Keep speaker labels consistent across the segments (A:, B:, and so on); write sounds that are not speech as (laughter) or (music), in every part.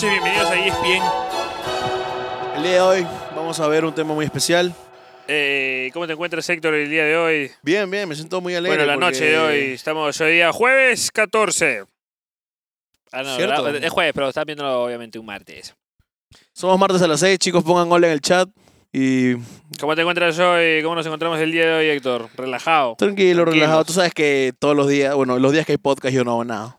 A: E
B: día de hoy vamos a ver un tema muy especial.
A: Eh, ¿Cómo te encuentras, Héctor, el día de hoy?
B: Bien, bien, me siento muy alegre.
A: bueno, la
B: porque-
A: noche de hoy. Estamos hoy día jueves 14. Ah, no,
B: Cierto.
A: ¿verdad? es jueves, pero estás viéndolo obviamente un martes.
B: Somos martes a las 6, chicos, pongan hola en el chat. Y
A: ¿Cómo te encuentras hoy? ¿Cómo nos encontramos el día de hoy, Héctor? Relajado.
B: tranquilo,
A: Tranquilos.
B: relajado. Tú sabes que todos los días, bueno, los días que hay podcast yo no hago nada.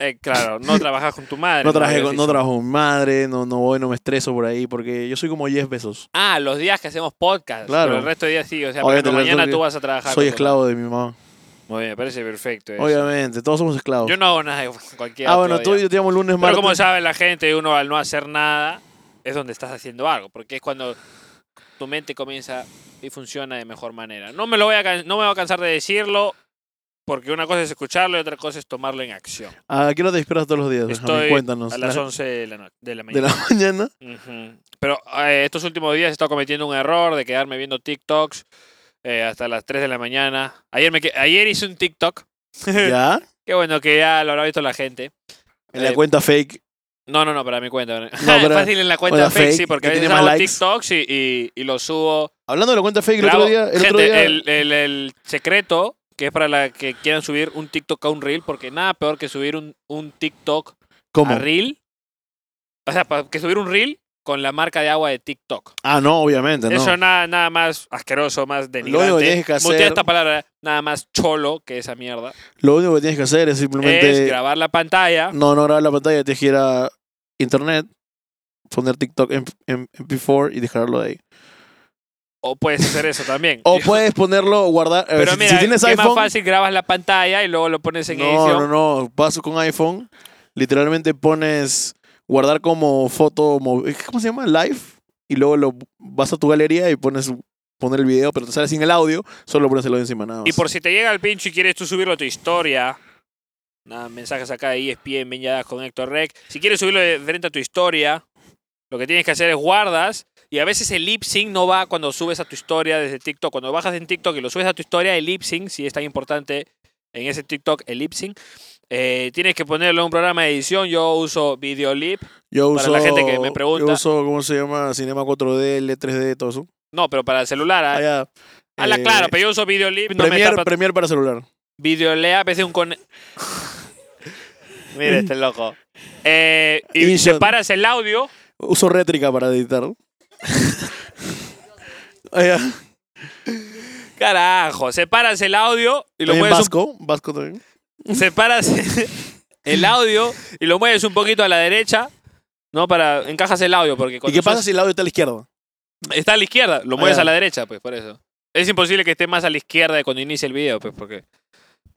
A: Eh, claro,
B: (laughs)
A: no trabajas con tu madre.
B: No, traje, con-
A: Sí,
B: no
A: sí.
B: trabajo con mi madre, no, no voy, no me estreso por ahí, porque yo soy como 10 besos.
A: Ah, los días que hacemos podcast.
B: Claro.
A: Pero el resto de días sí. O sea, por
B: Obviamente,
A: ejemplo,
B: el resto
A: mañana
B: de-
A: tú vas a trabajar. con
B: Soy
A: tu
B: esclavo de mi mamá.
A: madre. Muy bien, me parece perfecto. eso.
B: Obviamente, todos somos esclavos.
A: Yo no hago nada cualquier
B: ah,
A: otro
B: bueno, tú y
A: día.
B: yo te llamo lunes,
A: Pero
B: martes.
A: como sabe la gente, uno al no hacer nada es donde estás haciendo algo, porque es cuando tu mente comienza y funciona de mejor manera. No me lo voy a can- no me voy a cansar de decirlo, porque una cosa es escucharlo y otra cosa es tomarlo en acción.
B: Ah, ¿A qué hora te despiertas todos los días? Benjamín?
A: Estoy
B: Cuéntanos.
A: a las
B: La-
A: 11 de la, no- de la
B: de
A: mañana.
B: la mañana.
A: Ujú. Pero eh, estos últimos días he estado cometiendo un error de quedarme viendo TikToks eh, hasta las 3 de la mañana. Ayer, me que- ayer hice un TikTok. (laughs)
B: ¿Ya?
A: Qué bueno que ya lo habrá visto la gente.
B: En la
A: Eh,
B: cuenta fake.
A: No, no, no, para mi cuenta. (laughs) para-
B: No, pero-
A: Fácil en la
B: o
A: cuenta
B: la
A: fake, sí,
B: fake,
A: porque
B: que
A: a veces
B: tiene más
A: hago
B: likes.
A: TikToks y, y, y lo subo.
B: Hablando de la cuenta fake, el
A: Grabo-
B: otro día. El
A: Gente,
B: otro día
A: el, el- el secreto que es para la que quieran subir un TikTok a un reel, porque nada peor que subir un, un TikTok
B: ¿Cómo?
A: a reel. O sea, pa- que subir un reel con la marca de agua de TikTok.
B: Ah, no, obviamente, no.
A: Eso nada, nada más asqueroso, más denigrante.
B: tienes que
A: Mutea
B: hacer-
A: esta palabra, nada más cholo que esa mierda.
B: Lo único que tienes que hacer es simplemente.
A: Es grabar la pantalla.
B: no, no grabar la pantalla, tienes que ir a internet, poner TikTok en, en MP4 y dejarlo ahí.
A: O puedes hacer eso también.
B: O puedes ponerlo, guardar. a ver,
A: Pero
B: si,
A: mira,
B: si tienes
A: qué más
B: iPhone.
A: fácil grabas la pantalla y luego lo pones en
B: no,
A: edición.
B: no, no. Paso con iPhone. Literalmente pones guardar como foto. mov- ¿Cómo se llama? Live. Y luego lo vas a tu galería y pones poner el video, pero te sale sin el audio, solo pones el audio encima nada más.
A: Y por si te llega el pincho y quieres tú subirlo a tu historia, nada, mensajes acá de E ESPN, Beñadas con Héctor Rec. Si quieres subirlo de frente a tu historia, lo que tienes que hacer es guardas. Y a veces el lip sync no va cuando subes a tu historia desde TikTok. Cuando bajas en TikTok y lo subes a tu historia, el lip sync, si es tan importante en ese TikTok, el lip sync, eh, tienes que ponerlo en un programa de edición. Yo uso Videolip.
B: yo
A: para
B: uso,
A: la gente que me pregunta-
B: Yo uso, ¿cómo se llama? Cinema 4D, L3D, todo eso.
A: No, pero para el celular. ah,
B: Allá.
A: Habla
B: eh,
A: claro, pero yo uso Videolip. No me
B: Premiere,
A: tapa-
B: Premiere para celular.
A: Videolea, parece un con. Mira este loco. Eh, y
B: InShot.
A: separas el audio.
B: Uso rétrica
A: (laughs)
B: para editar. Allá.
A: Carajo, separas el audio y lo
B: También
A: mueves.
B: Vasco, Vasco también.
A: Un,
B: (laughs)
A: separas el audio y lo mueves un poquito a la derecha. No, para. Encajas el audio porque
B: ¿Y
A: cuando
B: qué pasa
A: usas-
B: si el audio está a la izquierda?
A: está a la izquierda, lo
B: Ah,
A: mueves
B: ya.
A: a la derecha, pues, por eso. Es imposible que esté más a la izquierda de cuando inicie el video, pues, porque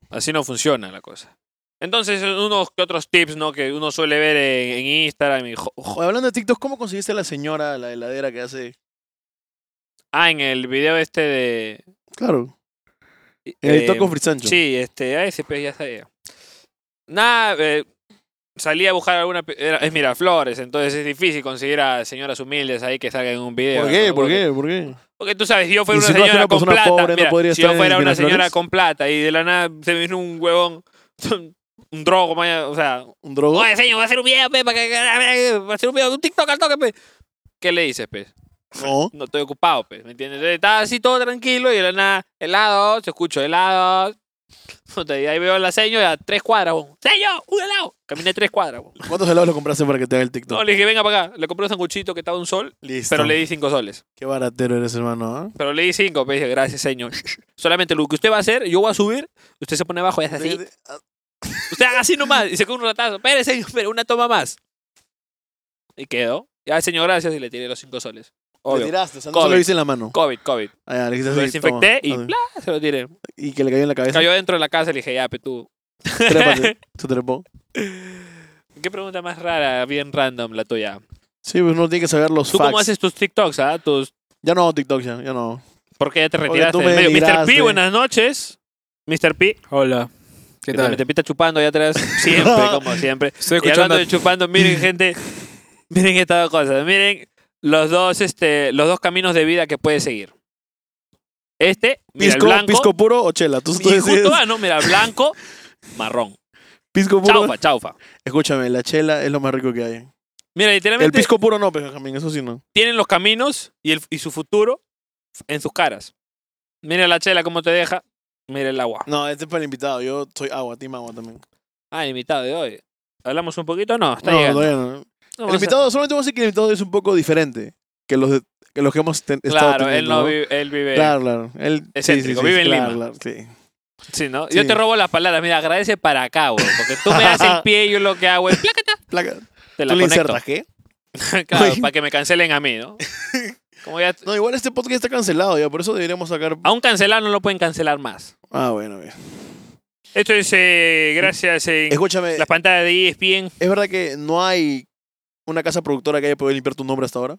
A: así no funciona la cosa. Entonces, unos que otros tips, ¿no? Que uno suele ver en, en Instagram y jo-
B: Joder, hablando de TikTok, ¿cómo conseguiste a la señora, la heladera que hace?
A: Ah, en el video este de.
B: Claro. En
A: eh,
B: el toco Frisancho.
A: sí, este, ah, ese pe- ya sabía. Nada, eh, salí a buscar alguna. pe- era- es Miraflores, entonces es difícil conseguir a señoras humildes ahí que salgan en un video.
B: ¿Por qué?
A: eh, ¿no?
B: ¿Por
A: Porque-
B: qué? ¿Por qué?
A: Porque tú sabes, si yo fuera
B: ¿Y
A: una
B: si no es
A: señora
B: una
A: con
B: persona
A: plata.
B: pobre, no
A: mira,
B: podría
A: si yo
B: estar en
A: fuera una
B: Miraflores?
A: señora con plata y de la nada se vino un huevón. (laughs) Un drogo, maya, o sea.
B: ¿Un drogo?
A: Oye, señor, va a hacer un video, pe, para que. Va a hacer un video de un TikTok al toque, pe". ¿Qué le dices, pe?
B: No.
A: no estoy ocupado, pues, ¿me entiendes? Entonces, estaba así todo tranquilo y de la nada, helados, escucho helados. (laughs) Puta, y ahí veo la seño y a tres cuadras, weón. ¡Seño! ¡Un helado! Caminé tres cuadras, weón.
B: ¿Cuántos helados lo compraste para que te haga el TikTok?
A: No, le dije, venga para acá. Le compré un sanguchito que estaba un sol,
B: Listo.
A: pero le di cinco soles.
B: Qué baratero eres, hermano. ¿ah?
A: Pero le di cinco, pues dije, gracias, señor. (laughs) Solamente lo que usted va a hacer, yo voy a subir, usted se pone abajo y hace así. Usted haga así nomás y se un ratazo. Espere, señor, espere, una toma más. Y quedó. Ya, señor, gracias, y le tiré los cinco soles.
B: Le
A: Obvio.
B: tiraste, o sea, no se
A: Covid.
B: lo hice en la mano.
A: COVID, COVID.
B: Ah, ya, le dijiste
A: Lo
B: así,
A: desinfecté
B: toma.
A: y
B: Ah,
A: ¡plá! se lo tiré.
B: y que le cayó en la cabeza.
A: Cayó dentro de la casa y le dije, ya, pero tú. (laughs)
B: Trépate. Se trepó.
A: Qué pregunta más rara, bien random la tuya.
B: Sí, pues uno tiene que saber los
A: ¿Tú cómo
B: facts.
A: haces tus TikToks, ah? Tus...
B: Ya no hago TikTok, ya, ya no.
A: ¿Por qué ya te
B: Porque
A: retiraste?
B: tú
A: del
B: me
A: medio? Mr. P,
B: denigraste.
A: buenas noches. Mr. P,
C: Hola, ¿qué
A: que también
C: tal?
A: te pita chupando allá atrás.
B: (laughs)
A: Siempre, como siempre.
C: Estoy
A: Y hablando
C: escuchando.
A: de chupando, miren, gente. Miren estas dos cosas. Miren los dos, este, los dos caminos de vida que puedes seguir. Este, mira,
B: Pisco,
A: el blanco.
B: pisco puro o chela. Tú, tú
A: y justo,
B: decides.
A: ah, no, mira, blanco, marrón.
B: Pisco puro.
A: Chaufa, chaufa.
B: Escúchame, la chela es lo más rico que hay.
A: Mira,
B: El
A: literalmente
B: pisco puro no, pues, Benjamín, eso sí no.
A: tienen los caminos y, el- y su futuro en sus caras. Mira la chela cómo te deja. Mira el agua.
B: No, este es para el invitado. Yo soy agua, team agua también.
A: Ah, el invitado de hoy. ¿Hablamos un poquito? No, está
B: no,
A: llegando.
B: todavía no.
A: No,
B: El
A: vamos a-
B: invitado, solamente voy a decir que el invitado es un poco diferente que los, de- que, los que hemos ten- estado
A: Claro, él
B: teniendo,
A: no vive. Él vive
B: Claro, claro. Él,
A: Excéntrico, vive en
B: claro,
A: Lima.
B: claro, sí.
A: sí, ¿no?
B: sí.
A: Yo te robo las palabras. Mira, agradece para acá, güey. Porque tú me das
B: (laughs)
A: el pie y yo lo que hago es. Placata,
B: Placa-
A: te la
B: ¿Tú le
A: conecto.
B: insertas qué?
A: (laughs) claro,
B: Oye.
A: para que me cancelen a mí,
B: (laughs)
A: ¿no? Como ya.
B: No, igual este podcast está cancelado ya, por eso deberíamos sacar.
A: Aún cancelar no lo pueden cancelar más.
B: Ah, bueno, bien.
A: Esto es eh, gracias en
B: Escúchame,
A: las pantallas de E ESPN.
B: ¿es verdad que no hay una casa productora que haya podido limpiar tu nombre hasta ahora?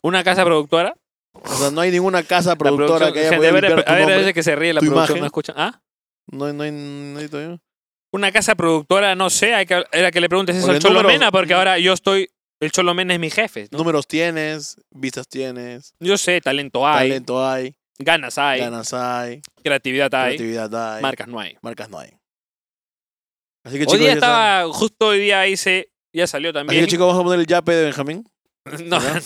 A: Una casa productora.
B: O sea, no hay ninguna
A: (laughs)
B: casa
A: La
B: productora
A: producción-
B: que haya
A: gente,
B: podido
A: a ver,
B: limpiar tu
A: a ver, a
B: nombre.
A: veces que se ríe la
B: tu
A: producción,
B: imagen.
A: no escuchan. ¿Ah?
B: No hay, no hay, no hay todavía.
A: Una casa productora, no sé, hay que, era que le preguntes eso
B: Porque
A: al Cholomena,
B: números-
A: porque ahora yo estoy. El Cholomena es mi jefe. ¿no?
B: Números tienes, vistas tienes,
A: Yo sé, talento hay,
B: talento hay,
A: ganas hay,
B: ganas hay,
A: creatividad hay,
B: creatividad hay,
A: marcas no hay.
B: marcas no hay. Así que
A: hoy
B: chicos,
A: día
B: ya saben.
A: estaba, justo hoy día hice, ya salió
B: Así
A: también.
B: que chicos, vamos a poner el yape de Benjamín.
A: (laughs) No, no, no.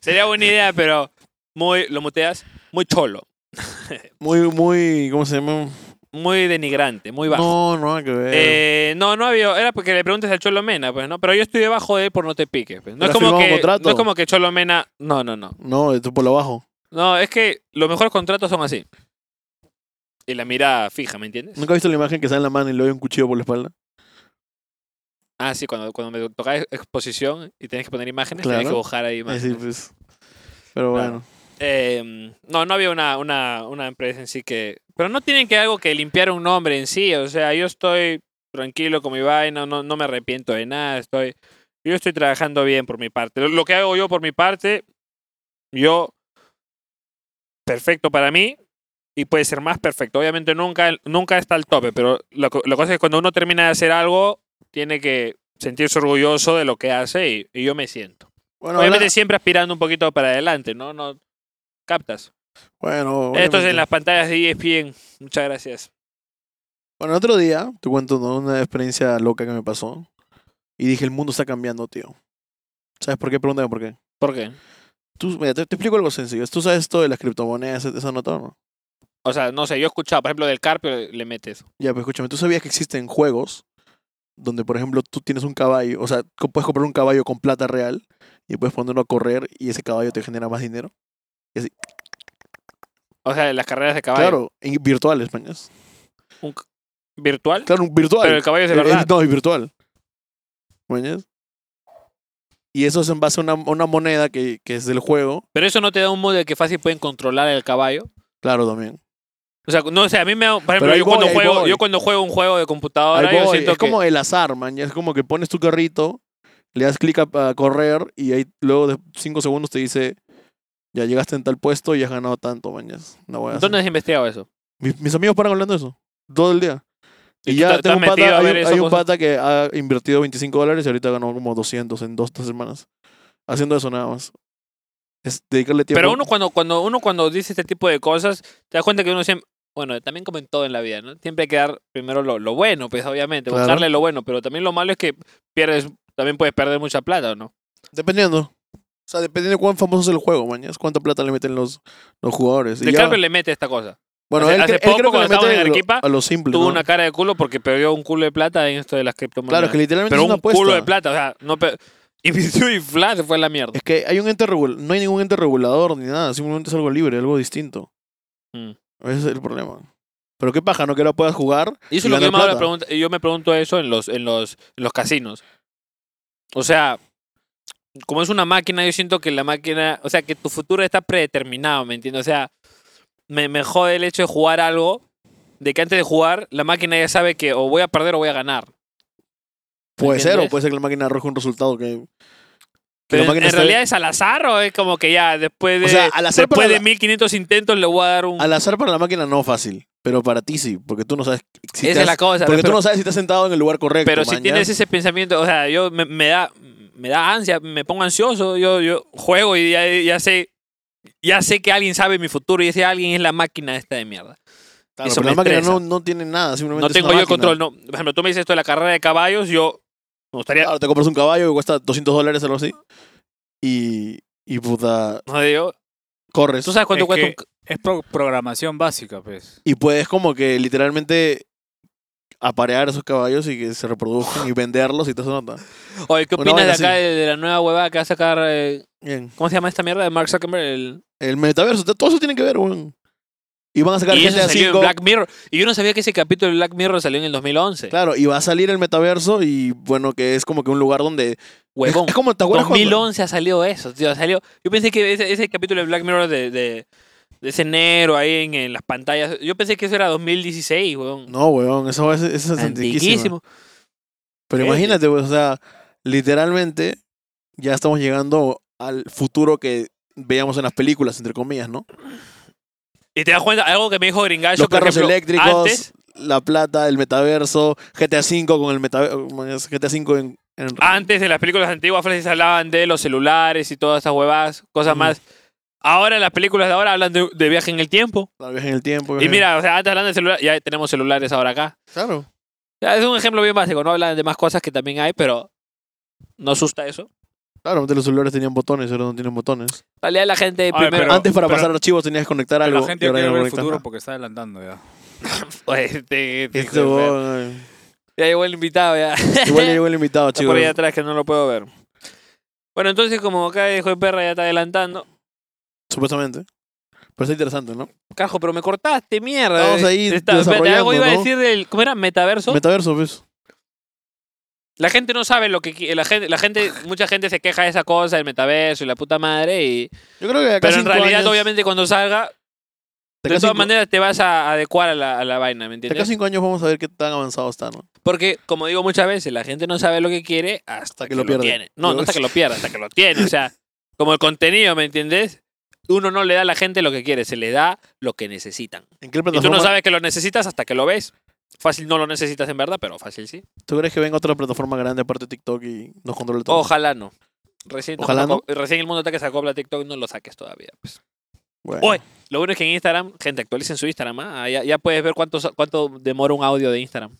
A: Sería buena idea, pero muy, lo muteas, muy cholo,
B: Muy, muy, ¿cómo se llama?
A: muy denigrante, muy bajo.
B: No, no, hay que ver.
A: Eh, no, no había. Era porque le preguntes al Cholo Mena, pues, ¿no? Pero yo estoy debajo de él por no te piques. pues. No, es
B: ¿Pero has
A: como
B: firmado
A: que,
B: contrato?
A: no es como que Cholo Mena. No, no, no.
B: No, esto por lo bajo.
A: No, es que los mejores contratos son así. Y la mirada fija, ¿me entiendes?
B: ¿Nunca has visto la imagen que sale en la mano y le doy un cuchillo por la espalda?
A: Ah, sí, cuando, cuando me tocaba exposición y tenés que poner imágenes,
B: Claro.
A: tenés que buscar ahí imágenes.
B: Así, pues.
A: Claro.
B: Pero bueno.
A: Eh, no, no había una, una, una empresa en sí que. Pero no tienen que algo que limpiar un nombre en sí. O sea, yo estoy tranquilo con mi vaina, no, no me arrepiento de nada. Estoy, yo estoy trabajando bien por mi parte. Lo, lo que hago yo por mi parte, yo. Perfecto para mí. Y puede ser más perfecto. Obviamente nunca, nunca está al tope, pero la, co- la cosa es que cuando uno termina de hacer algo, tiene que sentirse orgulloso de lo que hace y- y yo me siento.
B: Bueno,
A: Obviamente
B: habla-
A: siempre aspirando un poquito para adelante, ¿no? No captas.
B: bueno,
A: Esto es
B: obviamente.
A: en las pantallas de E ESPN. Muchas gracias.
B: Bueno, otro día te cuento ¿no? una experiencia loca que me pasó. Y dije, el mundo está cambiando, tío. ¿Sabes por qué? Pregúntame por qué.
A: ¿Por qué?
B: Tú, mira, te, te explico algo sencillo. ¿Tú sabes esto de las criptomonedas, esa nota o no?
A: O sea, no sé, yo he escuchado, por ejemplo, del Carpio le metes.
B: Ya, pues escúchame, ¿tú sabías que existen juegos donde, por ejemplo, tú tienes un caballo, o sea, co- puedes comprar un caballo con plata real y puedes ponerlo a correr y ese caballo te genera más dinero?
A: O sea, las carreras de caballo.
B: Claro, en virtual, España.
A: Un c- ¿Virtual?
B: Claro, un virtual.
A: Pero el caballo es de
B: El- el-
A: verdad.
B: Eh, no, es virtual. ¿Mañas? Y eso es en base a una, una moneda que, que es del juego.
A: Pero eso no te da un modo de que fácil pueden controlar el caballo.
B: Claro, también.
A: O sea, no sé, a mí me. da- Por ejemplo,
B: ahí
A: yo cuando,
B: voy, ahí
A: juego,
B: voy.
A: yo cuando juego un juego de
B: Ahí
A: computadora, yo
B: voy,
A: siento
B: es
A: que.
B: como el azar, man. ya Es como que pones tu carrito, le das clic a, a correr y ahí luego de 5 segundos te dice, ya llegaste en tal puesto y has ganado tanto, man. ya es una hueá así.
A: ¿Dónde has investigado eso?
B: Mis, mis amigos paran hablando de eso todo el día.
A: ¿Y
B: Y
A: tú
B: ya
A: te-
B: tengo
A: te
B: un
A: has metido
B: pata,
A: a
B: hay,
A: ver
B: un-
A: eso,
B: hay un
A: cosas?
B: pata que ha invertido 25 dólares y ahorita ganó como 200 en dos, tres semanas. Haciendo eso nada más. Es dedicarle tiempo.
A: Pero uno cuando, cuando uno cuando dice este tipo de cosas, te das cuenta que uno siempre, bueno, también como en todo en la vida, ¿no? Siempre hay que dar primero lo, lo bueno, pues obviamente,
B: Claro.
A: buscarle lo bueno, pero también lo malo es que pierdes, también puedes perder mucha plata, ¿o no?
B: Dependiendo. O sea, dependiendo de cuán famoso es el juego, mañana. Cuánta plata le meten los, los jugadores. Y
A: De
B: ya-
A: Carpio le mete esta cosa.
B: bueno,
A: hace-
B: él,
A: hace
B: cre- él
A: poco,
B: creo que
A: cuando
B: le
A: estábamos en
B: mete lo-
A: Arequipa,
B: a lo simple.
A: Tuvo
B: Pues ¿no?
A: una cara de culo porque perdió un culo de plata en esto de las criptomonedas.
B: Claro, es que literalmente
A: pero
B: es una
A: un
B: apuesta.
A: culo de plata, o sea, no pe- (laughs) invirtió y fla, se fue a la mierda.
B: Es que hay un ente regul- no hay ningún ente regulador ni nada, simplemente es algo libre, algo distinto.
A: Mm.
B: Ese es el problema. Pero qué paja, ¿no? Que ahora puedas jugar.
A: Y eso es
B: y
A: lo que yo
B: ganar
A: me, ahora
B: plata.
A: pregunto- yo me pregunto eso en los, en los, en los casinos. O sea, como es una máquina, yo siento que la máquina, o sea, que tu futuro está predeterminado, ¿me entiendes? O sea, me, me jode el hecho de jugar algo, de que antes de jugar, la máquina ya sabe que o voy a perder o voy a ganar. ¿Me
B: Puede ser, o
A: entiendes?
B: puede ser que la máquina arroje un resultado que. que
A: Pero
B: la
A: en,
B: máquina
A: en
B: esté-
A: realidad es al azar o es como que ya después de,
B: O sea, al azar
A: después
B: para
A: de
B: la-
A: 1500 intentos le voy a dar un...
B: Al azar para la máquina no fácil, pero para ti sí, porque tú no sabes si
A: Esa
B: te
A: es la
B: has-
A: cosa.
B: porque
A: ¿ves?
B: tú no sabes si estás sentado en el lugar correcto.
A: Pero si
B: man,
A: tienes
B: ¿ya?
A: ese pensamiento, o sea, yo me, me da me da ansia, me pongo ansioso, yo, yo juego y ya, ya sé ya sé que alguien sabe mi futuro y ese alguien es la máquina esta de mierda.
B: Claro,
A: eso me
B: pero la máquina
A: estresa.
B: no, no tiene nada, simplemente
A: No
B: es
A: tengo
B: una
A: yo el
B: máquina.
A: control, no. Por ejemplo, tú me dices esto de la carrera de caballos, yo Me gustaría.
B: Ahora te compras un caballo que cuesta 200 dólares, algo así. Y, y puta,
A: No digo.
B: corres.
A: ¿Tú sabes cuánto
C: Es
A: cuesta
C: que- Es pro- programación básica, pues.
B: Y puedes como que literalmente aparear esos caballos y que se reproduzcan y venderlos y todo eso nota.
A: un.? Oye, ¿qué
B: Una
A: opinas de
B: vaina
A: acá
B: así.
A: de, de la nueva huevada que va a sacar. eh,
B: Bien.
A: ¿Cómo se llama esta mierda de Mark Zuckerberg? El-
B: El metaverso, todo eso tiene que ver, weón. Y van a sacar
A: Y eso
B: GTA
A: salió en
B: 5.
A: Black Mirror. Y yo no sabía que ese capítulo de Black Mirror salió en el 2011.
B: Claro, y va a salir el metaverso y bueno, que es como que un lugar donde...
A: Huevón.
B: Es como, ¿te acuerdas cuando-
A: 2011 ha salido eso, tío. Salió. Yo pensé que ese, ese capítulo de Black Mirror de, de, de ese negro ahí en, en las pantallas. Yo pensé que eso era 2016, weón.
B: No, weón, eso es, eso es antiquísimo.
A: Antiquísimo.
B: Pero
C: Eh,
A: Sí.
B: imagínate, pues, o sea, literalmente ya estamos llegando al futuro que veíamos en las películas, entre comillas, ¿no?
A: Y te das cuenta, algo que me dijo Gringallo.
B: Los
A: por
B: carros
A: ejemplo,
B: eléctricos,
A: Antes,
B: la plata, el metaverso, GTA V con el metaverso, GTA V en... en-
C: Ah.
A: antes de las películas antiguas, Francis hablaban de los celulares y todas esas huevadas, cosas
B: Mm.
A: más. Ahora las películas de ahora hablan de, de viaje en el tiempo.
B: la viaje en el tiempo.
A: Y
B: viaje-
A: mira, o sea, antes hablan de celulares, ya tenemos celulares ahora acá.
B: Claro.
A: Ya, es un ejemplo bien básico, no hablan de más cosas que también hay, pero no asusta eso.
B: Claro, antes los celulares tenían botones, ahora no tienen botones.
A: En realidad la gente
C: A ver,
A: primero...
C: Pero-
B: antes para
C: pero-
B: pasar archivos tenías que conectar
C: Pero
B: algo.
C: la gente
B: y
C: ya
B: ahora ya
C: quiere
B: no
C: ver el
B: conectas
C: futuro
B: nada.
C: porque está adelantando ya.
A: Oye, te- te-
B: Este, weón, ay.
A: ya llegó el invitado, ya. (laughs)
B: Igual ya llegó el
C: (laughs)
B: invitado,
A: Está
B: chicos.
A: por ahí atrás que no lo puedo ver. Bueno, entonces como acá dijo el perra ya está adelantando.
B: Supuestamente. Pero está interesante, ¿no?
A: Carajo, pero me cortaste, mierda.
B: Estamos ahí desarrollando,
A: algo iba a
B: ¿no?
A: decir del... ¿Cómo era? ¿Metaverso?
B: Metaverso, pues.
A: la gente no sabe lo que... qui- La gente, la gente, mucha gente se queja de esa cosa, del metaverso y la puta madre. Y,
B: Yo creo que de acá
A: pero en
B: cinco
A: realidad,
B: años-
A: obviamente, cuando salga,
B: de
A: de todas
B: acá cinco-
A: maneras te vas a adecuar a la, a la vaina, ¿me
B: De acá
A: entiendes?
B: cinco años vamos a ver qué tan avanzado está, ¿no?
A: Porque, como digo muchas veces, la gente no sabe lo que quiere hasta que,
B: que lo
A: lo,
B: pierde.
A: tiene. No, no hasta que lo pierda, hasta que lo tiene. O sea, como el contenido, ¿me entiendes? Uno no le da a la gente lo que quiere, se le da lo que necesitan.
B: ¿En qué
A: Y tú
B: plataforma?
A: no sabes que lo necesitas hasta que lo ves. Fácil no lo necesitas en verdad, pero fácil sí.
B: ¿Tú crees que venga otra plataforma grande aparte de TikTok y nos controle todo?
A: Ojalá no. Recién, no
B: Ojalá
A: sacó- recién el mundo está que se acopla a TikTok, no lo saques todavía. pues.
B: Bueno.
A: Oye. Lo bueno es que en Instagram, gente, actualicen su Instagram. ah, ya, ya puedes ver cuánto, cuánto demora un audio de Instagram.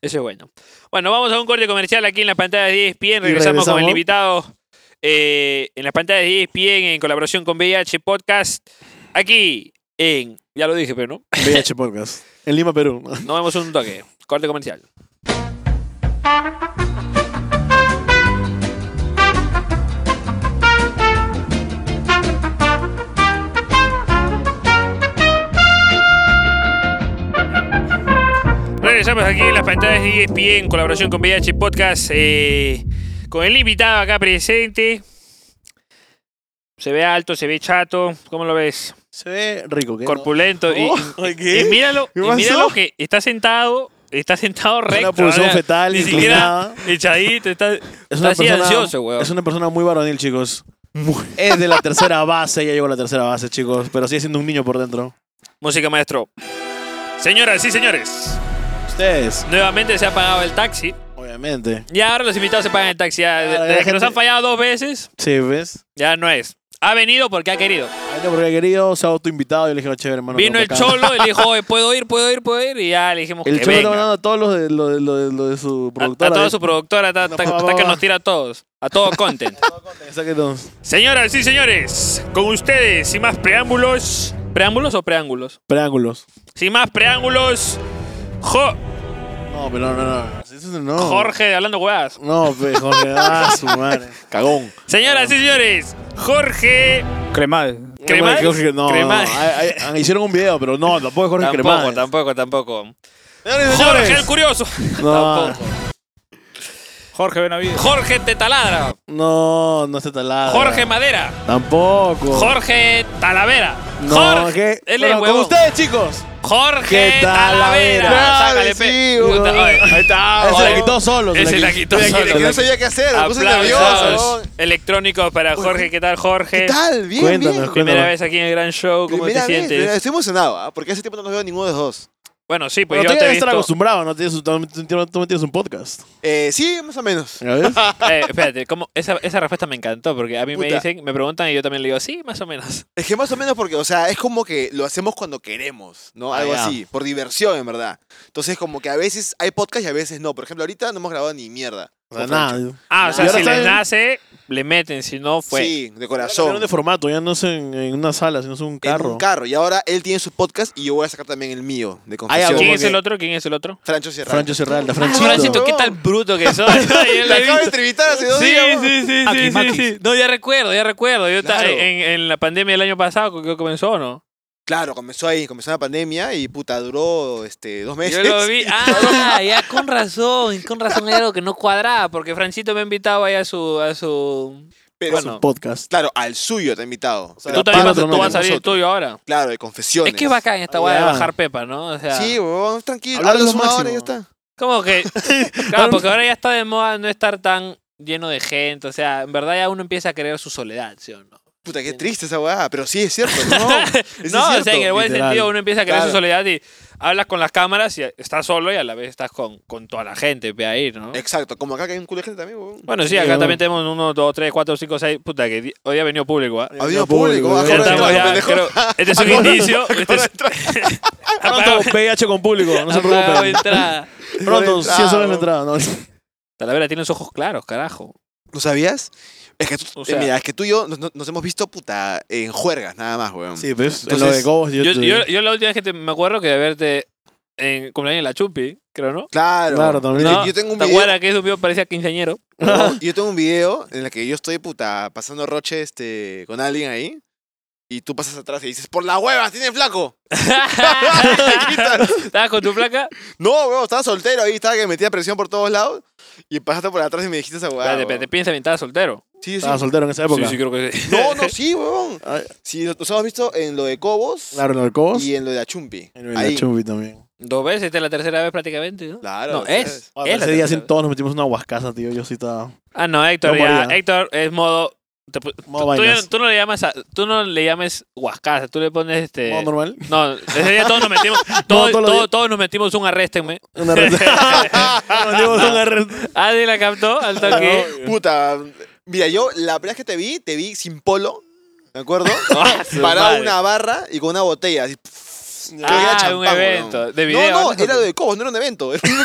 A: Eso es bueno. Bueno, vamos a un corte comercial aquí en las pantallas de E ESPN. Regresamos, con el
B: regresamos.
A: invitado eh, en las pantallas de ESPN en colaboración con VIH Podcast. Aquí en... Ya lo dije, pero no.
B: VH Podcast. En Lima, Perú.
A: Nos vemos un toque. Corte comercial. Regresamos aquí en las pantallas de E ESPN en colaboración con VH Podcast. eh, con el invitado acá presente. Se ve alto, se ve chato. ¿Cómo lo ves?
B: (laughs) Se ve rico, ¿qué?
A: Corpulento. y-
B: Oh,
A: y-
B: ¿qué?
A: y míralo,
B: ¿Qué
A: y
B: pasó?
A: míralo que está sentado, está sentado recto.
B: una posición
A: ahora,
B: fetal,
A: ni siquiera
B: inclinada.
A: echadito, está,
B: Es una,
A: así
B: persona,
A: ansioso, weón.
B: es una persona muy varonil, chicos. Es de la tercera base, ya llegó a la tercera base, chicos. Pero sigue siendo un niño por dentro.
A: Música maestro. Señoras y señores,
B: Ustedes,
A: nuevamente se ha pagado el taxi.
B: obviamente.
A: Ya ahora los invitados se pagan el taxi. Ya,
B: Ah,
A: desde
B: la
A: que
B: gente-
A: nos han fallado dos veces,
B: Sí, ¿ves?
A: ya no es. Ha venido porque ha querido.
B: Ay, no, porque he querido, se ha autoinvitado. Yo le dije, "Oh, chévere, hermano.
A: Vino
B: no,
A: el
B: acá.
A: cholo y le dijo, "Oye, puedo ir, puedo ir, puedo ir. Y ya le dijimos
B: El
A: que
B: cholo está
A: venga.
B: mandando a todos los de, lo de, lo de, lo de su
A: A, a
B: productora. ¿eh?
A: toda
B: de-
A: su productora, hasta
B: No, va, va,
A: que
B: va.
A: nos tira a todos. A todo
B: (laughs)
A: content.
B: Sáquenos.
A: Señoras y señores, con ustedes, sin más preámbulos. ¿Preámbulos o preángulos?
B: Preángulos.
A: Sin más preángulos, Jo-
B: No, pero no, no, no. Eso es- no.
A: Jorge de Hablando Huevadas.
B: No, pe, Jorge,
A: (laughs)
B: ah, su madre. Cagón.
A: Señoras y señores, Jorge.
C: Cremal.
A: ¿Cremades?
B: Jorge, no, no,
A: Cremades.
B: no. Ay, ay, hicieron un video, pero no, tampoco es Jorge Cremades.
A: tampoco, tampoco.
B: Señores y
A: Jorge el
B: señores.
A: Curioso.
B: No.
A: Tampoco.
C: Jorge Benavides.
A: Jorge Tetaladra.
B: No, no se talada.
A: Jorge Madera.
B: Tampoco.
A: Jorge Talavera.
B: No,
A: Jorge.
B: ¿qué?
A: Él es
B: Bueno, con
A: huevón.
B: ustedes, chicos.
A: Jorge
B: ¿Qué tal,
A: Talavera.
B: Talavera?
A: Sácale, pe.
D: Sí, güey.
A: Puta, oye.
D: Ahí
A: Ah,
D: está.
B: Ese
D: güey.
B: la quitó (laughs) solo. se
A: Ese la quitó
D: Mira,
A: solo.
D: que- que no sabía qué hacer. Me puse nervioso.
A: Aplausos
D: güey.
A: electrónicos para Jorge. ¿Qué tal, Jorge?
D: ¿Qué tal? Bien,
B: Cuéntanos,
D: bien.
B: cuéntanos.
A: Primera vez aquí en el Gran Show, ¿cómo
D: Primera
A: te
D: vez,
A: sientes?
D: estoy emocionado, ¿ah? porque hace tiempo no veo a ninguno de los dos.
A: Bueno, sí, pues
B: Pero tú
A: yo te he
B: debes estar
A: visto...
B: (laughs) acostumbrado, ¿no? Tienes, un- tú, tú- tú tienes un podcast.
D: Eh, sí, más o menos.
A: (laughs)
B: ¿Ya ves?
A: Eh, espérate, ¿cómo? Esa, esa respuesta me encantó porque a mí me
D: Puta.
A: dicen, me preguntan y yo también le digo, sí, más o menos.
D: Es que más o menos porque, o sea, es como que lo hacemos cuando queremos, ¿no? Algo
B: Ah, ya.
D: así, por diversión, en verdad. Entonces, como que a veces hay podcast y a veces no. Por ejemplo, ahorita no hemos grabado ni mierda.
B: O sea, nada.
A: Ah, o
D: Y
A: sea,
B: ahora
A: si les
B: saben-
A: nace, le meten, si no, fue.
D: Sí, de
B: Cambiaron
D: corazón.
B: de formato, ya no es en, en una sala, sino es un
D: En
B: carro.
D: un carro. Y ahora él tiene su podcast y yo voy a sacar también el mío, de
B: ya,
D: confesión.
A: ¿Quién
B: como
A: es el otro? ¿Quién es el otro?
D: Francho Sierra.
B: Francho
D: Ah,
B: Serralda, Franchito.
A: Franchito, qué tal bruto que soy. Yo
D: Te
A: lo he
D: acabo de
A: visto.
D: entrevistar hace dos
A: Sí,
D: días. weón.
A: sí, sí, sí, sí,
C: Akimakis.
A: sí. No, ya recuerdo, ya recuerdo. Yo ta-
D: Claro.
A: en, en la pandemia del año pasado, que comenzó, ¿no?
D: Claro, comenzó ahí, comenzó la pandemia y puta, duró este, dos meses.
A: Yo lo vi.
D: (laughs)
A: Ah, ya con razón, con razón hay algo que no cuadraba, porque Franchito me ha invitado ahí a su... A su...
D: Pero,
A: Bueno,
B: Podcast.
D: claro, al suyo te he invitado. O sea,
A: tú
B: la
A: también
B: pata
A: vas, tú
B: no
A: vas a
D: de
A: salir el
D: nosotros.
A: tuyo ahora.
D: Claro, de confesiones.
A: Es que es bacán esta
B: Ah,
A: guay de
B: ya.
A: bajar pepa, ¿no? O sea,
D: Sí, weón, tranquilo.
B: Hablar
D: Hablas
B: lo
D: una hora y ya
B: máximo.
D: está.
A: como
D: (laughs)
A: que... Claro, porque ahora ya está de moda no estar tan lleno de gente. O sea, en verdad ya uno empieza a querer su soledad, ¿sí o no?
D: Puta, qué triste esa weá. Pero sí, es cierto.
A: (laughs)
D: No, Ese es
A: no, o sea, en el
D: cierto.
A: buen
B: literal.
A: sentido uno empieza a querer su
D: Claro.
A: soledad y hablas con las cámaras y estás solo y a la vez estás con, con toda la gente, ve ahí, ¿no?
D: Exacto, como acá que hay un culo de gente también, weón.
A: Bueno, sí,
B: Sí,
A: acá
B: bueno.
A: también tenemos uno, dos, tres, cuatro, cinco, seis. Puta, que di- hoy ha venido público, ¿ah?
D: Ha habido
B: Ya público,
D: público,
B: ya.
D: bajo
A: Ya
D: de
A: estamos,
D: entrada,
A: ya,
D: pendejo.
A: creo- este es
B: (laughs)
A: un inicio. Este es, (laughs) Ah,
B: Pronto, VIH con público, no se
A: apagado
B: preocupen.
A: entrada.
B: Pronto,
D: Entrada,
B: 100 soles la
D: weón.
B: entrada. No.
A: Talavera tiene los ojos claros, carajo.
D: ¿No sabías? Es que, tú,
A: O
D: eh,
A: sea-
D: mira, es que tú y yo nos, nos- nos hemos visto puta en juergas, nada más, weón.
B: Sí, pues, en
D: Entonces,
B: lo de Gobos, yo,
A: Yo,
B: te-
A: yo, yo la última vez que te- me acuerdo que de verte en cumpleaños en la Chupi, creo, ¿no?
D: Claro.
B: Claro, también.
D: Yo-
A: No,
D: yo tengo un
A: ¿Te
D: video.
A: acuerdas que ese video parecía
B: (laughs)
A: quinceañero? (laughs)
D: No, yo tengo un video en el que yo estoy puta pasando roche este, con alguien ahí. Y tú pasas atrás y dices, por la hueva, tiene flaco. (laughs)
A: ¿Estabas con tu placa?
D: No, weón, estaba soltero ahí, estaba que metía presión por todos lados. Y pasaste por atrás y me dijiste esa hueá.
A: Espérate, espérate, piensa bien, ¿estabas soltero?
D: Sí, sí.
B: estaba soltero en esa época.
A: Sí, sí, creo que sí.
D: No, no, sí, weón.
B: Ay,
D: Sí, nos hemos visto en lo de Cobos
B: Claro, en lo de Gobos.
D: y en lo de Achumpi.
B: En
D: Ahí.
B: la Chumbi también.
A: (laughs) Dos veces, esta es la tercera vez prácticamente, ¿no?
D: Claro.
A: No, es.
B: Ah,
A: es la
B: ese día
A: tercera
B: sí
A: vez.
B: todos nos metimos una huascaza, tío. Yo sí estaba.
A: Ah, no, Héctor,
B: Yo
A: ya.
B: moría.
A: Héctor es modo. te pu-
B: Modo
A: tú, tú ya-
B: vainas.
A: tú no le llamas a- tú no le llames huascaza, tú le pones este.
B: ¿Modo
D: (laughs)
B: normal?
A: no, ese día todos nos metimos,
B: (laughs)
A: todos,
B: todos los
A: todos-
B: días.
A: todos nos metimos un arréstenme.
B: Una red. (laughs) Nos metimos una red.
A: Adi la captó al toque.
D: (laughs) Puta. Mira, yo la primera vez que te vi, te vi sin polo. ¿De acuerdo?
A: (laughs) Ah, su
D: Parado
A: madre.
D: en una barra y con una botella. Así, Creo que
A: Ah,
D: era
A: un
D: champán,
A: evento,
D: weón.
A: de video,
D: No, no,
A: ¿no?
D: era lo de Cobos, no era un evento. Era un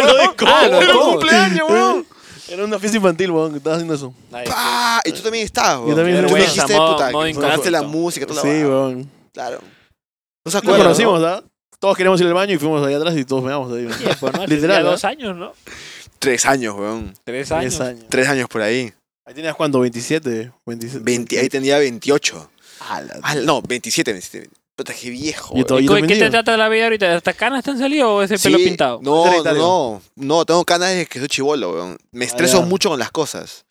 B: Era lo de
D: weón.
B: Cobos.
D: Era un
A: Cobos.
D: cumpleaños, weón.
B: Era una fiesta infantil, weón, que estaba haciendo eso.
A: Ay,
B: (laughs)
D: Pa, Y tú también estabas, weón.
B: también
D: Tú me
B: vergüenza,
D: dijiste,
A: modo-
D: puta,
A: modo
D: que sonaste la
A: incorrecto.
D: música, toda la
B: Sí,
D: barra.
B: weón.
D: Claro. No se
B: Nos
D: acuerdan,
B: conocimos, ¿verdad? Todos queríamos ir al baño y fuimos allá atrás y todos meamos ahí.
A: qué tiempo, pues, ¿no?
B: Literal,
A: Literal.
B: ¿no?
A: dos años, ¿no?
D: ¿no? Tres años, weón.
A: Tres años.
B: Diez años.
D: Tres años por ahí.
B: Ahí tenías cuánto, Ah, 27, 27.
D: 20, ahí tenía 28.
B: Ala.
D: Ah, no, 27, 27. Puta, qué viejo.
B: Yo
D: weón.
B: todavía-
A: ¿Y
B: Yo
A: cu-
B: también
A: qué te
B: digo.
A: trata la vida ahorita? ¿Hasta canas te han salido o ese pelo
D: Sí,
A: pintado?
D: No,
B: Era
D: no,
B: Italia.
D: no, no, tengo canas desde que soy chivolo, weón. Me estreso
B: Ah, ya.
D: mucho con las cosas.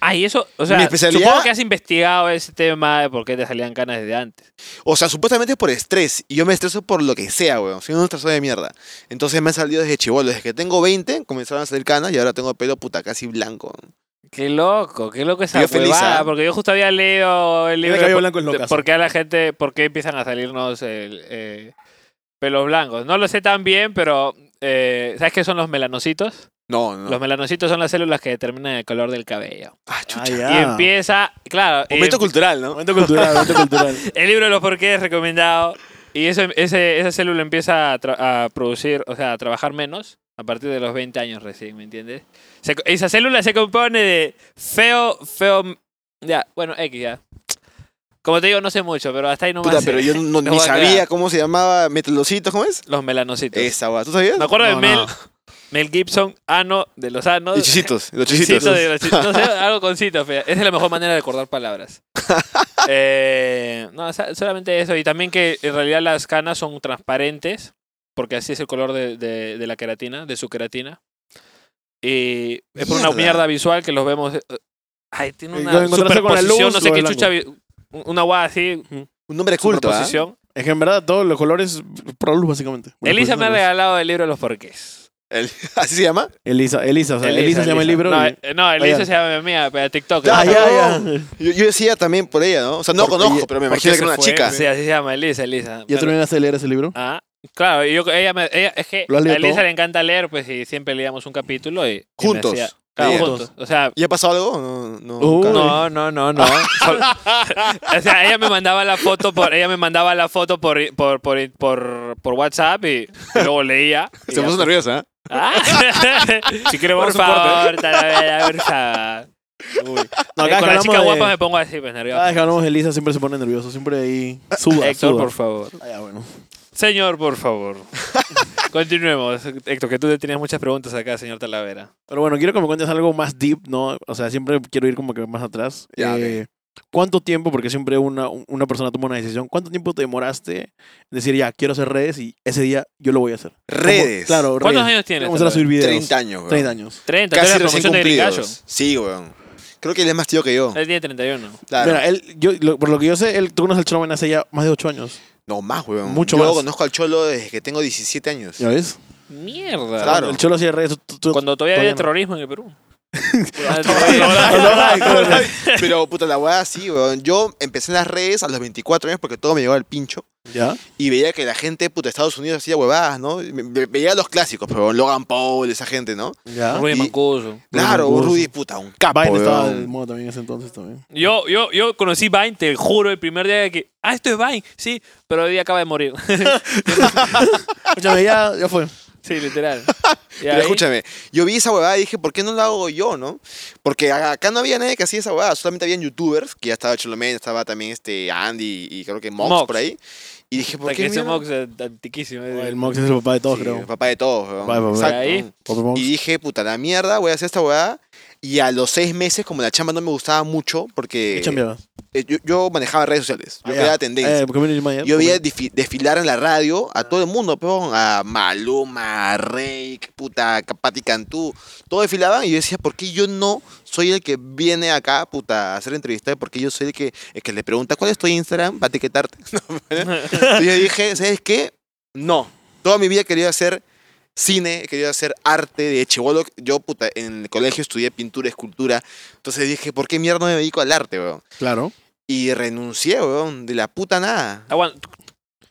A: Ah, y eso, o sea,
D: Mi especialidad-
A: supongo que has investigado ese tema de por qué te salían canas desde antes.
D: O sea, supuestamente es por estrés. Y yo me estreso por lo que sea, weón. Soy un estresado de mierda. Entonces me han salido desde chivolo. Desde que tengo 20 comenzaron a salir canas y ahora tengo pelo puta casi blanco. weón.
A: Qué loco, qué loco esa
D: Yo feliz,
A: huevada,
D: ¿ah?
A: porque yo justo había leído el
B: El
A: libro
B: cabello
A: por-
B: blanco es
A: de
B: loca.
A: por qué a la gente, por qué empiezan a salirnos el, eh, pelos blancos. No lo sé tan bien, pero eh, ¿sabes qué son los melanocitos?
D: No, no.
A: Los melanocitos son las células que determinan el color del cabello.
D: Ah,
B: Ah,
D: chucha.
B: ya.
A: Y empieza, claro, eh,
D: Momento cultural, ¿no?
B: Momento cultural, momento cultural.
A: el libro de los porqués recomendado. Y eso, ese, esa célula empieza a, tra- a producir, o sea, a trabajar menos a partir de los 20 años recién, ¿me entiendes? Se co- esa célula se compone de feo, feo. Ya, bueno, X ya. Como te digo, no sé mucho, pero hasta ahí nomás.
D: Puta,
A: sé.
D: pero
A: (laughs)
D: yo no,
A: No
D: ni
A: voy a
D: sabía
A: aclarar.
D: cómo se llamaba. Metelocitos, ¿cómo es?
A: Los melanocitos.
D: Esa, weón. ¿Tú sabías?
A: Me acuerdo de
B: No,
A: Mel,
B: no.
A: Mel Gibson, Ano, de los Anos.
D: Los chisitos. Los
A: Cito
D: chisitos.
A: de los chi- no sé, algo con cito, fea. Esa es la mejor manera de recordar
B: (laughs)
A: palabras. Eh, no, sa- solamente eso. Y también que en realidad las canas son transparentes, porque así es el color de, de- de la queratina, de su queratina. Y es por una
D: Mierda.
A: mierda visual que los vemos. eh, Ay, tiene
B: Y
A: una
B: Eh, cuando encontrarse con la
A: superposición,
B: luz,
A: no sé
B: lo
A: qué
B: blanco.
A: chucha. vi- Una guada así,
D: Un nombre culto, ¿ah?
A: superposición.
B: Es que en verdad todos los colores pro luz, básicamente. pues,
A: Elisa me ha regalado el libro de los porqués.
D: El- (laughs) ¿Así se llama?
B: Elisa, Elisa, o sea, Elisa, se llama el libro.
A: No,
B: y-
A: eh, no, Elisa
B: Oigan.
A: se llama mi amiga, pero TikTok.
D: Ah,
B: Ah,
A: ¿no?
B: ya, ya.
D: Yo, yo decía también por ella, ¿no? O sea, no
B: Porque
D: conozco,
B: ella-
D: pero me
A: ¿Por qué
D: imagino
A: Pues,
D: que
A: se
D: era una
A: fue?
D: chica.
A: Sí, así se llama, Elisa, Elisa.
B: ¿Ya
A: Pero-
B: terminaste de leer ese libro?
A: Ah, Claro, y yo, ella, me- ella- es que
B: ¿Lo
A: a
B: has leído
A: Elisa
B: todo?
A: le encanta leer, pues, y siempre leíamos un capítulo y... y me
D: Juntos,
A: hacía- claro,
D: leían.
A: juntos. O sea,
D: ¿Y ha pasado algo? No, no.
B: Uh,
D: nunca.
A: no, no, no, no. Sol- (laughs) o sea, ella me mandaba la foto por, ella me mandaba la foto por, por, por, por, por WhatsApp y, y luego leía. (laughs) y
D: Se
A: ya.
D: puso nerviosa. ¿eh?
A: Ah.
C: Si quieres,
A: por
C: vamos a un corte.
A: favor,
C: ¿eh?
A: talavera, por favor.
B: No,
A: Eh,
B: cada vez
A: con
B: que
A: la chica
B: hablamos
A: guapa
B: de-
A: me pongo así, pues nervioso.
B: cada vez Ah, que hablamos de Elisa siempre se pone nervioso, siempre ahí suda,
A: Héctor,
B: suda.
A: por favor.
B: Ah, ya, bueno.
A: Señor, por favor. Continuemos. Héctor, que tú le tenías muchas preguntas acá, señor Talavera.
B: Pero bueno, quiero que me cuentes algo más deep, ¿no? O sea, siempre quiero ir como que más atrás.
D: Ya,
B: Eh, ¿Cuánto tiempo, porque siempre una, una persona toma una decisión, cuánto tiempo te demoraste en decir, ya, quiero hacer redes y ese día yo lo voy a hacer?
D: Redes.
B: Como- claro,
A: ¿Cuántos
B: redes.
A: años tienes?
B: Vamos a subir videos.
D: 30 años, weón.
B: 30 años.
A: 30,
D: Casi
A: tú eres la
D: recién
A: promoción de Eh, Grigallo.
D: cumplidos. Sí, weón. Creo que él es más tío que yo.
A: Él tiene 31.
D: Claro.
B: Mira, él, yo, lo- por lo que yo sé, él, tú conoces al Cholomen hace ya más de 8 años.
D: No, más, weón.
B: Mucho
D: yo
B: más.
D: conozco al Cholo desde que tengo 17 años.
B: ¿Ya ves?
A: Mierda.
D: Claro.
B: El Cholo hacía redes. tú- tú-
A: Cuando todavía había
B: no.
A: terrorismo en el
D: (laughs)
A: Perú.
D: Pero puta, la weá sí, weón. Yo empecé en las redes a los 24 años porque todo me llegaba al pincho.
B: ¿Ya?
D: Y veía que la gente, puta, de Estados Unidos hacía huevadas, ¿no? Ve- ve- Veía los clásicos, pero Logan Paul, esa gente, ¿no?
B: ¿Ya?
A: Ruiz
D: Y-
A: Mancuso.
D: Claro,
B: Mancuso.
D: Rudy, puta, un capo,
B: Mm. Biden estaba
D: weón.
B: de moda también en ese entonces también.
A: Yo, yo, yo conocí Vine, te juro, el primer día que. Ah, esto es Vine. Sí, pero hoy acaba de morir. (laughs)
B: Escúchame, ya, ya
D: (laughs)
B: fue.
A: sí, literal. Y
D: Pero
A: ahí-
D: escúchame, yo vi esa huevada y dije, ¿por qué no la hago yo, no? Porque a- acá no había nadie que hacía esa huevada, solamente habían youtubers, que ya estaba Cholomén, estaba también este Andy y creo que Mox,
A: Mox.
D: por ahí. Y dije, ¿por
A: Puta, que
D: qué
A: ese
D: mierda? Oh,
A: Mox es antiquísimo. es-
B: El Mox es el papá de todos,
D: Sí,
B: creo.
D: papá de todos, weón.
B: Papá de todos.
D: Exacto.
A: Ahí.
B: Papá Mox.
D: Y dije, puta, la mierda, voy a hacer esta huevada. Y a los seis meses, como la chamba no me gustaba mucho, porque
B: ¿Qué chambeabas?
D: eh, yo, yo manejaba redes sociales, yo
B: Ah, ya.
D: creaba tendencias.
B: Eh, community manager.
D: Yo veía
B: Ok.
D: defi- desfilar en la radio a todo el mundo, peón, a Maluma, a Reik, puta, a Pati Cantú. Todos desfilaban y yo decía, ¿por qué yo no soy el que viene acá, puta, a hacer entrevistas? ¿Por qué yo soy el que, el que le pregunta cuál es tu Instagram para etiquetarte? (laughs) No, pero- y yo dije, ¿sabes qué? No. Toda mi vida he querido hacer cine, he querido hacer arte de chivolo. Yo, puta, en el colegio estudié pintura, escultura. Entonces dije, ¿por qué mierda no me dedico al arte, weón?
B: Claro.
D: Y renuncié, weón, de la puta nada.
A: Aguanta, ¿tú-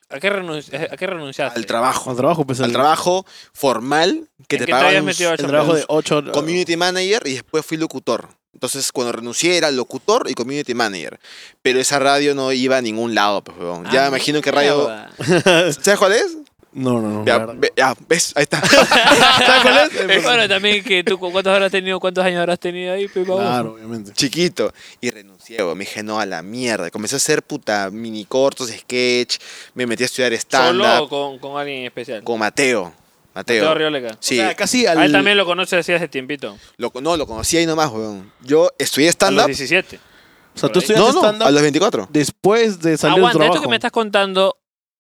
A: ¿A qué, renunci- ¿A qué renunciaste?
D: Al trabajo.
B: Al trabajo, pues.
D: al
B: el-
D: trabajo formal que
A: ¿En qué
D: te
A: te habías
D: pagaban un
A: metido,
D: s-
B: El trabajo de 8
D: community manager y después fui locutor. Entonces, cuando renuncié era locutor y community manager. Pero esa radio no iba a ningún lado, pues, weón.
A: Ah,
D: Ya me imagino que radio... (laughs)
A: mierda.
D: ¿Sabes cuál es?
B: No, no, no.
D: Ya,
B: la verdad.
D: ve- ya, ¿ves? Ahí está. ¿Sabes cuál es? Eh,
A: bueno, también que tú, ¿cu- ¿cuántos habrás tenido? ¿Cuántos años habrás tenido ahí, Pepa?
B: Claro, obviamente.
D: Chiquito. Y renuncié, weón. Me dije, no, a la mierda. Comencé a hacer puta mini cortos, sketch. Me metí a estudiar
A: ¿Solo o
D: stand-up
A: con, con alguien especial?
D: con Mateo.
A: Teo
D: Mateo.
A: Rioleca.
D: Sí,
B: O sea, casi al.
A: A él también lo conoces así hace tiempito.
D: lo, no, lo conocí ahí nomás, weón. Yo
A: A
D: estudié
A: los
D: stand-up.
A: 17.
B: O sea,
A: por
B: tú
A: ahí.
B: estudiaste
D: No, no, a
B: stand-up
D: los 24.
B: después de salir del
A: Aguanta,
B: trabajo.
A: esto que me estás contando,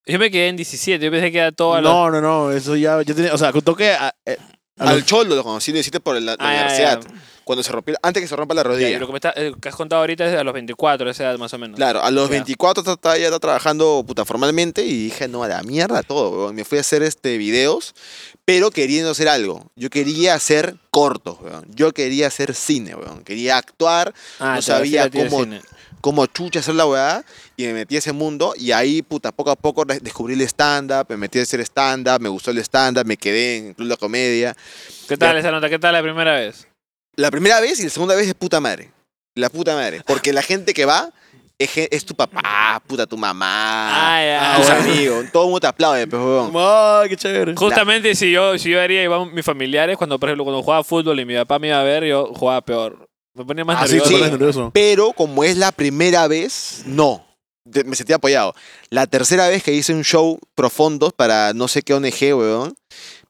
A: yo me quedé en 17, yo pensé que era todo a los...
B: No, no, no. Eso ya. Yo tenía, o sea, toqué. A, eh, a
D: Al
B: los-
D: Cholo lo conocí, lo hiciste por la, la
A: Ah, ya,
D: universidad.
A: ya.
D: Cuando se rompió, antes que se rompa la
A: Ya,
D: rodilla.
A: y lo que, me está- eh, que has contado ahorita es a los 24, esa edad más o menos.
D: Claro, a los
A: Ya.
D: 24 ta- ta- ya está trabajando puta formalmente y dije, no, a la mierda todo. weón. Me fui a hacer este videos, pero queriendo hacer algo. Yo quería hacer cortos, weón. Yo quería hacer cine, weón. Quería actuar,
A: Ah,
D: no
A: te refieres a
D: sabía
A: ti del
D: cómo,
A: cine.
D: cómo chucha hacer la weá y me metí a ese mundo y ahí, puta, poco a poco re- descubrí el stand-up, me metí a hacer stand-up, me gustó el stand-up, me quedé en el Club de la Comedia.
A: ¿Qué tal
D: Ya.
A: esa nota? ¿Qué tal la primera vez?
D: La primera vez y la segunda vez es puta madre. La puta madre. Porque la gente que va es, gen- es tu papá, puta tu mamá,
A: Ah, ya,
D: tus
A: bueno.
D: amigos. Todo el mundo te aplaude, pues, huevón.
B: ¡Ay, qué chévere!
A: Justamente si yo si yo haría iban mis familiares cuando por ejemplo cuando jugaba fútbol y mi papá me iba a ver, yo jugaba peor. Me ponía más
D: Ah, sí,
A: nervioso.
D: sí.
B: Pones nervioso.
D: Pero como es la primera vez, no. Te- Me sentí apoyado. La tercera vez que hice un show profundos para no sé qué ONG, huevón,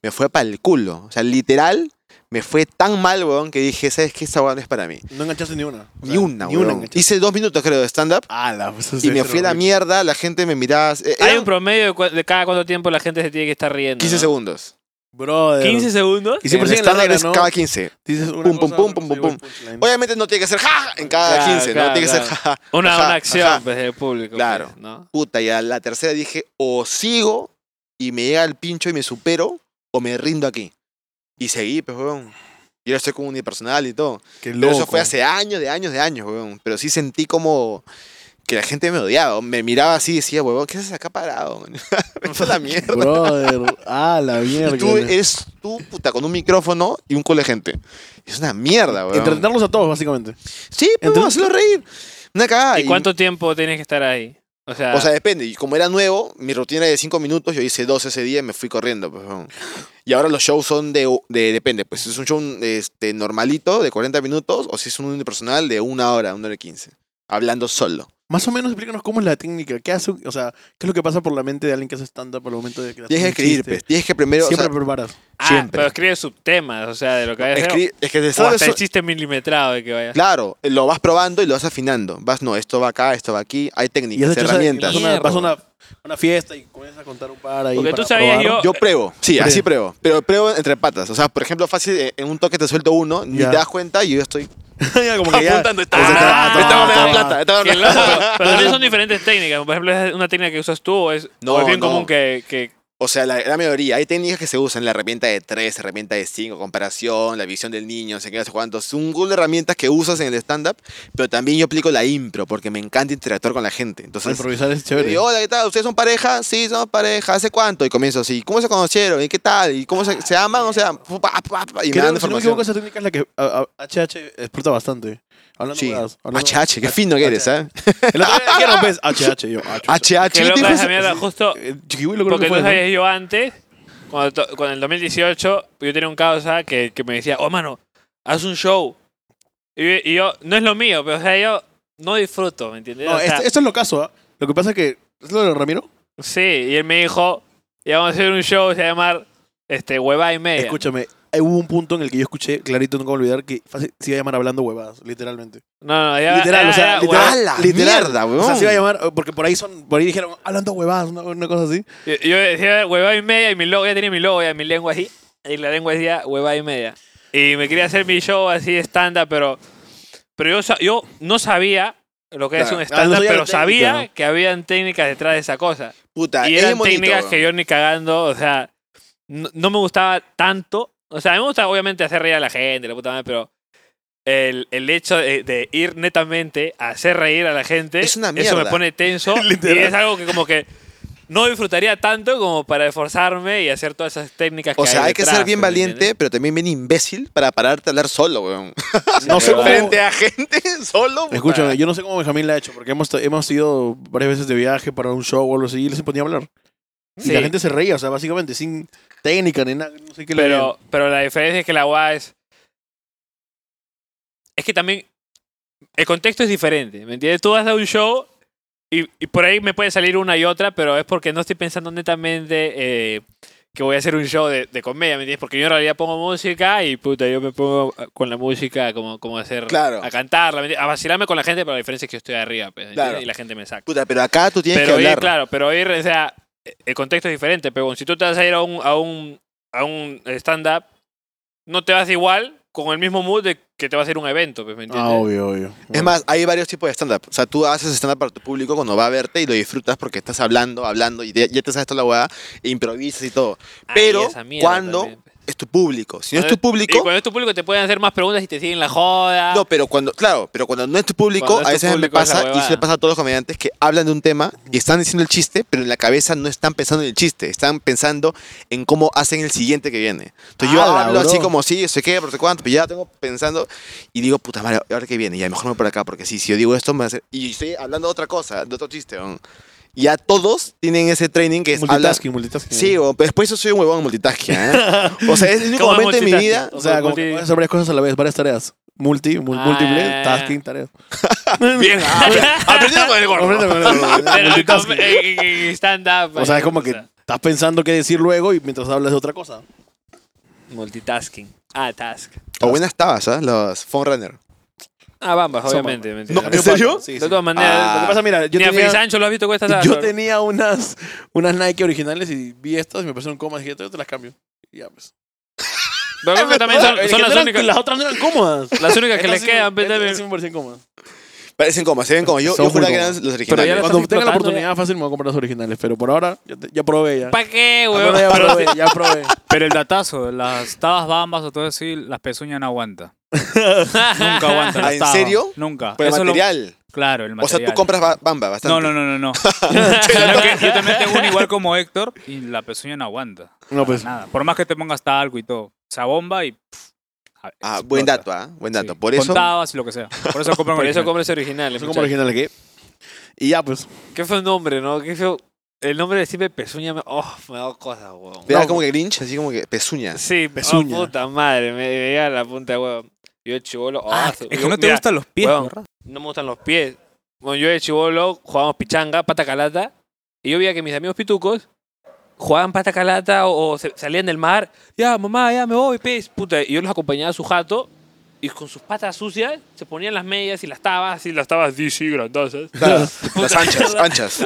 D: me fue para el culo. O sea, literal, me fue tan mal, huevón, que dije, ¿sabes qué? Esta huevón es para mí.
B: No enganchaste ni una. O sea, Ni
D: Ni una,
B: una
D: huevón.
B: enganchaste.
D: Hice dos minutos, creo, de stand-up.
B: Ala, pues, eso
D: Y me
B: sí,
D: fui a la
B: horrible.
D: mierda, la gente me miraba. eh,
A: Hay
D: eran
A: un promedio de, cua- de cada cuánto tiempo la gente se tiene que estar riendo.
D: 15
A: ¿no?
D: segundos.
B: Brother.
A: 15 segundos.
B: Y siempre
D: en
B: siguen la
D: estándar
B: regla,
D: es
B: ¿no?
D: cada 15.
B: Dices una
D: Pum, pum,
B: cosa, pues,
D: pum, pum,
B: luego
D: pum,
B: el punchline.
D: Obviamente no tiene que ser jaja en cada
A: Claro,
D: 15,
A: claro,
D: ¿no? Tiene que
A: claro.
D: ser jaja.
A: Una,
D: ajá,
A: una acción
D: ajá.
A: pues, del público.
D: Claro.
A: pues, ¿no?
D: Puta, y a la tercera dije, o sigo y me llega el pincho y me supero, o me rindo aquí. Y seguí, pues, weón. Y ahora estoy con unipersonal y todo.
B: Qué
D: Pero
B: loco.
D: eso fue hace años, de años, de años, weón. Pero sí sentí como que la gente me odiaba. Me miraba así y decía, huevón, ¿qué haces acá parado? (laughs) man? Vete a la mierda.
B: Brother, ah, la mierda.
D: Y tú eres tú, puta, con un micrófono y un cole de gente. Es una mierda, weón.
B: Entretenerlos a todos, básicamente.
D: Sí, pero
B: Entre-
D: hacerlo reír. Una cagada.
A: ¿Y cuánto tiempo tienes que estar ahí? O
B: Ah.
A: sea,
D: Ah, O sea, depende. Y como era nuevo, mi rutina era de 5 minutos, yo hice 2 ese día y me fui corriendo. pues, weón. Y ahora los shows son de, de- Depende, pues si es un show este, normalito de 40 minutos o si es un unipersonal de 1 hora, 1 hora y 15. Hablando solo.
B: Más o menos explícanos cómo es la técnica. ¿Qué hace? un- O sea, ¿qué es lo que pasa por la mente de alguien que hace stand-up al momento de que
D: Tienes que escribir, pues. Tienes que primero. o
B: Siempre
D: sea,
B: preparas.
A: ah,
D: siempre.
A: pero escribe subtemas, o sea, de lo que vayas a hacer.
D: escribir- es que te
A: O
D: sabes
A: hasta el
D: so-
A: chiste milimetrado de que vayas.
D: Claro, eh, lo vas probando y lo vas afinando. Vas, no, esto va acá, esto va aquí. Hay
B: Y
D: técnicas,
B: has hecho esa-
D: herramientas.
B: vas a una,
A: Mierda.
B: vas a una, una fiesta y comienzas a contar un par ahí.
A: Porque
B: para
A: tú sabías, yo-
B: probar.
D: Yo pruebo, sí,
B: Prueba.
D: así pruebo. Pero pruebo entre patas. O sea, por ejemplo, fácil, eh, en un toque te suelto uno, ni
B: Ya.
D: te das cuenta y yo estoy
B: (laughs) Ya, como que ya-
D: apuntando. Esta
B: Ah,
D: esta- esta va a dar plata, esta va a
A: Qué
D: dar
A: loco,
D: plata.
A: pero- pero también son diferentes técnicas. Por ejemplo, es una técnica que usas tú o es,
D: No,
A: o es bien
D: no.
A: común que, que-
D: O sea, la, la mayoría. Hay técnicas que se usan, la herramienta de tres, herramienta de cinco, comparación, la visión del niño, no sé qué, no sé cuántos. Un pool de herramientas que usas en el stand-up, pero también yo aplico la impro porque me encanta interactuar con la gente. Entonces,
B: Improvisar es
D: Pues, yo
B: chévere.
D: digo, hola, ¿qué tal? ¿Ustedes son pareja? Sí, somos pareja. ¿Hace cuánto? Y comienzo así. ¿Cómo se conocieron? ¿Y qué tal? ¿Y cómo se, se aman? O sea, pu- pa, pa, pa, y me
B: Creo,
D: dan
B: si no me equivoco,
D: información.
B: esa técnica es la que a- a- HH explota bastante. Hablando
D: Sí.
B: huevadas, hablando-
D: HH, qué fino que eres, ¿eh? ¿sabes?
B: El otro día dijeron,
D: (laughs)
B: ves, HH, yo, ah, chucha.
D: HH,
A: que
D: ¿qué
A: loca esa
D: te dijo eso?
A: mierda. Justo
B: Eh, Chiquibuy lo creo
A: porque
B: que
A: tú
B: fue, ¿no?
A: sabías yo antes, cuando, to- cuando en el 2018, yo tenía un causa que, que me decía, oh, mano, haz un show. Y, y yo, no es lo mío, pero o sea, yo no disfruto, ¿me entiendes?
B: No,
A: O sea,
B: esto, esto es lo caso, ¿ah? Lo que pasa es que. ¿Es lo de Ramiro?
A: Sí, y él me dijo, ya vamos a hacer un show, se va a llamar este, Hueva y Media.
B: Escúchame, eh, hubo un punto en el que yo escuché clarito, nunca voy a olvidar, que fácil, se iba a llamar hablando huevadas, literalmente.
A: No, no, ya
B: literal,
A: ya-
B: o sea,
A: ya,
B: literal.
D: ¡A la
B: Literal.
D: mierda,
B: O sea,
D: weón!
B: se iba a llamar, eh, porque por ahí son, por ahí dijeron, hablando huevadas, una, una cosa así.
A: Yo, yo decía hueva y media y mi logo, ya tenía mi logo, ya mi lengua así. Y la lengua decía hueva y media. Y me quería hacer mi show así estándar, pero, pero yo, sa- yo no sabía lo que
D: Claro.
A: es un
B: Ah, no
A: estándar,
B: sabía la
A: pero
B: técnica,
A: sabía
B: ¿no?
A: que habían técnicas detrás de esa cosa.
D: Puta,
A: y
D: es
A: eran
D: bonito,
A: técnicas
D: weón.
A: que yo ni cagando, o sea, no, no me gustaba tanto. O sea, a mí me gusta obviamente hacer reír a la gente, la puta madre, pero el, el hecho de, de ir netamente a hacer reír a la gente,
D: Es una
A: eso me
D: mierda.
A: pone
D: (laughs)
A: tenso. y
B: Literal.
A: es algo que como que no disfrutaría tanto como para esforzarme y hacer todas esas técnicas que
D: O sea, hay que
A: detrás,
D: ser bien
A: ¿me
D: valiente,
A: entiendes?
D: pero también bien imbécil para pararte a hablar solo, weón. (laughs)
B: No sé cómo.
D: Frente a gente, solo. puta.
B: Escúchame, yo no sé cómo Benjamín la ha hecho, porque hemos, t- hemos ido varias veces de viaje para un show o algo así y él se ponía a hablar. Y la
A: Sí.
B: gente se reía, o sea, básicamente, sin técnica ni nada. No sé qué le
A: Pero, pero la diferencia es que la UA es. Es que también. El contexto es diferente, ¿me entiendes? Tú vas a un show y, y por ahí me puede salir una y otra, pero es porque no estoy pensando netamente eh, que voy a hacer un show de, de comedia, ¿me entiendes? Porque yo en realidad pongo música y puta, yo me pongo con la música como, como a hacer.
D: Claro.
A: A cantarla, ¿me entiendes? a vacilarme con la gente, pero la diferencia es que yo estoy arriba, pues, ¿me entiendes?
D: Claro.
A: Y la gente me saca.
D: Puta, pero acá tú tienes
A: Pero
D: que
A: ir,
D: hablar.
A: claro, pero ir, o sea, el contexto es diferente, pero si tú te vas a ir a un, a un, a un stand-up, no te vas igual con el mismo mood de que te vas a ir a un evento, pues, ¿me
B: Ah,
A: entiendes?
B: obvio, obvio.
D: Es
B: Bueno.
D: más, hay varios tipos de stand-up. O sea, tú haces stand-up para tu público cuando va a verte y lo disfrutas porque estás hablando, hablando y ya ya te sabes toda la hueá, e improvisas y todo.
A: Ay,
D: Pero
A: esa mierda
D: cuando
A: también, pues.
D: es tu público. Si no es tu
A: Y
D: público.
A: cuando es tu público te pueden hacer más preguntas y te siguen la joda.
D: No, pero cuando, claro, pero cuando no es tu público,
A: Ah. Cuando es tu
D: a veces me
A: público es la
D: pasa, y
A: huevada.
D: se le pasa a todos los comediantes que hablan de un tema y están diciendo el chiste, pero en la cabeza no están pensando en el chiste, están pensando en cómo hacen el siguiente que viene. Entonces yo
A: Ah,
B: Ala,
D: hablo así
B: bro.
D: como sí, yo sé qué, pero sé cuánto, pero ya tengo pensando y digo, puta madre, ahora que viene, ya mejor me voy por acá, porque sí, si yo digo esto, me va a hacer. Y estoy hablando de otra cosa, de otro chiste, weón. Y ya todos tienen ese training que es hablar.
B: multitasking, multitasking.
D: Sí, weón, pero después yo soy un huevón en multitasking.
A: (laughs)
D: ¿eh? O sea, es el único
A: ¿Cómo es
D: momento de mi
A: multitasking?
D: vida
B: O sea, como que
A: Multi-
B: puedes hacer varias cosas a la vez, varias tareas. Multi, mul-
A: Ah.
B: múltiple, tasking, tareas.
A: (laughs) Bien,
B: ah,
D: Aprendiendo con el gordo.
A: (laughs) pero eh, en com-
B: Multitasking.
A: en- en- en stand-up.
B: O sea, es como que estás pensando qué decir luego y mientras hablas de otra cosa.
A: Multitasking. Ah, task.
D: O buenas tabas, ¿ah? Los phone runner.
A: Ah, bambas,
B: Sopa.
A: obviamente. ¿me
D: No,
A: entiendes?
D: ¿En serio?
B: Sí,
A: De
B: sí.
A: todas maneras.
D: Ah.
B: Lo que pasa, mira, yo
A: ni a
B: tenía,
A: Sancho lo has visto con esta task.
B: yo
A: ¿no?
B: tenía unas, unas Nike originales y vi estas y me parecieron cómodas y dije, yo te las cambio. Y ya, pues.
A: Pero
B: (laughs)
A: creo que también son, son las únicas.
B: Las otras no eran cómodas.
A: Las únicas que
B: Estas
A: les
B: sí-
A: quedan, pues,
B: estas
A: pendejo.
B: sí me parecían cómodas.
D: Parecen como, se ven como yo.
B: Son
D: Yo juraba
B: muy
D: que
B: como.
D: eran los
A: Pero ya
D: originales.
A: las-
B: Cuando
A: estás
B: tenga la
A: explotando,
B: oportunidad, fácil me voy a comprar las originales. Pero por ahora, ya, te- ya probé ya.
A: ¿Para
C: Ah,
A: qué,
B: Por ahora
A: weón?
B: ya
A: Pero-
B: probé, ya probé.
C: Pero el datazo, las tabas bambas o todo
D: (laughs)
C: así, las pezuñas no aguantan. Nunca aguantan.
D: Ah,
C: las
D: ¿en
C: tabas.
D: serio?
C: Nunca.
D: Por el
C: Eso es lo-
D: material.
C: Claro, el
D: O sea,
C: material.
D: tú compras ba- Bamba bastante.
C: No, no, no, no,
D: (laughs)
C: no. Sino que yo también tengo uno igual como Héctor y la pezuña no aguanta.
B: No, pues.
C: Nada. Por más que te pongas talco y todo. Se abomba y. pff, a-
D: Ah,
C: explota.
D: buen dato, ¿ah? Buen dato.
C: Sí.
D: Por eso.
C: Con tabas y lo que sea. Por eso
D: (laughs)
C: compran
A: Por eso
C: original.
A: compras originales.
B: Son como
A: muchachos.
B: originales que. Y ya, pues.
A: Qué feo el nombre, ¿no? Qué feo. El nombre de siempre Pezuña me. Oh, me da cosas, weón.
D: Te da
B: No,
D: como que Grinch, así como que pezuñas.
A: Sí,
B: Pezuña.
A: pezuña. puta madre, me veía la punta, weón. Yo de chivolo.
C: Ah,
A: ah,
C: es que
A: yo-
C: no te
A: mira,
C: gustan los pies,
A: weón.
C: ¿verdad?
A: No me gustan los pies. Bueno, yo de chivolo jugábamos pichanga, pata calata. Y yo veía que mis amigos pitucos jugaban pata calata o, o se- salían del mar. Ya, mamá, ya me voy, pez. Puta, y yo los acompañaba a su jato. Y con sus patas sucias se ponían las medias y las tabas. Y las tabas DC grandosas.
D: Claro, las
A: Puta.
D: anchas, anchas.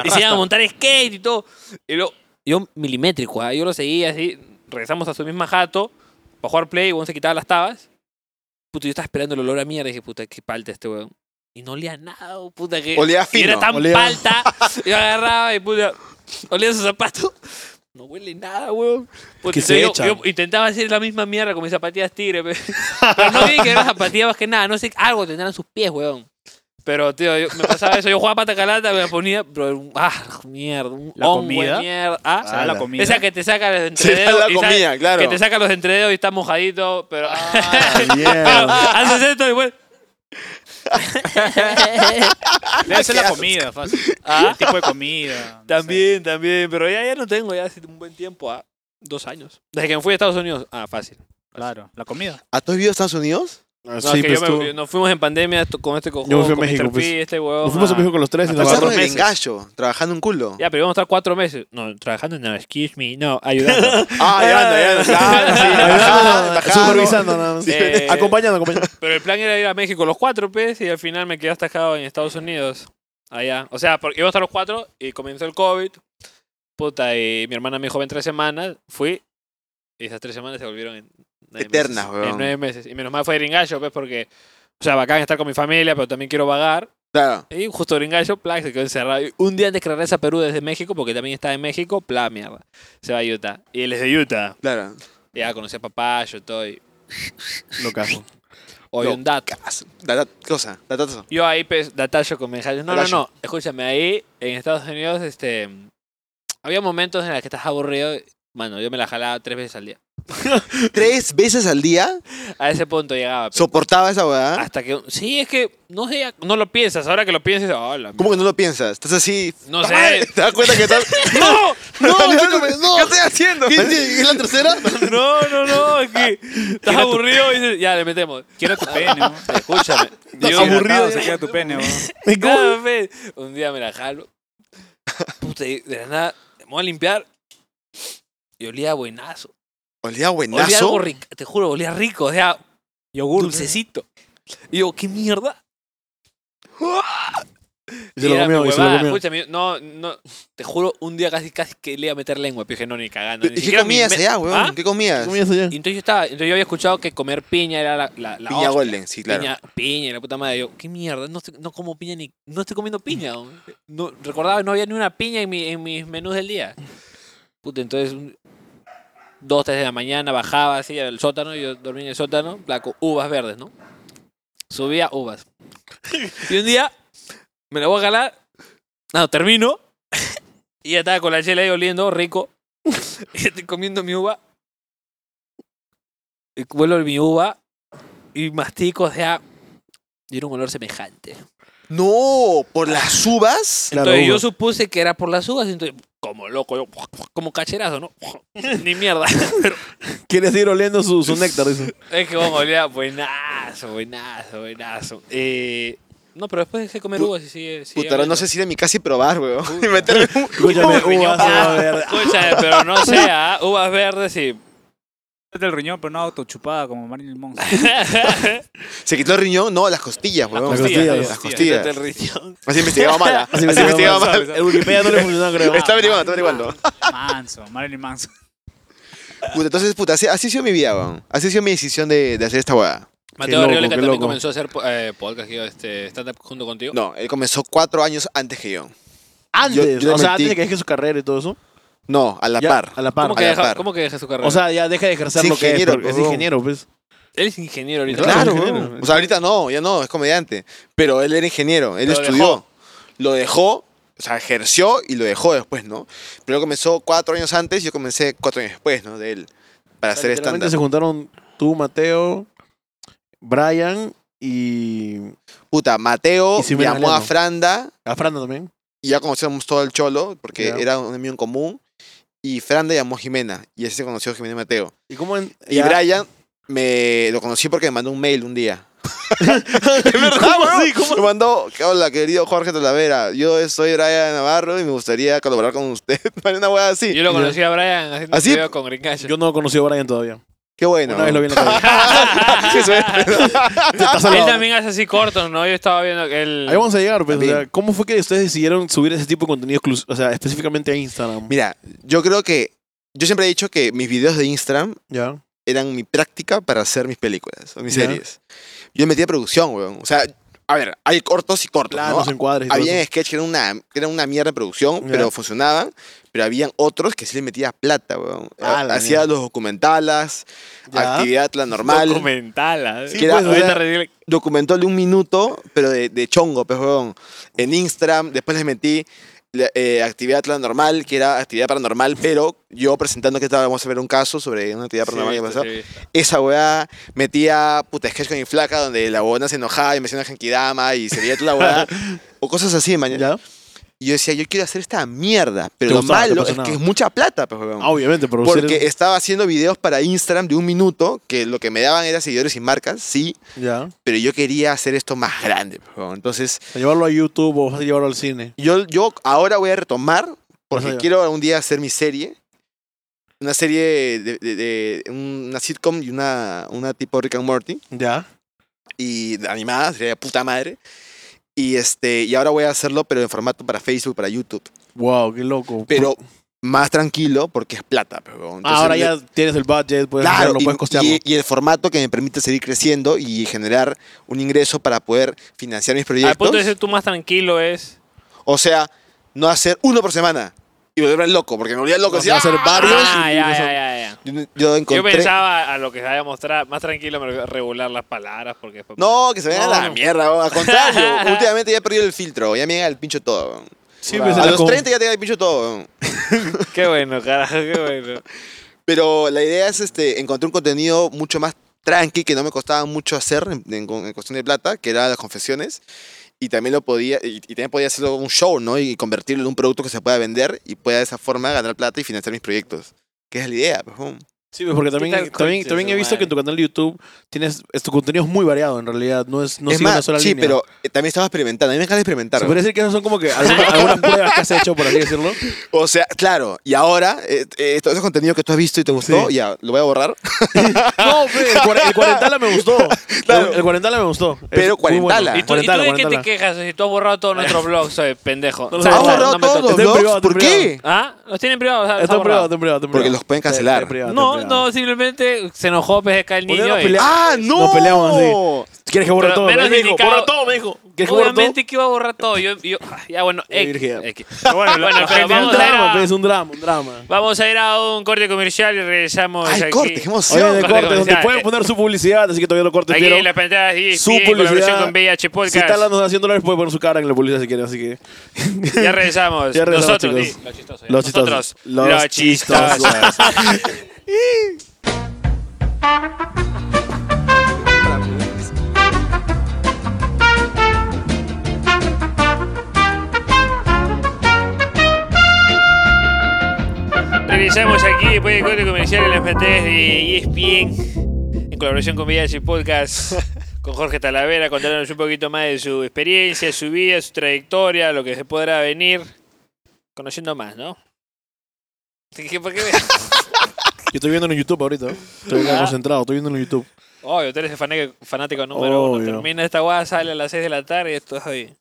A: (laughs)
D: (laughs)
A: Y se iban a montar skate y todo. Y luego, yo milimétrico, ¿ah? yo lo seguía así. Regresamos a su misma jato para jugar play. Bueno, se quitaba las tabas. Puta, yo estaba esperando el olor a mierda. Y dije, puta, qué palta este weón. Y no olía nada, puta. Que
D: Olía
A: y
D: fino,
A: era tan
B: olía- (laughs)
A: palta. Yo agarraba y puta, olía su zapato. No huele nada, weón. Puta,
B: Que se
A: entonces
B: echa.
A: yo, yo intentaba hacer la misma mierda con mis zapatillas tigre. pe. (laughs) Pero no vi que eran zapatillas más que nada. No sé, algo tendrán sus pies, weón. Pero, tío, yo- me pasaba eso. Yo jugaba pata calata, me ponía. Pero, un- ah, mierda. Un
C: La
A: hongo de
C: comida.
A: mierda. Ah,
C: Se da la
D: Ala.
C: comida.
A: esa que te saca los
B: (laughs)
D: Se da
A: entrededos.
D: la
A: y sale-
D: comida, claro.
A: Que te saca los entrededos y está mojadito. (laughs) Pero.
C: (laughs)
A: (laughs)
B: Ah,
A: pero
B: yeah.
A: haces esto y pues, bueno.
C: Debe ser
D: Qué
C: la
D: asco.
C: comida, fácil.
A: Ah.
C: El tipo de comida. no sé.
A: También, también. Pero ya, ya no tengo, ya hace un buen tiempo. Ah, dos años. Desde que me fui a Estados Unidos. Ah, fácil.
C: Claro, la comida.
D: ¿A tú has vivido en Estados Unidos?
B: Ah,
A: No,
B: sí,
A: es que
B: pues
A: yo me-
B: tú.
A: nos fuimos en pandemia esto- con este cojudo,
B: Yo me fui a
A: con Mr.
B: México,
A: P,
B: pues.
A: este huevón.
B: Nos fuimos a
A: ah.
B: México con los tres y
A: Hasta
B: nos
D: Estás en
B: agarró.
D: el
A: meses.
D: engallo, trabajando un culo.
A: Ya, pero íbamos a estar cuatro meses. No, trabajando, no, excuse me. No,
B: (laughs)
A: ayudando.
D: Ah, ya anda, ya anda. Claro, sí, embajada,
B: Ayudando,
D: embajada.
B: Supervisando, nada (laughs) más.
A: Eh,
B: Acompañando, acompañando.
A: Pero el plan era ir a México los cuatro, pues, y al final me quedé atascado en Estados Unidos. Allá. O sea, porque íbamos a estar los cuatro y comenzó el COVID. Puta, y mi hermana me dijo, ven tres semanas. Fui. Y esas tres semanas se volvieron en nueve
D: Eternas,
A: meses.
D: weón.
A: En nueve meses. Y menos mal fue gringallo, pues, porque... O sea, bacán estar con mi familia, pero también quiero vagar.
D: Claro.
A: Y justo gringallo, pla, se quedó encerrado. Y un día antes que regresa a Perú desde México, porque también está en México, pla, mierda. Se va a Utah. Y él es de Utah.
D: Claro.
A: Ya conocí a papá, yo estoy...
B: Lo cago.
A: Hoy
D: Lo
A: un dato.
D: Cas- Da, da, cosa, datazo.
A: Yo ahí, pues, datazo con mensajes. No, no,
D: Datazo.
A: no. Escúchame, ahí en Estados Unidos, este. Había momentos en los que estás aburrido. Mano, yo me la jalaba tres veces al día.
D: Tres veces al día
A: A ese punto llegaba. pe.
D: soportaba esa weá.
A: Hasta que. Sí, es que. No sé, no lo piensas. Ahora que lo piensas, hola.
D: ¿Cómo que no lo piensas? Estás así.
A: No sé.
D: ¡Ay! (laughs) ¿Te das cuenta que estás.?
A: (laughs) ¡No!
D: ¡No!
B: no,
D: ¿Qué
B: no.
D: estoy haciendo? ¿Qué- qué- ¿Es la tercera?
A: No, no, no. Es que. Estás aburrido y dices, ya, le metemos.
C: Quiero tu pene, ¿no?
A: (laughs) Escúchame. Yo-
B: aburrido.
C: Se queda tu pene, ¿no?
A: Claro, fe. pues. Un día me la jalo. Puta, y de la nada, me voy a limpiar. Y olía buenazo. Olía
D: Olía buenazo.
A: algo rico, te juro, olía rico, o sea,
C: Yogur.
A: dulcecito. Y yo, ¿qué mierda?
B: Y se lo
A: era
B: comió,
A: mi
B: y se lo
A: huevada,
B: comió.
A: escúchame, no, no, te juro, un día casi, casi que le iba a meter lengua, pero dije, no, ni cagando. ni
D: ¿Y qué
A: siquiera mi
D: comías
A: me-
D: allá, weón?
A: ¿Ah?
D: ¿Qué comías?
B: Comías allá.
A: Y entonces yo estaba, entonces yo había escuchado que comer piña era la, la, la
D: Piña
A: hostia.
D: Golden, sí, claro.
A: Piña, piña, y la puta madre. Yo, ¿qué mierda? No, estoy- no como piña ni. No estoy comiendo piña. weón. No, recordaba que no había ni una piña en, mi- en mis menús del día. Puta, entonces. un- dos, tres de la mañana bajaba así al sótano. Yo dormía en el sótano, placo, uvas verdes, ¿no? Subía uvas. Y un día me la voy a jalar. ah, No, termino. (laughs) Y ya estaba con la chela ahí oliendo, rico. (laughs) Y estoy comiendo mi uva. Y vuelo mi uva y mastico, o sea, y era un olor semejante.
D: No, por las uvas.
B: Claro,
A: entonces yo
B: uva.
A: supuse que era por las uvas, entonces, como loco, yo, como cacherazo, ¿no? (laughs) Ni mierda. (laughs) Pero
B: Quieres ir oliendo su, su néctar, dice.
A: es que vamos, olía buenazo, buenazo, buenazo. Eh, no, pero después dejé de comer
D: Pu-
A: uvas y sigue. sigue
D: Puta, ahora no
A: oliendo.
D: sé si ir a mi casa y probar, weón.
A: Puta.
D: (laughs) Y meterme
B: (laughs)
D: un.
B: Escúchame, uh,
A: Riñón,
B: uvas,
A: ah,
B: uva
A: (laughs)
B: verde.
A: escúchame, pero
D: (laughs)
A: no sea ¿ah? uvas verdes y.
C: del riñón, pero no autochupada como Marilyn Monroe.
D: ¿Se quitó el riñón? No, las costillas, weón.
B: Las costillas.
D: Las costillas.
A: Del
D: (laughs)
A: riñón.
D: Así investigaba mala. Así investigaba
B: mal.
D: mal.
B: El Wikipedia no le funcionó, creo.
D: Está averiguando, está
C: Ah,
D: averiguando.
C: (laughs) Manso, Marilyn Manso.
D: Puta, entonces, puta, así, así ha sido mi vida, weón. Así ha sido mi decisión de, de hacer esta hueá.
A: Mateo
B: loco,
A: Arriola,
B: qué
A: que también
B: loco.
A: comenzó a hacer eh, podcast, yo, este, stand-up junto contigo.
D: No, él comenzó cuatro años antes que yo. Yo-
B: Antes,
D: yo
B: o sea,
D: metí-
B: antes de que deje su carrera y todo eso.
D: No, a la
B: ya,
D: par.
B: A la par.
A: ¿Cómo que,
D: a la
A: deja,
D: par.
A: ¿Cómo que deja su carrera?
B: O sea, ya deja de ejercer
D: Es
B: lo que es,
D: ingeniero,
B: porque es
D: huevón.
B: ingeniero, pues.
A: Él es ingeniero ahorita.
D: Claro,
B: Claro,
D: weón.
B: ingeniero.
D: O sea, ahorita no, ya no, es comediante. Pero él era ingeniero, él
A: Lo
D: estudió.
A: dejó.
D: Lo dejó, o sea, ejerció y lo dejó después, ¿no? Pero él comenzó cuatro años antes y yo comencé cuatro años después, ¿no? De él. Para
B: O sea,
D: hacer
B: literalmente
D: estándar.
B: se juntaron tú, Mateo, Brian y.
D: Puta, Mateo
B: Y Simena
D: llamó a
B: Lemo.
D: Franda
B: A Fernando también.
D: y ya conocíamos todo el cholo porque
B: Ya.
D: era un amigo en común. Y Franda llamó a Jimena y así se conoció Jimena y Mateo.
B: ¿Y cómo en-
D: Y
B: ya.
D: Brian me lo conocí porque me mandó un mail un día. (laughs) ¿Es verdad,
B: ¿Cómo
D: weón?
B: así? ¿Cómo
D: Me mandó, hola, querido Jorge Talavera, yo soy Brian Navarro y me gustaría colaborar con usted. (laughs) Hay una weá así.
A: Yo lo conocí a Brian haciendo
D: Así-
A: un video con Gringacho.
B: ¿Ah, Yo no conocí a Brian todavía.
D: Qué bueno.
B: Una vez
D: (laughs)
B: lo vi en (laughs) la calle.
D: Qué suerte,
B: (laughs)
D: ¿no?
A: él también hace así cortos, ¿no? Yo estaba viendo que él...
B: Ahí vamos a llegar, pues, o
D: También.
B: sea, ¿cómo fue que ustedes decidieron subir ese tipo de contenido exclus- o sea, específicamente a Instagram?
D: Mira, yo creo que, yo siempre he dicho que mis videos de Instagram
B: Ya.
D: eran mi práctica para hacer mis películas o mis
B: Ya.
D: series. Yo metía producción, weón. O sea, a ver, hay cortos y cortos, ¿no?
B: Planos, encuadres y todo
D: Había
B: eso.
D: sketch que era una, que era una mierda de producción,
B: Ya.
D: pero funcionaban. Pero habían otros que sí le metía plata, weón.
B: Ah, la
D: Hacía
B: mierda.
D: los documentales,
B: Ya.
D: actividad la normal.
A: Documentala.
B: Sí,
D: que era-
B: pues, o
A: ¿ah? Ahorita
B: sea,
A: recién-
D: documental de un minuto, pero de, de chongo, pues, weón. En Instagram, después les metí la- eh, actividad normal, que era actividad paranormal, pero yo presentando que estábamos a ver un caso sobre una actividad paranormal
B: pues,
D: que pasó. Esa weá metía puta sketch con mi flaca, donde la weona se enojaba y mencionaba Genkidama y se veía toda la
B: (laughs)
D: weá. o cosas así, mañana.
B: ¿Ya?
D: Y yo decía, yo quiero hacer esta mierda, pero
B: Te
D: lo
B: gustaba, te
D: malo es
B: apasionaba.
D: que es mucha plata, pues, weón.
B: Ah, obviamente, pero
D: Porque estaba haciendo videos para Instagram de un minuto, que lo que me daban era seguidores y marcas, sí,
B: Ya. O
D: pero yo quería hacer esto más grande. pues, huevón. Entonces,
B: sea, llevarlo a YouTube o vas a llevarlo al cine.
D: yo, yo ahora voy a retomar, porque
B: Ajá, ya.
D: quiero algún día hacer mi serie. Una serie de, de- de- una sitcom y una, una tipo Rick and Morty.
B: Ya.
D: Y animada, sería de puta madre. Y, este, y ahora voy a hacerlo, pero en formato para Facebook, para YouTube.
B: Wow, qué loco.
D: Pero más tranquilo, porque es plata. pues, huevón.
B: Ah, ahora
D: Entonces,
B: ya tienes el budget, puedes
D: Claro,
B: hacerlo,
D: y-
B: puedes costearlo.
D: y, y el formato que me permite seguir creciendo y generar un ingreso para poder financiar mis proyectos.
A: Al punto de ser tú más tranquilo es...
D: O sea, no hacer uno por semana y volverme loco, porque me volvía loco.
B: No,
D: decía,
B: hacer
D: "Ah".
B: varios
A: Ah,
B: y
A: ya,
B: no son-
A: ya, ya, ya.
D: Yo, yo
A: Yo
D: encontré.
A: pensaba a lo que se había mostrado, más tranquilo, me regular las palabras, porque... después-
D: No, que se vayan
A: No,
D: a la
A: no.
D: mierda, weón.
B: (laughs)
D: al contrario. últimamente ya he perdido el filtro, ya me llega el pincho todo. weón.
B: Sí, pues,
D: A
B: la
D: los
B: con-
D: 30 ya te llega el pincho todo. weón.
A: Qué bueno, carajo, qué
B: (laughs)
A: bueno.
D: Pero la idea es este, encontrar un contenido mucho más tranqui, que no me costaba mucho hacer en, en- en cuestión de plata, que era las confesiones. Y también lo podía, y, y también podía hacerlo un show, ¿no? Y convertirlo en un producto que se pueda vender y pueda de esa forma ganar plata y financiar mis proyectos. Que es la idea, pues, weón.
B: Sí, pues, porque también,
A: tal, concha
B: también,
A: de
B: también
A: su
B: he visto
A: madre?
B: que en tu canal de YouTube tienes, es- tu contenido es muy variado en realidad, no es, no
D: es
B: sigue
D: más,
B: una sola
D: sí,
B: línea.
D: pero eh, también estaba experimentando. A mí me encanta experimentar.
B: Se
D: weón.
B: podría decir que esas son como
D: (laughs)
B: que alguna- algunas, pruebas que has hecho, por así decirlo.
D: O sea, claro. Y ahora, eh, eh, todo ese contenido que tú has visto y te gustó,
B: Sí.
D: ya lo voy a borrar. (laughs)
B: No, pues, el, cuare- el cuarentala me gustó.
D: Claro.
B: El, el cuarentala me gustó. Es
D: Pero
B: muy bueno.
D: cuarentala.
A: ¿Y tú, ¿y tú
B: Cuarentala,
A: de qué te
B: cuarentala.
A: quejas? Si tú has borrado todos
B: (laughs)
A: nuestros blogs, soy pendejo.
B: No,
A: O sea,
B: no,
D: ¿Has
B: no,
D: borrado
A: me
D: todos
A: toques.
D: los
B: Está en
D: blogs?
B: privado, está en
D: ¿Por qué?
A: ¿Ah? ¿Los tienen privados? o sea,
B: Está
A: has
B: en privado,
A: borrado?
B: está en privado, está en
D: Porque
B: privado.
D: los pueden
B: Está- está
D: cancelar.
B: en privado, está en
A: No,
B: privado.
A: no, simplemente se enojó PGK el niño.
B: Podríamos
A: y-
B: pelear.
D: ¡Ah, no!
B: Nos peleamos así. ¿Quieres que borre
A: Pero
B: todo?
A: menos
B: Él me dijo,
A: indicado-
B: borra todo, me dijo. ¿Quieres que borre todo?
A: Obviamente que iba a borrar todo. Yo, yo, ah, ya bueno,
B: Eh,
A: X,
B: virgen. (laughs)
A: X. Pero bueno, lo- bueno, pero
B: Es un
A: vamos, a ir
B: drama,
A: a,
B: pues, es un drama, un drama.
A: vamos a ir a un corte comercial y regresamos.
D: ¡Ay,
A: aquí.
D: corte! ¡Qué emoción!
B: Oye, de
A: corte
B: corte, donde
A: comercial.
B: pueden poner su publicidad, así que todavía lo cortes,
A: Aquí
B: pero
A: en eh. la pantalla y
B: su
A: su colaboración
B: publicidad.
A: con VH Podcast.
B: Si está dando a 100 dólares, puede poner su cara en la publicidad si quiere, así que...
A: Ya regresamos.
B: (laughs) Ya regresamos,
A: Nosotros,
B: chicos.
A: di, los chistosos. ¿eh?
B: Los
A: Nosotros,
B: chistosos. Los
A: los chistosos. Regresamos aquí después del corte comercial en las pantallas de E ESPN en colaboración con VH
D: (laughs)
A: Podcast. Con Jorge Talavera contándonos un poquito más de su experiencia, su vida, su trayectoria, lo que se podrá venir. Conociendo más, ¿no? ¿Qué- ¿Por qué
D: (laughs)
A: me-
B: Yo estoy viendo en YouTube ahorita. ¿eh? Estoy acá
A: Ah.
B: concentrado, estoy viendo en YouTube.
A: Obvio, tú eres el fané- fanático número uno.
B: Obvio.
A: Termina esta guada, sale a las 6 de la tarde y esto es hoy.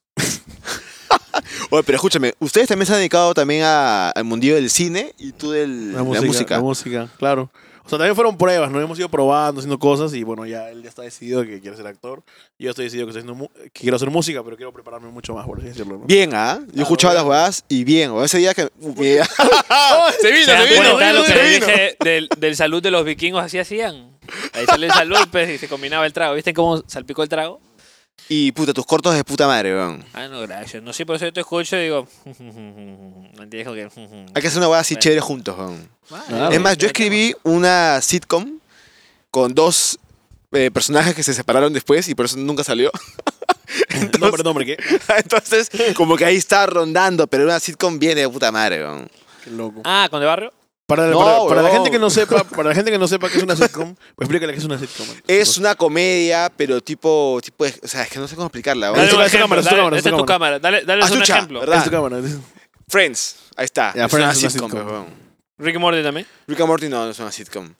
D: Oye, pero escúchame, ustedes también se han dedicado también a- al mundillo del cine y tú del,
B: La música, la música, claro. O O sea, también fueron pruebas, ¿no? Hemos ido probando, haciendo cosas y bueno, ya él ya está decidido que quiere ser actor. Yo estoy decidido que, estoy haciendo mu- que quiero hacer música, pero quiero prepararme mucho más, por así
D: (laughs)
B: decirlo. ¿no?
D: Bien, ¿ah? Yo escuchaba las huevadas y bien, weón. Ese día que. Ah, se vino,
A: ¿Se dan cuenta lo que
D: se
A: le
D: vino.
A: dije del, del salud de los vikingos? Así hacían. Ahí sale el salud, pues, y se combinaba el trago. ¿Viste cómo salpicó el trago?
D: (laughs) Y puta, tus cortos de puta madre, weón.
A: Ah, no, gracias. No sé, por eso yo te escucho y digo... (laughs) ¿Me entiendes? Como que... (laughs)
D: Hay que hacer una huevada así
A: Bueno.
D: chévere juntos, weón.
B: Ah,
D: Es más, yo escribí una sitcom con dos eh, personajes que se separaron después y por eso nunca salió. (laughs)
B: No, perdón, porque
D: Entonces, como que ahí está rondando, pero una sitcom viene de puta madre, weón.
B: qué loco.
A: Ah, ¿con de barrio?
B: Para,
D: No,
B: para- para la
D: weón.
B: gente que no sepa, para la gente que no sepa qué es una sitcom, pues explícale qué es una sitcom.
D: Es una comedia, pero tipo, tipo, de- o sea, es que no sé cómo explicarla, weón.
B: Dale,
A: Dale un
B: cámara, tu
A: ejemplo.
B: cámara, tu
A: dale,
B: cámara,
A: Esta es
B: tu
A: tu cámara. Dale dales
D: Ah,
A: un
D: chucha,
A: ejemplo.
D: ¿verdad?
B: Es tu cámara. es-
D: Friends, ahí está.
B: Ya,
D: es
B: Friends
D: una
B: es una
D: sitcom,
B: sitcom.
D: pues, weón.
A: Rick y Morty también.
D: Rick and Morty no, no es una sitcom.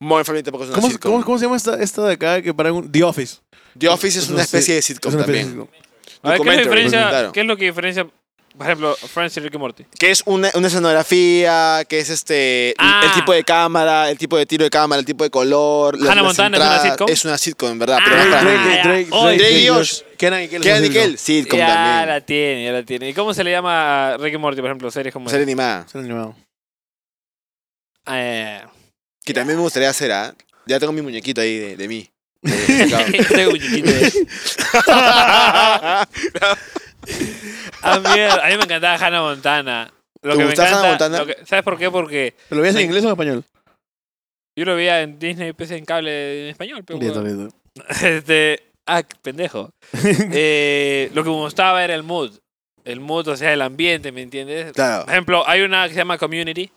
D: Modern Family tampoco es una
B: ¿Cómo,
D: sitcom.
B: cómo, cómo se llama esta, esta de acá que para un The Office?
D: The Office es
B: Es
D: una
B: una
D: especie de
B: Es
D: sitcom
B: una especie de sitcom.
D: también.
A: A ver, ¿qué, es la
D: Documentary,
A: diferencia,
D: claro.
A: ¿Qué es lo que diferencia, por ejemplo, Friends y Rick y Morty?
D: Que es una, una escenografía, que es este
A: Ah.
D: el tipo de cámara, el tipo de tiro de cámara, el tipo de color. las-
A: Hannah
D: las
A: Montana es una
D: entradas.
A: sitcom.
D: Es una sitcom, en verdad.
A: Ah,
D: pero más para
A: Drake,
D: niños.
A: Drake, Drake,
D: oh, Drake y Josh.
B: Kenan y Kel.
D: ¿Qué
B: son
D: Andy
B: sitcom.
D: Kell? Sitcom
A: ya
D: también.
A: la tiene, ya la tiene. ¿Y cómo se le llama a Rick y Morty, por ejemplo, series como
D: Serie animada.
B: Son animados.
A: Eh,
D: Que también me gustaría hacer, ¿ah? Ya tengo mi muñequito ahí de,
B: (laughs)
D: de mí.
A: (laughs) tengo un chiquito de-
D: (laughs)
A: Ah, mierda, a mí me encantaba Hannah Montana. Lo
D: ¿Te
A: que me
D: gustaba Hannah
A: encanta-
D: Montana?
A: lo que- ¿Sabes por qué? Porque
B: ¿Te ¿Lo veías en inglés o en español?
A: yo lo veía en Disney pues, en cable en español. Pero,
B: Listo,
A: bueno. (laughs)
B: listo.
A: este, ah, qué
D: (laughs)
A: pendejo. Eh, lo que me gustaba era el mood. El mood, o sea, el ambiente, ¿me entiendes?
D: claro.
A: Por ejemplo, hay una que se llama Community.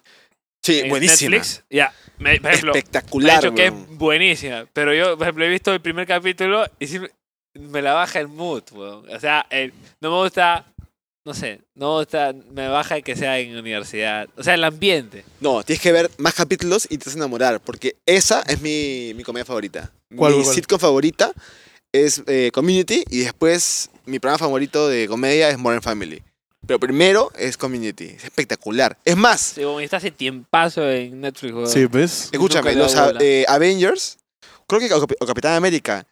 D: Sí,
A: en
D: buenísima.
A: Netflix. Ya. me- Por ejemplo, me ha
D: Espectacular,
A: dicho que
D: weón.
A: es buenísima. Pero yo, por ejemplo, he visto el primer capítulo y siempre me la baja el mood, weón. O sea, el- no me gusta. No sé, no me gusta. Me baja el que sea en universidad. O sea, el ambiente.
D: No, tienes que ver más capítulos y te vas a enamorar, porque esa es mi, mi comedia favorita.
B: ¿Cuál,
D: mi
B: cuál?
D: sitcom favorita es eh, Community y después mi programa favorito de comedia es Modern Family. Pero primero es Community, es espectacular. Es más,
A: Sí, weón, y está hace tiempazo en Netflix, weón.
B: Sí, pues. ¿ves?
D: escúchame,
A: Nunca le
D: los
A: hago
D: a-
A: bola.
D: eh, Avengers, creo que o Cap- o Capitán América,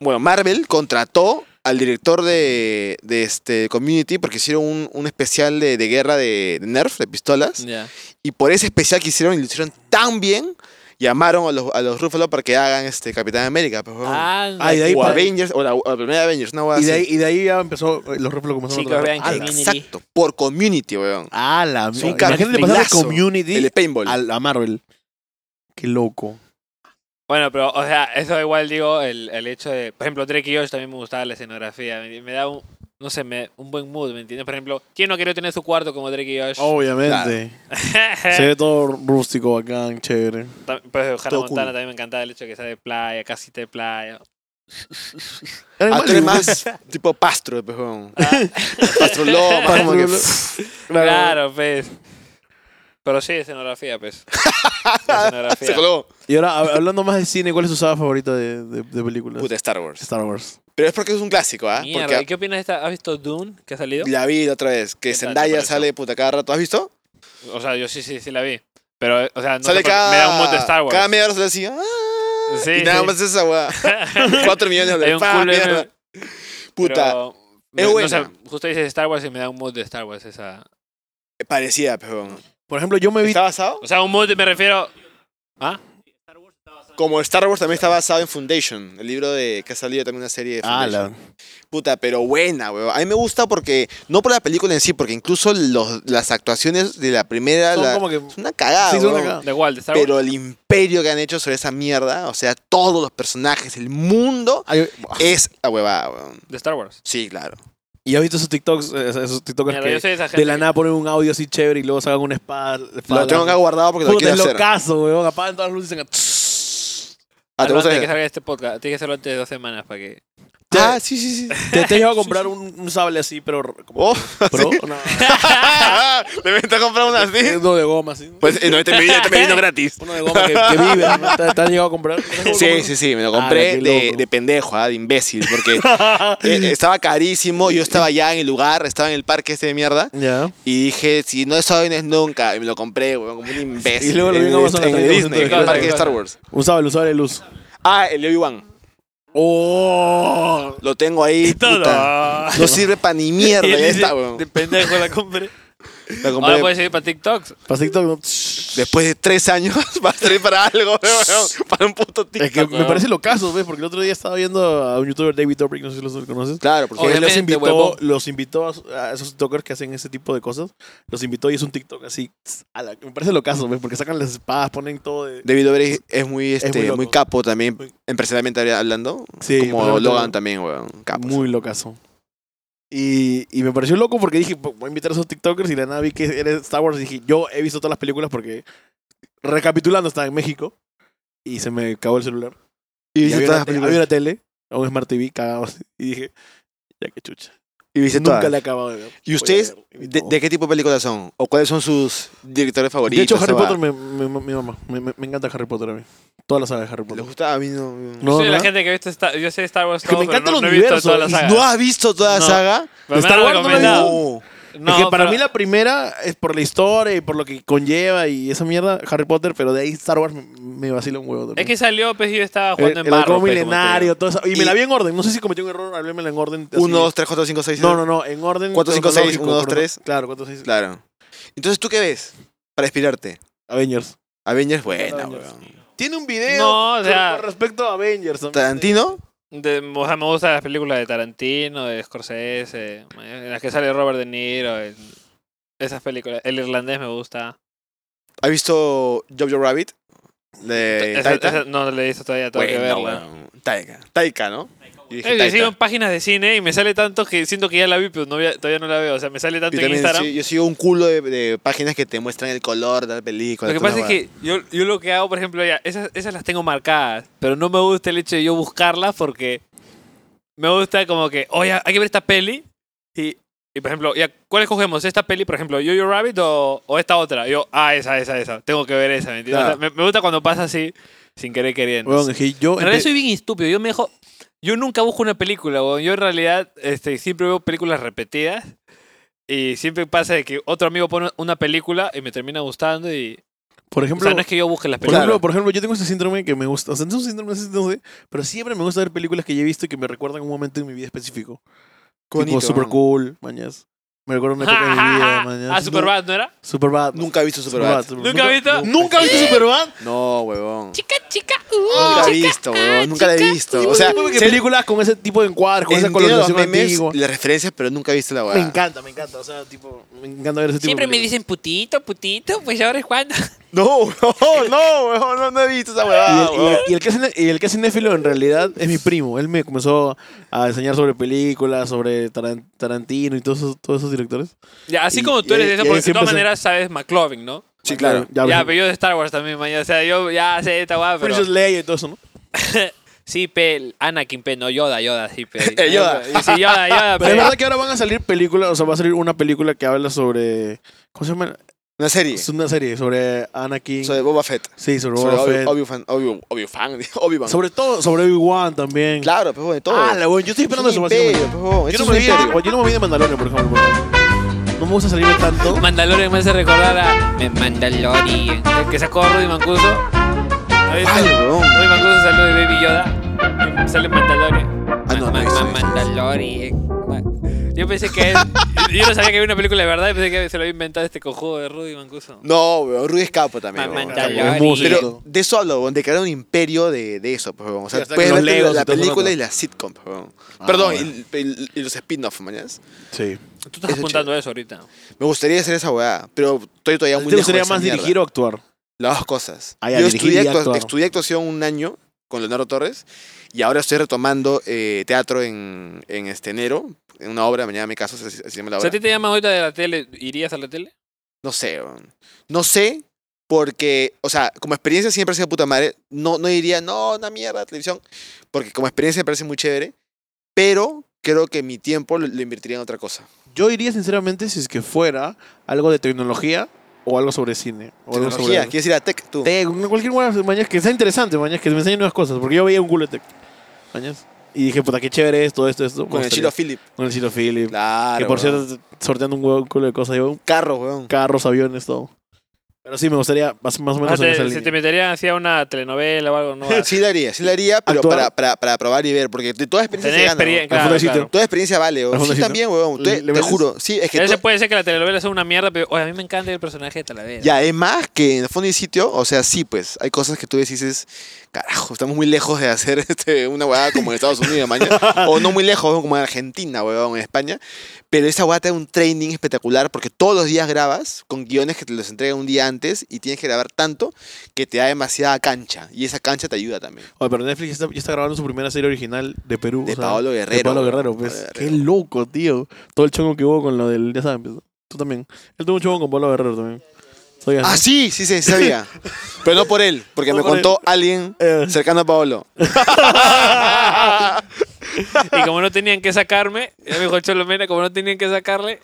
D: bueno, Marvel contrató al director de, de este Community porque hicieron un, un especial de, de guerra de, de Nerf, de pistolas.
A: Ya.
D: Y por ese especial que hicieron y lo hicieron tan bien, llamaron a los, a los Ruffalo para que hagan este Capitán América. pues, huevón.
B: Ah, y de ahí
D: o
B: para-
D: Avengers, o la, o la primera Avengers, una hueá
B: Y de, ahí,
D: así.
B: y de ahí ya empezó, eh, los reflejos comenzaron
A: Chicos, vean
D: Ah,
A: Community.
D: exacto, por community, weón.
B: Ah, la
D: Es un
B: mierda. Imagínate
D: capitulazo.
B: pasar de Community
D: El de paintball.
B: a, a Marvel. Qué loco.
A: Bueno, pero, o sea, eso igual digo, el, el hecho de. Por ejemplo, Drake y Josh también me gustaba la escenografía. Me, me da un. No sé, me, un buen mood, ¿me entiendes? Por ejemplo, ¿quién no quería tener su cuarto como Drake y Josh?
D: Oh,
A: (laughs)
B: Obviamente. Se ve todo rústico, bacán, chévere.
A: Tam- Pues Hannah
D: Todo
A: Montana
D: cool.
A: también me encantaba el hecho de que sea de playa, casita de playa.
D: Ah, tú eres
B: Animal, (laughs)
D: más tipo pastro, pues, weón.
A: Ah.
D: (laughs) Pastro lobo, más como que.
B: Pastro (laughs)
A: Claro, pues. Pero sí, escenografía,
D: (laughs)
A: pues. La escenografía.
D: Se colgó.
B: Y ahora, hab- hablando más de cine, ¿cuál es tu saga favorita de, de, de películas?
D: Puta, Star Wars.
B: Star Wars.
D: Pero es porque es un clásico, ¿ah?
A: Mierda, ¿y
D: Porque
A: qué opinas de esta? ¿Has visto Dune que ha salido?
D: la vi la otra vez. Que
A: ¿Qué tal te
D: Zendaya
A: pareció?
D: sale puta cada rato. ¿Has visto?
A: O sea, yo sí, sí, sí la vi. Pero, o sea, no
D: sale
A: sé por qué,
D: cada.
A: me da un mood de Star Wars.
D: Cada media hora sale así. ah,
A: Sí,
D: y nada
A: sí.
D: más esa weá. (laughs) Cuatro millones
A: (laughs)
D: de
A: Hay un
D: pa,
A: culo de
D: mierda.
A: meme. Pero
D: Puta, es
A: no- no
D: buena.
A: sé, justo dices Star Wars y me da un mood de Star Wars esa.
D: eh, parecía, pero.
B: Por ejemplo, yo me vi.
D: ¿Está basado?
A: O sea, un mood me refiero. ¿Ah?
D: Como Star Wars también está basado en Foundation, el libro de que ha salido también una serie de
B: Ah,
D: Foundation.
B: la.
D: Puta, pero buena, weón. A mí me gusta porque, no por la película en sí, porque incluso los, las actuaciones de la primera.
B: Son
D: la-
B: como que.
D: Es una cagada,
B: Sí, son una
D: weón.
B: cagada.
A: De igual, de Star Wars.
D: Pero el imperio que han hecho sobre esa mierda, o sea, todos los personajes, el mundo,
B: Ay,
D: es la huevada, weón.
A: De Star Wars.
D: Sí, claro.
B: Y has visto esos TikToks, eh, esos TikTokers
A: Mierda,
B: que
A: yo soy esa gente
B: de la
A: que-
B: nada ponen un audio así chévere y luego sacan una espada. espada
D: Lo tengo acá
B: láser.
D: guardado porque lo
B: Puta,
D: quiero
B: es
D: hacer.
B: locazo, weón. Apagan todas las luces y sacan-
D: Ah, ¿te
A: Algo
D: gusta
A: antes de que
D: ese? (laughs)
A: salga este podcast. Tiene que hacerlo antes de dos semanas para que.
B: Te-
D: Ah, sí, sí, sí.
B: Te, te he llevado a comprar un, un sable así, pero r- como
D: Oh,
B: pro, no,
D: Ah, ¿Te vente a
B: (laughs)
D: comprar una así?
B: uno de goma, así.
D: Pues eh, no, este me vino, este me
B: (laughs)
D: vino gratis.
B: Uno de goma que, que vive, ¿no? ¿Te, te has llegado a comprar?
D: Sí, sí, sí, me lo
B: Ah, qué
D: compré de,
B: loco.
D: de pendejo, ah, de imbécil,
B: (laughs)
D: porque eh, eh, estaba carísimo, yo estaba ya en el lugar, estaba en el parque este de mierda,
B: Ya.
D: y dije, si no eso no es nunca, y me lo compré, weón, como un
B: (laughs)
D: imbécil.
B: Y luego lo vi en
D: en,
B: Amazon a
D: en el
B: 30%
D: Disney,
B: de
D: en el parque de
C: descuento.
D: Star Wars.
B: Un sable, un sable de luz.
D: Ah, el Obi-Wan.
B: ¡Oh!
D: Lo tengo ahí, puta.
A: Todo.
D: No sirve
B: (laughs)
D: para ni mierda,
A: Y él
D: ya
A: dice,
D: está, weón.
A: De pendejo la compré.
D: Lo compré
A: Ahora
B: pues,
A: puedes seguir para TikToks.
B: Para TikTok, ¿no?
D: después de tres años (laughs) va a servir
B: (laughs)
D: para algo, weón, para un puto TikTok.
B: Es que me
D: weón.
B: parece lo caso, ¿ves? Porque el otro día estaba viendo a un youtuber, David Dobrik, no sé si lo conoces.
D: Claro, porque
B: Que él los
A: Obviamente,
B: invitó,
A: huevón.
B: los invitó a, su- a esos TikTokers que hacen ese tipo de cosas. Los invitó y es un TikTok así. tss, a la- me parece lo caso, ¿ves? Porque sacan las espadas, ponen todo de.
D: David Dobrik es muy, este,
B: muy
D: muy,
B: loco.
D: capo también,
B: Muy-
D: empresarialmente hablando.
B: Sí,
D: como
B: empresarialmente
D: Logan
B: hablando.
D: también, ah, pues. weón. Capo.
B: Muy locazo. Y, y me pareció loco porque dije, "Po- voy a invitar a esos TikTokers y de la nada vi que era Star Wars. Y dije, yo he visto todas las películas porque, recapitulando, estaba en México y se me cagó el celular.
D: Y
B: Y
D: viste
B: había, una,
D: todas las películas.
B: había una tele, un Smart TV, cagado. (laughs) Y dije, ya que chucha.
D: y viste
B: Nunca
D: todas.
B: la he acabado de ver.
D: ¿Y
B: Voy a
D: ustedes
B: ver. Y
D: de,
B: no.
D: de qué tipo de películas son? ¿O cuáles son sus directores favoritos?
B: De hecho, Harry
D: o sea,
B: Potter me, me, mi mamá. Me, me- me encanta Harry Potter a mí. Toda la saga de Harry
D: ¿Les
B: Potter.
D: gusta? A mí no. weón.
B: No,
A: Soy de la
B: ¿verdad?
A: gente que ha visto Star, yo sé Star Wars
B: Es que
A: todo,
B: me
A: pero
B: encanta
A: no,
B: el
A: no he visto
B: universo,
A: toda la
B: y
A: saga.
D: ¿No has visto toda la
A: No.
D: saga?
A: Pero me
B: Star
A: han
B: Wars no me
A: recomendado.
B: gusta.
D: No.
A: No,
B: es que para
A: pero-
B: mí la primera es por la historia y por lo que conlleva y esa mierda, Harry Potter, pero de ahí Star Wars me, me vacila un huevo.
A: Es
B: también.
A: que salió, pues yo estaba
B: el,
A: jugando
B: el
A: en barro. pues,
B: halcón
A: como te
B: milenario,
A: digo.
B: todo eso. Y, me
D: Y-
B: la vi en orden. No sé si cometí un error, hablémela en orden. así.
D: 1, 2, 3, 4, 5, 6.
B: No, no, no, en orden.
D: Cuatro, cinco, seis,
B: cronológico,
D: uno, dos,
B: crono-
D: tres.
B: Claro, 4, 6.
D: Claro. Entonces, ¿tú qué ves? Para inspirarte.
B: Avengers.
D: Avengers, buena,
B: Avengers.
D: weón.
B: Tiene un video
A: No, o
B: con-
A: sea-
B: con respecto a Avengers. ¿no?
D: ¿Tarantino?
A: De- o sea, me gustan las películas de Tarantino, de Scorsese, en las que sale Robert De Niro. en- esas películas. El irlandés me gusta.
D: ¿Has visto Jojo Rabbit? De
A: Esa-
D: Taika.
A: esa no le he visto todavía, tengo que
D: Buena,
A: verla.
D: weón. Taika. Taika, ¿no? Y dije
A: Eh,
D: Taika.
A: yo sigo en páginas de cine y me sale tanto que siento que ya la vi, pero no había- todavía no la veo. O sea, me sale tanto
D: Yo
A: en
D: también
A: Instagram.
D: sí- yo sigo un culo de, de páginas que te muestran el color de la película.
A: Lo que
D: toda
A: pasa es
D: la
A: que yo, yo lo que hago, por ejemplo, ya, esas, esas las tengo marcadas, pero no me gusta el hecho de yo buscarlas porque me gusta como que, oye, hay que ver esta peli y, y, por ejemplo, ya, ¿cuál escogemos? ¿Esta peli, por ejemplo, Yo-Yo Rabbit o, o esta otra? Yo, ah, esa, esa, esa, tengo que ver esa, ¿me entiendes?
D: Claro.
A: O sea, me, me gusta cuando pasa así, sin querer queriendo.
B: Weón, es que yo.
A: en realidad
B: ente-
A: soy bien estúpido, yo me dejo... Yo nunca busco una película, weón. yo en realidad este, siempre veo películas repetidas y siempre pasa de que otro amigo pone una película y me termina gustando y
B: por ejemplo.
A: o sea, no es que yo busque las
B: Por,
A: películas.
B: ejemplo, por ejemplo, yo tengo este síndrome que me gusta. O sea, no es un síndrome, es- no sé, pero siempre me gusta ver películas que ya he visto y que me recuerdan un momento en mi vida específico.
D: Qué
B: Tipo
D: bonito,
B: Super
D: ¿no?
B: cool, mañas. Me recuerda una
A: (laughs)
B: época de mi vida, mañas.
A: ah, Superbad, ¿no era?
B: Superbad.
D: Nunca he visto Superbad.
B: Superbad.
A: ¿Nunca he visto?
B: ¿Nunca he visto Superbad?
D: No, huevón.
A: Chica, chica.
D: Nunca he visto, huevón. Nunca la he visto. O sea,
B: Porque
D: sé-
B: películas con ese tipo de encuadres, con esa
D: entiendo los
B: colorización
D: memes,
B: antigua.
D: las referencias, pero nunca he visto la
B: Me
D: huevada.
B: encanta, me encanta. O sea, tipo, me encanta ver ese tipo de películas.
A: dicen putito, putito, pues ahora es cuando.
D: (laughs) No, no, no, huevón, no, no he visto esa
A: "Ah,
B: Y
D: huevada,
B: el- y el,
D: huevón.
B: y el que es cine- y el que es cinéfilo en realidad es mi primo. Él me comenzó a enseñar sobre películas, sobre Taran- Tarantino y todos esos, todos esos directores.
A: (laughs) Ya, así
B: Y-
A: como tú eres
B: y-
A: de eso,
B: y
A: porque de
B: siempre
A: todas
B: se-
A: maneras sabes McLovin, ¿no?
D: Sí, claro.
B: Ya,
A: ya,
B: por
A: pero yo de Star Wars también, mañana. O sea, yo ya sé esta guapa, pero...
B: Princess Leia y todo eso, ¿no?
A: Sí, pe, Anakin, pe, no, Yoda, Yoda, sí,
B: (laughs)
A: pe.
D: Eh, Yoda.
A: Sí, Yoda, Yoda,
B: Pero
A: pe.
B: es verdad que ahora van a salir películas, o sea, va a salir una película que habla sobre. ¿Cómo se llama?
D: Una serie.
B: Es una serie sobre Anakin.
D: Sobre Boba Fett.
B: sí, sobre
D: Sobre
B: Boba Fett.
D: Obi- Obi-Fan. Obi- Obi-Fan. Obi-Wan.
B: Sobre todo, sobre Obi-Wan también.
D: Claro, pero de todo.
B: Ah, la weón, yo estoy
D: Es
B: esperando
D: un
B: eso.
D: imperio,
B: básicamente.
D: pues, huevón,
B: Yo no,
D: esto es
B: me
D: un
B: vi,
D: imperio.
B: yo no me vi de Mandalorian, por ejemplo. porque No me gusta salirme tanto.
A: Mandalorian me hace recordar a... Me Mandalorian. El que sacó Rudy Mancuso. ¿No viste?
D: Ay, huevón.
A: Rudy Mancuso salió de Baby Yoda. Sale en Mandalorian.
D: Ah, no,
A: Ma-
D: no,
A: ma-
D: eso,
A: ma-
D: eso,
A: Mandalorian. Ma- Yo pensé que él... Yo no sabía que había una película de verdad. y Pensé que se lo había inventado este cojudo de Rudy Mancuso.
D: No, weón, Rudy es capo también.
A: Ma-
D: huevón.
A: Mandalorian.
B: Es músico.
D: Pero de eso hablo, weón, de crear un imperio de, de eso, pues, huevón. O
B: Sí,
D: sea,
B: hasta
D: puedes
B: con los
D: ver la-
B: Legos y
D: la
B: todo eso,
D: película
B: ¿no?
D: y la sitcom, pues, huevón.
B: Ah,
D: Perdón,
B: bueno.
D: y, y- y los spin-off, mañas.
B: Sí.
A: Tú estás
D: Eso
A: apuntando a eso ahorita.
D: Me gustaría hacer esa weá, pero estoy todavía muy
B: ¿Te
D: lejos de
B: gustaría
D: esa
B: más
D: mierda.
B: dirigir o actuar?
D: Las dos cosas.
B: Ah, ya,
D: Yo
B: dirigir
D: estudié,
B: y
D: actua-
B: actuar.
D: estudié actuación un año con Leonardo Torres y ahora estoy retomando eh, teatro en, en este enero, en una obra, mañana me caso, se, se llama la
A: O sea,
D: obra.
A: a ti te llaman ahorita de la tele. ¿Irías a la tele?
D: No sé, weón. no sé, porque, o sea, como experiencia siempre ha sido puta madre, no, no diría, no, una mierda, televisión, porque como experiencia me parece muy chévere, pero creo que mi tiempo lo, lo invertiría en otra cosa.
B: Yo iría sinceramente si es que fuera algo de tecnología o algo sobre cine. O algo
D: Tecnología,
B: sobre...
D: ¿quieres ir a tech tú?
B: Tec, una- Eh, cualquier buena mañana que sea interesante, mañana que me enseñe nuevas cosas. Porque yo veía un culo de tech. mañas. Y dije, puta, qué chévere esto, esto, esto.
D: Con
B: Me
D: el
B: gustaría.
D: Chilo Philip.
B: Con el Chilo Philip.
D: Claro.
B: que por
D: weón.
B: cierto, sorteando un huevo- un culo de cosas. Llevo
D: carro, weón.
B: carros, aviones, todo. Pero sí, me gustaría más, más o
A: Ah,
B: menos en
A: te-
B: esa
A: se
B: línea.
A: te meterían hacia una telenovela o algo.
D: (laughs)
A: No,
D: ah, Sí la haría, sí la haría, pero
B: ¿Actuar?
D: para, para, para probar y ver, porque de toda experiencia se
A: Tener
D: gana, weón.
A: experiencia.
B: Al
A: Claro,
B: fundacito.
A: claro.
D: Toda experiencia vale, weón.
B: Al
D: Sí,
B: fondo
D: también, weón. Te,
B: Le
D: te
B: metes-
D: juro. Sí, es
A: a
D: que
A: veces
D: to-
A: puede ser que la telenovela sea una mierda, pero oye, a mí me encanta el personaje de Talavera.
D: Ya, es más que en el fondo y sitio, o sea, sí, pues, hay cosas que tú decís, es, carajo, estamos muy lejos de hacer (laughs) este, una hueá como en Estados Unidos, mañana, o no muy lejos, como en Argentina, huevón, en España, pero esa hueá te da un training espectacular porque todos los días grabas con guiones que te los entregan un día antes y tienes que grabar tanto que te da demasiada cancha, y esa cancha te ayuda también.
B: Oye, pero Netflix ya está, ya está grabando su primera serie original de Perú.
D: De
B: o sea,
D: Paolo
B: De
D: Guerrero.
B: Paolo Guerrero,
D: Paolo
B: pues.
D: Guerrero.
B: Qué loco, tío. Todo el chongo que hubo con lo del. Ya sabes, pues, tú también. Él tuvo un chongo con Paolo Guerrero también. Soy
D: Ah,
B: así.
D: sí, sí,
B: (laughs)
D: sí, sabía, pero no por él, porque
B: No
D: me
B: por él.
D: contó alguien
B: Eh.
D: cercano a Paolo.
A: Y como no tenían que sacarme, ya me dijo el Cholo Mena, como no tenían que sacarle,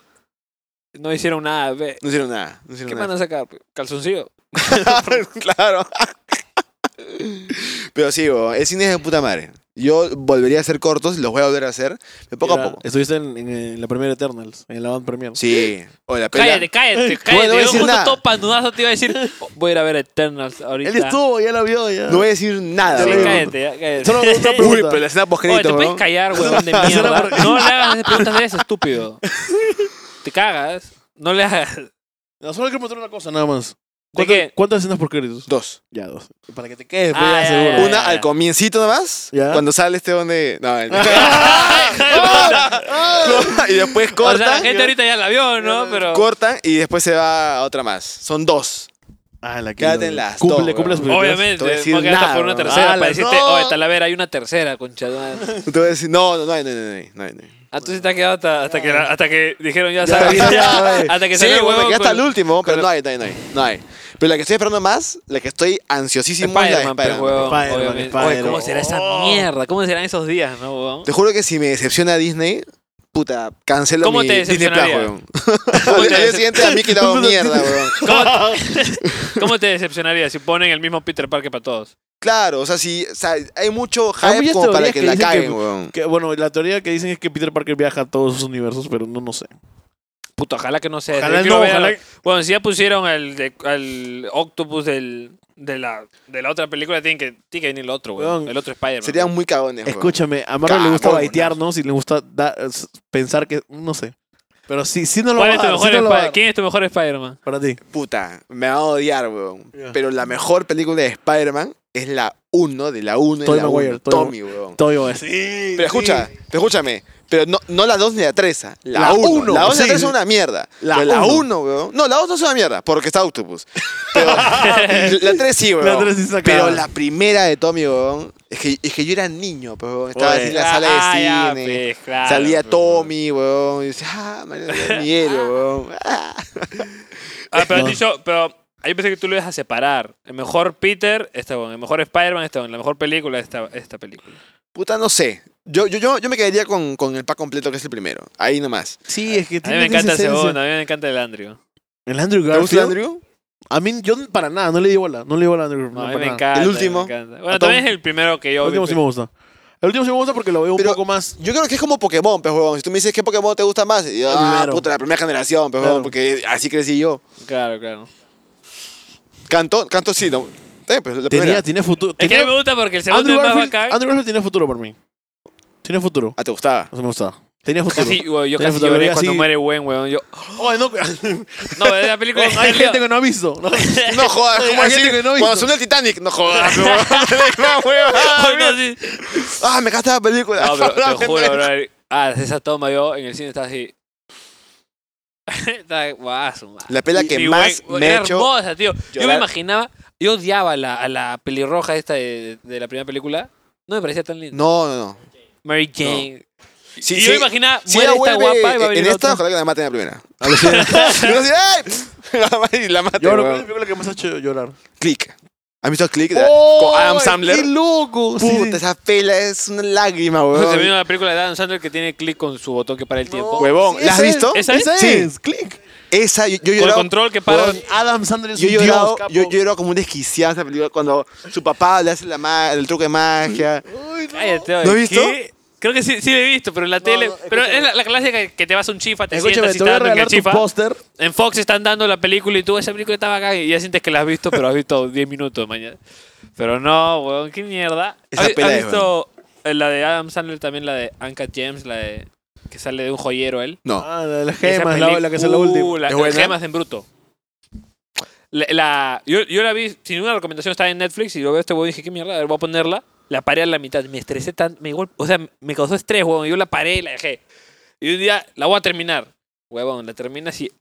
A: no hicieron nada. ve.
D: No hicieron nada, no hicieron
A: ¿Qué
D: nada.
A: van a sacar? pe? Calzoncillo.
D: (laughs) claro. Pero sí, bo, el cine es de puta madre. Yo volvería a hacer cortos, los voy a volver a hacer, de (laughs) poco a
B: Era-
D: poco.
B: Estuviste en, en- en la primera Eternals, en la band premiere.
D: Sí. O la pela.
A: Cállate, cállate,
D: no voy a
A: cállate. Yo
D: decir
A: justo
D: nada.
A: todo pandudazo te iba a decir, "Oh, voy a ir a ver Eternals ahorita.
B: Él estuvo, ya la vio, ya.
D: No voy a decir nada.
A: Sí,
B: Ya
D: bo.
B: lo
A: cállate, ya, cállate.
B: Solo
A: (laughs)
B: una
D: Uy,
B: pregunta.
D: pero la escena post
A: Oye, te
D: créditos,
A: puedes callar, huevón de
B: Eso era
A: mierda.
B: por-
A: No le hagas preguntas de eso, estúpido. Te cagas. No le hagas.
B: No, solo hay que preguntar una cosa, nada más.
A: ¿De
B: ¿Cuántas-
A: qué?
B: ¿Cuántas escenas por créditos?
D: Dos.
B: Ya, dos. Para que te quedes,
A: Ah,
B: pues, ya,
A: ya,
B: seguro.
A: ya, ya.
D: Una al comiencito nomás,
B: Ya.
D: cuando sale este donde... No, no. (laughs) y después
A: o
D: cortan,
A: sea, la gente ahorita ya la vio, ¿no? Pero.
D: cortan y después se va a otra más. Son dos.
B: Ah, la que-
D: Quédate en las
B: Cumple,
D: dos,
B: cumple
D: weón.
B: sus
A: Obviamente,
D: voy a decir
A: no quedaste
D: nada,
A: por una
D: bro.
A: tercera.
D: Ala,
A: para decirte,
D: no.
A: oye, Talavera, hay una tercera, concha. de madre".
D: Te voy a decir, no, no, no, hay, no, hay, no, hay, no, hay, no. hay.
A: Ah, tú sí te has quedado hasta, hasta, que, la- hasta que dijeron ya,
B: Ya,
A: sabes. (laughs)
B: ya, ya, güey.
A: hasta que
D: sí,
A: salió el
D: bueno, me
A: huevo
D: quedé hasta
A: con-
D: el último, pero
A: con-
D: no hay, no hay, no hay, no hay. Pero la que estoy esperando más, la que estoy ansiosísimo es la de
A: Spider-Man, pues, pero,
D: Spider-Man.
A: huevón,
B: Spider-Man,
A: obviamente.
B: Spider-Man.
A: Oye, ¿cómo será esa
B: Oh.
A: mierda? ¿Cómo serán esos días, no, huevón?
D: Te juro que si me decepciona Disney, puta, cancelo
A: ¿Cómo
D: mi
A: te
D: Disney Plus,
A: decepcionaría?
D: weón. (laughs) Al día siguiente a mí
A: (laughs)
D: quitado mierda, weón.
A: (laughs) ¿Cómo, cómo te decepcionaría si ponen el mismo Peter Parker para todos?
D: Claro, o sea, si, o sea, hay mucho
B: Hay
D: hype
B: muchas
D: como para
B: teorías pues que
D: que, la
B: dicen que-
D: caguen, weón.
B: Que, bueno, la teoría que dicen es que Peter Parker viaja a todos sus universos, pero no, no sé.
A: Puto, ojalá que no sea.
B: Ojalá
A: Yo quiero
B: no,
A: ver a-
B: ojalá-
A: Bueno, si ya pusieron al, de- al Octopus del, de, la, de la otra película, tiene que, tiene que venir el otro, weón.
B: Weón,
A: El otro Spider-Man.
D: Serían muy cagones, weón.
B: Escúchame, a Marvel le gusta
D: Cagón,
B: baitearnos y le gusta da- s- pensar que. No sé. Pero sí, sí no lo
A: ¿Cuál
B: va a
A: es tu este
B: dar,
A: mejor
B: sí no lo va a
A: Spi-
B: dar.
A: ¿Quién es tu mejor Spider-Man?
B: Para ti.
D: Puta, me va a odiar, weón.
B: Ya.
D: Pero la mejor película de Spider-Man es la 1, de la 1
B: Tobey
D: la
B: Maguire,
D: uno.
B: Tobey-
D: Tommy, weón.
B: Todo iba a decir.
D: Pero escucha, pero escúchame. Pero no, no la 2 ni la 3,
B: La
D: la 1.
B: uno,
D: La 2 y la
B: sí.
D: 3 son una mierda.
B: La
D: Pero La
B: uno.
D: 1, weón. No, la 2 no es una mierda, porque está Octopus.
B: (laughs)
D: Pero la 3 sí, weón.
B: La tres sí está
D: Pero
B: cagada.
D: la primera de Tommy, weón. Es que, es que yo era niño, pues, weón. Estaba así en la
A: Ah,
D: sala de
A: ya,
D: cine.
A: pues, claro,
D: Salía
A: pues,
D: Tommy, weón. Y decía, ah,
B: (laughs)
D: María del Hielo, weón. Ah.
A: Ah, pero,
B: No.
A: has dicho- pero yo pensé que tú lo ibas a separar. El mejor Peter, esta, weón. El mejor Spider-Man, esta, weón. La mejor película, esta, esta película.
D: Puta, no sé. Yo, yo, yo, yo me quedaría con, con el pack completo, que es el primero. Ahí nomás.
B: Sí, es que
A: A mí
B: tiene
A: me encanta el
B: esa esencia.
A: segundo, a mí me encanta el Andrew.
B: El Andrew
D: ¿Te
B: Garfield.
D: gusta, Andrew?
B: A mí, yo para nada, no le di bola. No le di bola a Andrew
A: No,
B: Garfield.
A: a mí
B: no, para
A: me
B: nada.
A: encanta.
D: El
A: me
D: último.
A: encanta. Bueno,
B: A
A: también
B: Tom-
A: es el primero que yo
B: El
A: vi.
B: último sí me gusta. El último sí me gusta porque lo veo un
D: Pero-
B: poco más.
D: Yo creo que es como Pokémon, pues, huevón. Si tú me dices qué Pokémon te gusta más, y yo,
B: El
D: ah,
B: primero.
D: puta, la primera generación, pues, huevón,
B: Claro.
D: porque así crecí yo.
A: Claro, claro.
D: Canto, canto sí, no. Eh, pues, la
B: Tenía,
D: primera.
B: tiene futuro.
A: Es que a
B: tenía-
A: mí me gusta porque el segundo
B: Andrew,
A: es más
B: Garfield,
A: bacán.
B: Andrew Garfield tiene futuro para mí. Tiene futuro.
D: Ah, te gustaba.
A: (laughs)
B: No se me gustaba. Tenía futuro.
A: Casi, güey, yo
B: Tenía
A: casi
B: futuro,
A: lloré
B: era
A: cuando
B: así.
A: muere Gwen, weón. Yo,
B: Oye,
A: (laughs)
B: no. (laughs)
A: no, de la película.
B: Hay gente que no ha visto. ¿no?
D: No jodas,
B: Hay
D: ¿cómo
B: gente
D: decir?
B: que no ha
D: Cuando
B: visto.
D: suena el Titanic, no
A: (laughs)
D: jodas, huevón. No, huevón.
A: Ay, no, sí.
D: Ah, me encanta la
A: (laughs)
D: película.
A: No,
B: (laughs)
D: (laughs)
A: pero te juro, bro. Ah, esa toma yo en el cine estaba así. (laughs) Estaba guaso, madre.
D: La pela que
A: Y
D: más
A: Gwen-
D: me ha
A: era
D: hecho.
A: hermosa, tío. Yo me
D: llorar.
A: imaginaba, yo odiaba a la, a la pelirroja esta de, de la primera película. No me parecía tan linda.
D: No, no, no.
A: Mary Jane.
D: Sí,
A: y yo
D: sí.
A: me imaginaba,
D: Si
A: muere
D: ella
A: esta
D: vuelve
A: guapa y va a
D: en
A: venir
D: esta,
A: otra.
D: ojalá que la maten la
A: (laughs)
D: primera. (laughs) A los Y uno así, ¡ay! Y (laughs) la mate,
B: Yo creo que es la
D: huevón.
B: película que más ha hecho llorar.
D: Click. ¿Has visto Click? de-
B: ¡Oh,
D: con Adam Sandler.
B: ¡Qué loco! Sí,
D: Puta,
B: sí.
D: esa pela es
B: (laughs)
D: una lágrima,
A: Se vino
D: weón.
A: la película de Adam Sandler que tiene clic con su botón que para el tiempo.
D: Huevón,
B: Sí,
D: ¿la has
B: esa
D: visto?
B: Es,
A: ¿Esa
B: esa
A: es?
B: es,
D: Sí.
B: Click.
D: Esa, yo, yo
A: con el
D: lloraba-
A: control que para.
D: Huevón,
B: Adam Sandler es
D: Yo
B: un
D: lloraba,
B: dios, capo.
D: yo, yo lloraba como un desquiciado en esa película cuando su papá le hace la ma- el truco de magia.
B: Uy, no.
A: Cállate, oye,
D: ¿No has visto?
A: ¿qué? Creo que sí, sí lo he visto, pero en la
B: No,
A: tele.
B: no,
A: pero
B: escúchame.
A: es la, la clásica que- que te vas a un chifa, te
B: Escúchame,
A: sientas y te
B: te voy a
A: dan en el
B: regalar tu
A: chifa.
B: póster.
A: En Fox están dando la película y tú esa película estaba acá y ya sientes que la has visto, pero has visto 10 minutos mañana. Pero no, weón, qué mierda.
D: Esa
A: ¿Has,
D: pela
A: has
D: es,
A: visto eh, la de Adam Sandler también, la de Anka James, la de que sale de un joyero él?
D: No.
B: Ah, la, la
A: Esa
B: gema, la, la que es la
A: película- uh,
B: última.
A: La,
D: ¿Es
A: las
D: buena?
A: gemas en bruto. La, la- yo, yo la vi sin ninguna recomendación, estaba en Netflix y lo veo este huevón y dije, qué mierda, a ver, voy a ponerla. La paré a la mitad, me estresé tan, me gol- o sea, me causó estrés, huevón, yo la paré y la dejé. Y un día la voy a terminar. Huevón, la terminas y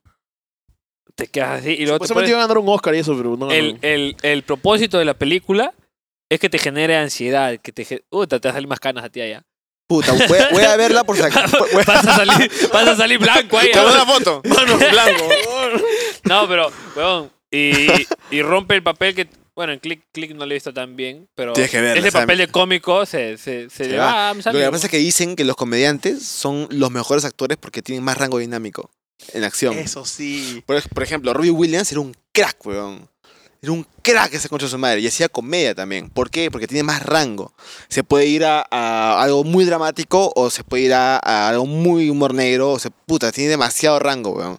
A: te quedas así y luego te
B: Supuestamente
A: pones-
B: iba a ganar un Oscar y eso, pero no.
A: el,
B: no.
A: el, el propósito de la película es que te genere ansiedad, que te ge- Puta, te va a salir más canas a ti
B: (laughs)
A: allá.
D: Puta, voy, a- voy a verla por sacar.
B: Pues,
A: Vas a salir, vas a salir blanco
B: (laughs)
A: ahí.
D: Te hago una (laughs) foto.
B: Mano,
A: (laughs)
B: blanco.
A: No, pero, weón, y, y rompe el papel que... Bueno, en Click, Click no lo he visto tan bien, pero
D: Tienes que verla,
A: ese
D: o sea,
A: papel de cómico se, se, se
D: se
A: le
D: va.
A: va a Adam
D: Lo que
A: Sandler.
D: pasa es que dicen que los comediantes son los mejores actores porque tienen más rango dinámico en acción.
B: Eso sí.
D: Por, ej- por ejemplo, Robbie Williams era un crack, weón. Era un crack ese concha de su madre. Y hacía comedia también. ¿Por qué? Porque tiene más rango. Se puede ir a, a algo muy dramático o se puede ir a, a algo muy humor negro. O sea, puta, tiene demasiado rango, weón.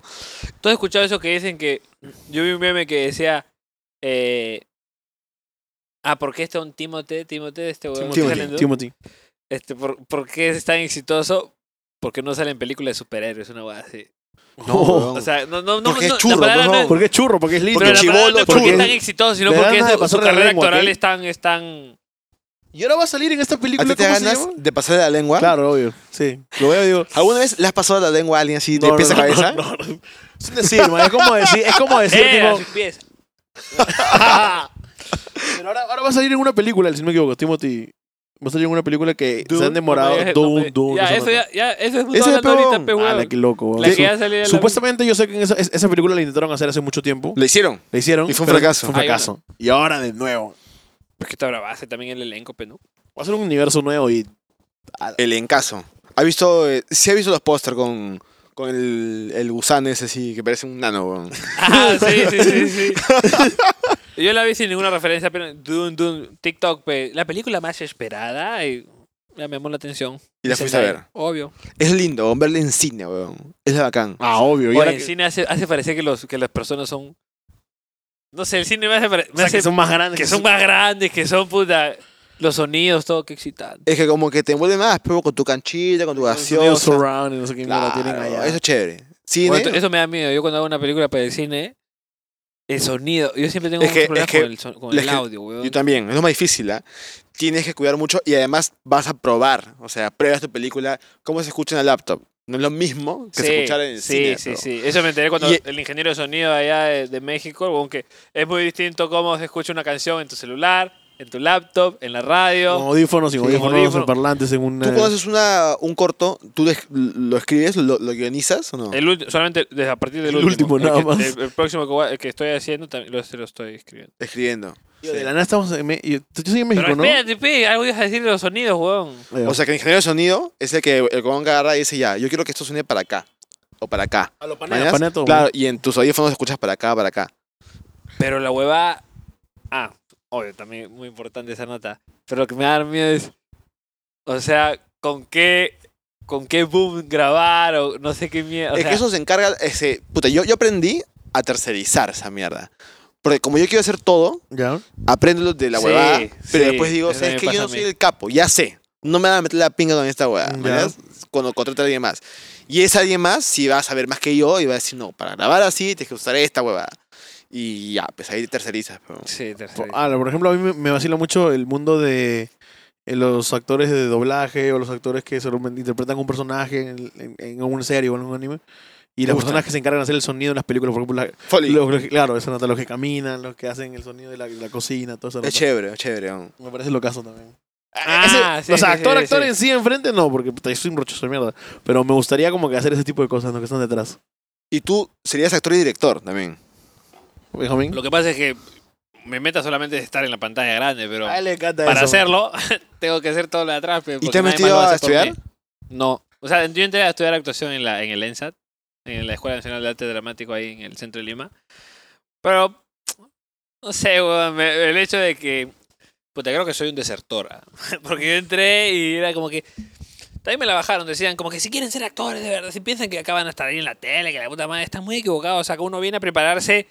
A: ¿Tú has escuchado eso que dicen que... Yo vi un meme que decía... eh, ah, ¿por qué este un Timote? Timote, este weón. que
D: Timothée,
A: sale en-
B: Timothy.
A: Este, ¿por, por qué es tan exitoso? Porque no salen películas de superhéroes, una weá así.
D: No,
A: O sea, no, no, no,
D: Porque es
A: no, la
D: churro,
A: palabra
D: no,
A: no es-
D: no,
B: Porque es churro, porque es lindo.
A: pero la
D: chivolo,
A: palabra no es porque
B: porque-
A: es tan exitoso, sino
B: le dan
A: porque
B: ganas
A: su,
B: de
A: su
B: pasar la
A: carrera
B: lengua,
A: actoral
B: ¿ok?
A: es tan, es tan-
B: Y ahora va a salir en esta
D: ¿A
B: película,
D: ti te
B: ¿cómo se
D: ganas
B: llama?
D: de pasar la lengua?
B: Claro, obvio. Sí. Lo veo y digo...
D: ¿Alguna vez le has pasado la lengua a alguien así de
B: no,
D: pies
B: no,
D: a cabeza?
B: no, no, no. Es un decir, man, Es como decir, es
A: (laughs)
B: como decir
A: Eh, a
B: tipo...
A: sus pies.
B: Pero ahora, ahora va a salir en una película, si no me equivoco, Timothy. Va a salir en una película que
A: Dune,
B: se han demorado.
A: no me digas- no
B: Dune,
A: me-
B: Dune.
A: Ya,
B: esa
A: eso
B: nota.
A: ya, ya, eso es
D: Ese es
A: justo hablando ahorita,
D: peón.
A: pe,
B: Ah,
A: weón.
B: la que loco. weón.
A: La
B: Su-
A: que ya salió a la-
B: Supuestamente yo sé que en esa, es- esa película la intentaron hacer hace mucho tiempo.
D: ¿Le hicieron?
B: La hicieron.
D: Y fue un
B: pero
D: fracaso.
B: Fue un
A: Hay
B: fracaso. Y ahora de nuevo.
A: Pues que está bravazo también el elenco, pe, ¿no?
B: Va a ser un universo nuevo y...
D: El encaso. ¿Ha visto, eh, sí ha visto los póster con, con el, el gusano ese sí, que parece un nano, weón.
A: Ah, sí, sí, sí, sí. Yo la vi sin ninguna referencia, pero Dune, Dune, TikTok, pe, la película más esperada y ya me llamó la atención.
D: Y la fuiste a
A: Zendaya,
D: ver.
A: Obvio.
D: Es lindo, verla en cine, weón. Es la bacán.
B: Ah, obvio. Y
A: Oye,
B: ahora
A: el
B: que-
A: cine hace, hace parecer que, los, que las personas son. No sé, el cine me hace parecer.
B: o sea, que son más grandes.
A: que son más grandes, que son puta. Los sonidos, todo, qué excitante.
D: Es que como que te envuelve más, pero con tu canchita, con tu
B: Los sonidos
D: gaseosa.
B: surround y no sé qué mierda
D: Claro,
B: tienen allá.
D: eso es chévere. Cine,
A: Bueno, esto- eso me da miedo. Yo cuando hago una película para el cine, el sonido. Yo siempre tengo
D: Es
A: muchos
D: que-
A: problemas
D: es que-
A: con el, son- con
D: es
A: el
D: que-
A: audio, weón.
D: yo también, es lo más difícil, ¿ah? Tienes que cuidar mucho y además vas a probar, o sea, pruebas tu película, cómo se escucha en la laptop. No es lo mismo que
A: Sí,
D: se escuchar en el
A: sí,
D: cine.
A: sí,
D: pero-
A: sí. Eso me enteré cuando
D: Y- e
A: el ingeniero de sonido allá de, de México, aunque es muy distinto cómo se escucha una canción en tu celular, en tu laptop, en la
B: Con
A: radio.
B: audífonos y
A: Sí,
B: audífonos,
A: audífono.
B: en parlantes en una...
A: Eh.
D: ¿Tú cuando haces una, un corto, tú des- lo escribes, lo, lo guionizas o no?
A: El ulti- solamente desde a partir del
B: El último,
A: El
B: nada
A: que-
B: más.
A: El, el próximo que, voy a- que estoy haciendo también lo, se lo estoy escribiendo.
D: Escribiendo.
B: Tío, De la nada estamos en... Me- Yo yo soy en México,
A: Pero
B: ¿no?
A: espérate, pe, algo ibas a decir de los sonidos, weón.
B: Ahí va.
D: O sea, que el ingeniero de sonido es el que el huevón agarra y dice, ya, yo quiero que esto suene para acá. O para acá.
B: A lo
D: ¿Mañas? Claro, y en tus audífonos escuchas para acá, para acá.
A: Pero la hueva. Ah, obvio, también muy importante esa nota. Pero lo que me da miedo es. O sea, con qué. Con qué boom grabar o no sé qué miedo. o
D: es
A: sea,
D: que eso se encarga, ese, puta, yo, yo aprendí a tercerizar esa mierda. Porque como yo quiero hacer todo,
B: Ya.
D: aprendo lo de la
A: Sí,
D: huevada, pero
A: sí,
D: después digo,
A: eso me
D: ¿sabes que
A: pasa
D: Yo
A: a
D: no
A: mí.
D: soy el capo, ya sé. No me van a meter la pinga con esta huevada,
B: Ya.
D: ¿mañas? Cuando contrata a alguien más. Y ese alguien más, si va a saber más que yo, y va a decir, no, para grabar así, tienes que usar esta huevada. Y ya, pues ahí tercerizas. pero-
A: Sí,
B: Por,
A: tercero.
B: ah, por ejemplo, a mí me, me vacila mucho el mundo de eh, los actores de doblaje o los actores que solamente interpretan un personaje en, en- en una serie o en un anime. Y
D: Me
B: las
D: gusta.
B: personas que se encargan de hacer el sonido en las películas, por ejemplo, la-
D: Foley.
B: los, los que- claro, eso nota, los que caminan, los que hacen el sonido de la, de la cocina, todo eso.
D: Es chévere, es chévere. aún.
B: Me parece lo caso también.
A: Ah,
B: Ese-
A: sí,
B: o sea,
A: sí,
B: actor,
A: sí,
B: actor
A: sí.
B: en sí enfrente no, porque puta, yo soy un rochoso de mierda. Pero me gustaría como que hacer ese tipo de cosas, ¿no? Que están detrás.
D: Y tú serías actor y director también.
B: Benjamín.
A: Lo que pasa es que mi meta solamente es estar en la pantalla grande, pero
B: A él le encanta
A: para
B: eso.
A: hacerlo (laughs) tengo que hacer todo lo de atrás. pe,
D: ¿Y
A: porque
D: te has
A: nadie más
D: metido
A: lo
D: a
A: hace por
D: estudiar?
A: mí. No. O sea, yo entré a estudiar actuación en, la, en el ENSAT, en la Escuela Nacional de Arte Dramático ahí en el centro de Lima. Pero, no sé, weón, me- el hecho de que... Puta, creo que soy un desertor. ah. (laughs) Porque yo entré y era como que... También me la bajaron, decían como que si quieren ser actores de verdad, si piensan que acaban a estar ahí en la tele, que la puta madre, están muy equivocados. O sea, que uno viene a prepararse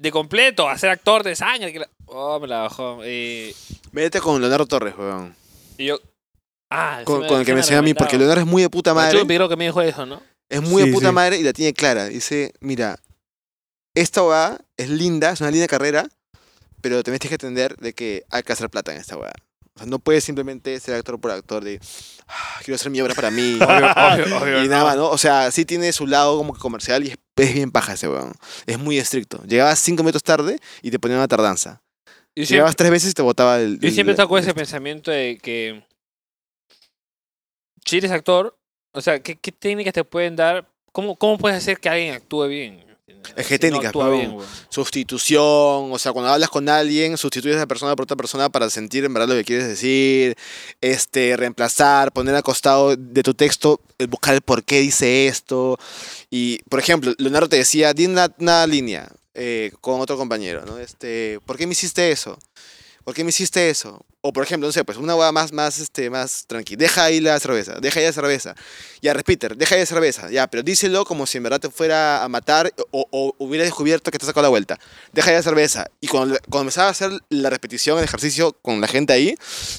A: de completo, a ser actor de sangre. que la- Oh, me la bajó. Y,
D: Métete con Leonardo Torres, weón.
A: y yo... Ah,
D: Con,
A: encima-
D: con el que
A: encima
D: me enseñó a mí, porque
A: reventado.
D: Leonardo es muy de puta
A: Bueno,
D: madre.
A: Chupi creo que me dijo eso, ¿no?
D: Es muy
B: Sí,
D: de puta
B: sí.
D: madre y la tiene clara. Dice, mira, esta weá es linda, es una linda carrera, pero también tienes que entender de que hay que hacer plata en esta weá. O sea, no puedes simplemente ser actor por actor de, "Ah, quiero hacer mi obra para mí. (laughs)
A: obvio, obvio,
D: y nada más, ¿no? O sea, sí tiene su lado como que comercial y es, es bien paja ese weón. Es muy estricto. Llegabas cinco minutos tarde y te ponían una tardanza.
A: Yo siempre,
D: Llegabas tres veces y te botaba el...
A: yo
D: el-
A: siempre saco ese pensamiento de que si eres actor, o sea, ¿qué, qué técnicas te pueden dar? ¿Cómo, ¿Cómo puedes hacer que alguien actúe bien?
D: Es
A: Si
D: que
A: no
D: técnicas,
A: actúa
D: pavo.
A: bien, weón.
D: sustitución, o sea, cuando hablas con alguien, sustituyes a esa persona por otra persona para sentir en verdad lo que quieres decir, este, reemplazar, poner al costado de tu texto, eh, buscar el por qué dice esto. Y, por ejemplo, Leonardo te decía, di una, una línea eh, con otro compañero, ¿no? Este, ¿por qué me hiciste eso? ¿Por qué me hiciste eso? O, por ejemplo, no sé, pues una hueá más, más, este, más tranquila. Deja ahí la cerveza, deja ahí la cerveza. Ya, repite, deja ahí la cerveza. Ya, pero díselo como si en verdad te fuera a matar o, o hubieras descubierto que te sacó la vuelta. Deja ahí la cerveza. Y cuando, cuando empezaba a hacer la repetición, el ejercicio con la gente ahí,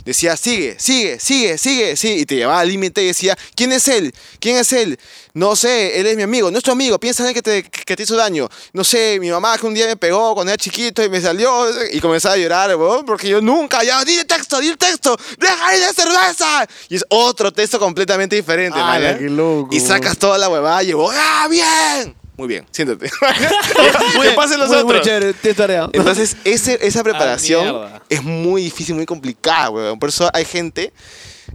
D: decía, sigue, sigue, sigue, sigue, sí. Y te llevaba al límite y decía, ¿quién es él? ¿Quién es él? No sé, él es mi amigo, no es tu amigo, piensa en él que te, que te hizo daño. No sé, mi mamá que un día me pegó cuando era chiquito y me salió y comenzaba a llorar, weón, porque yo nunca, ya, di el texto, di el texto, deja ahí la cerveza. Y es otro texto completamente diferente,
B: ¡Hala,
D: man, ¿eh?
B: Ah, qué loco!
D: Y sacas toda la huevada y yo, ¡ah, bien! Muy bien,
B: (laughs)
D: siéntate. (laughs)
B: Muy- (laughs)
D: que pasen los
B: muy- muy
D: otros.
B: chévere, te tarea.
D: Entonces, ese- esa preparación
A: mierda.
D: es muy difícil, muy complicada, weón. Por eso hay gente.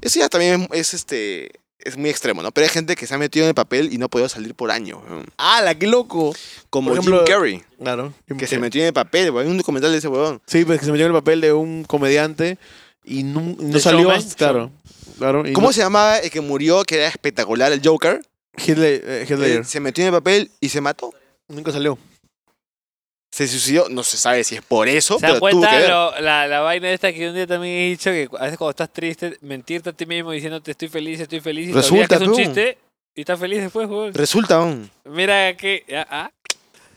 D: Eso ya también es, es, este. Es muy extremo, ¿no? Pero hay gente que se ha metido en el papel y no ha podido salir por años, weón.
B: (laughs) ¡Hala, qué loco!
D: Como
B: Por ejemplo,
D: Jim Carrey,
B: Claro.
D: que se metió en el papel, weón. Hay un documental de ese weón.
B: eh, Sí, pues que se metió en el papel de un comediante y no, y no
A: ¿De
B: salió.
A: showman?
B: Claro. claro y
D: ¿Cómo
B: no-
D: se llamaba el que murió, que era espectacular, el Joker?
B: Heath Le- eh, Heath Ledger.
D: Él se metió en el papel y se mató.
B: Nunca salió.
D: Se suicidó. No se sabe si es por eso,
A: ¿Se dan
D: pero tuvo que
A: cuenta
D: ver.
A: lo- la, la vaina esta que un día también he dicho? Que a veces cuando estás triste, mentirte a ti mismo diciéndote estoy feliz, estoy feliz. Y te olvidas
D: Resulta,
A: que es un
D: tú.
A: chiste y estás feliz después, weón.
D: Resulta, weón.
A: Mira que... ah, ah.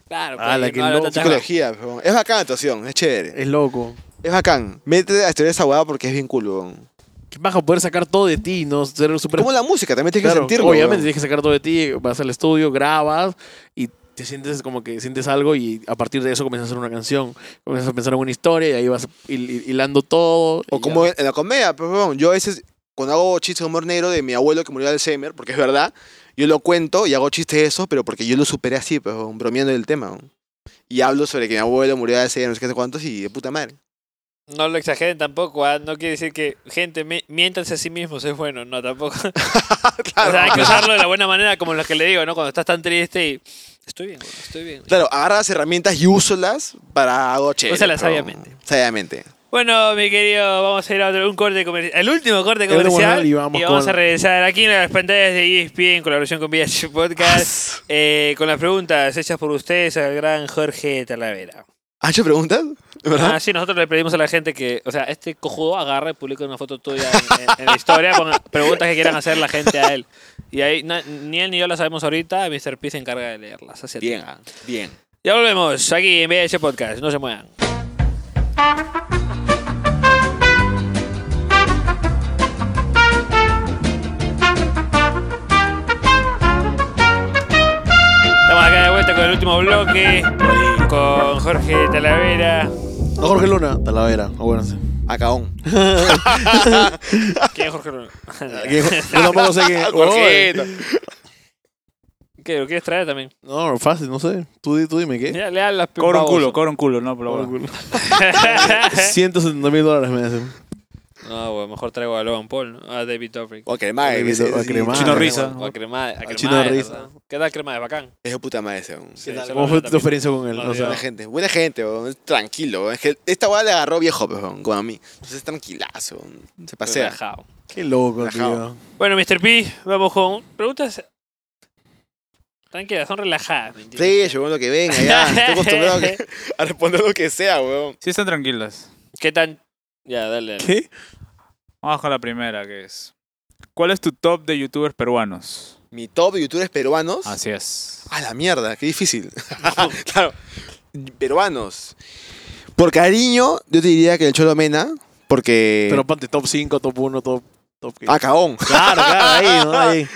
A: Claro, pues,
B: Ah, la
A: porque
B: que
A: hablo
B: loco.
A: tantas-
D: Psicología, weón. Es bacán la actuación, es chévere.
B: Es loco.
D: Es bacán. Métete a estudiar esa huevada porque es bien cool, weón.
B: Qué baja poder sacar todo de ti, no ser súper.
D: Como la música, también tienes
B: Claro,
D: que sentirlo.
B: Obviamente
D: weón.
B: tienes que sacar todo de ti, vas al estudio, grabas y te sientes como que sientes algo y a partir de eso comienzas a hacer una canción, comienzas a pensar en una historia y ahí vas hil- hil- hilando todo. y
D: O
B: ya.
D: como en la comedia, pero weón, yo a veces, cuando hago chistes de humor negro de mi abuelo que murió de Alzheimer, porque es verdad, yo lo cuento y hago chistes de eso, pero porque yo lo superé así, pues, weón, bromeando del tema. weón. Y hablo sobre que mi abuelo murió de Alzheimer, no sé qué sé cuántos, y de puta madre.
A: No lo exageren tampoco, ¿ah? no quiere decir que, gente, mi- miéntanse a sí mismos, es bueno, no,
B: (laughs)
A: tampoco. O sea, hay que usarlo de la buena manera, como los que le digo, ¿no? Cuando estás tan triste y... Estoy bien, güey, estoy bien.
D: Claro, agarra las herramientas y úsalas para algo chévere.
A: Úsalas
D: pero,
A: sabiamente.
D: Sabiamente.
A: Bueno, mi querido, vamos a ir a otro, un corte comercial, el último corte
B: último
A: comercial.
B: corte y vamos con-
A: a regresar aquí en las pantallas de E ESPN en colaboración con VH Podcast,
B: (laughs)
A: eh, con las preguntas hechas por ustedes al gran Jorge Talavera.
D: ¿Has hecho preguntas? ¿Verdad?
A: Ah, sí, nosotros le pedimos a la gente que, o sea, este cojudo agarra y publica una foto tuya en, en- en la historia con preguntas que quieran hacer la gente a él. Y ahí na- ni él ni yo las sabemos ahorita, Mr. P se encarga de leerlas. Así que-
D: Bien, bien.
A: Ya volvemos aquí en BH Podcast, no se muevan. Estamos acá de vuelta con el último bloque, con Jorge Talavera.
B: No, Jorge Luna, Talavera, (laughs) acuérdense.
D: Acaón.
A: ¿Quién es Jorge
D: (laughs)
A: Ah, Luna?
D: Ah,
B: Aquí, Yo tampoco sé (laughs) que.
D: Jorgito. (laughs)
A: ¿Qué? ¿Lo quieres traer también?
B: No, fácil, no sé. Tú, di- tú dime qué.
A: Ya, le dan las
C: Cobra un
D: (laughs)
A: baboso.
C: culo, cobra un culo, no, pero bueno.
B: 170 mil dólares me hacen.
A: (laughs) No, güey, mejor traigo a Logan Paul, ¿no? A David Dobrik.
D: O a cremar.
B: David,
D: ese-
B: o a
D: ese-
B: cremar.
C: Chino
D: Ah,
C: Risa.
A: O a Crema, a Crema,
B: Chino
A: de
B: Risa.
A: verdad. ¿Qué tal Crema? Es bacán.
D: Es de puta madre ese. weón.
A: Sí, se lo
B: ¿Cómo fue tu
A: también.
B: experiencia con él?
A: No,
B: O sea,
D: Buena gente, buena gente, weón, es tranquilo. weón. Es que esta weá le agarró viejo, pues, weón, como a mí. Entonces es tranquilazo, weón. se pasea.
A: Relajado.
B: qué loco,
D: Relajado.
B: tío.
A: Bueno, Mr. P, vamos con preguntas. Tranquilas, son relajadas. ¿me entiendes?
D: Sí, yo bueno, lo que venga,
B: (laughs)
D: ya. Estoy acostumbrado a, que- a responder lo que sea, weón.
C: Sí están tranquilas.
A: (laughs) ¿Qué tan.? Ya, dale. dale.
B: ¿Qué?
C: Vamos con la primera, que es... ¿Cuál es tu top de youtubers peruanos?
D: Mi top youtubers peruanos.
B: Ah,
C: Así es.
D: A la mierda, qué difícil. (laughs) claro. Peruanos. Por cariño, yo te diría que el Cholo Mena, porque.
B: Pero ponte top 5, top 1, top... top qué.
D: Ah, cagón.
B: claro, claro, ahí, ¿no? (laughs) Ahí.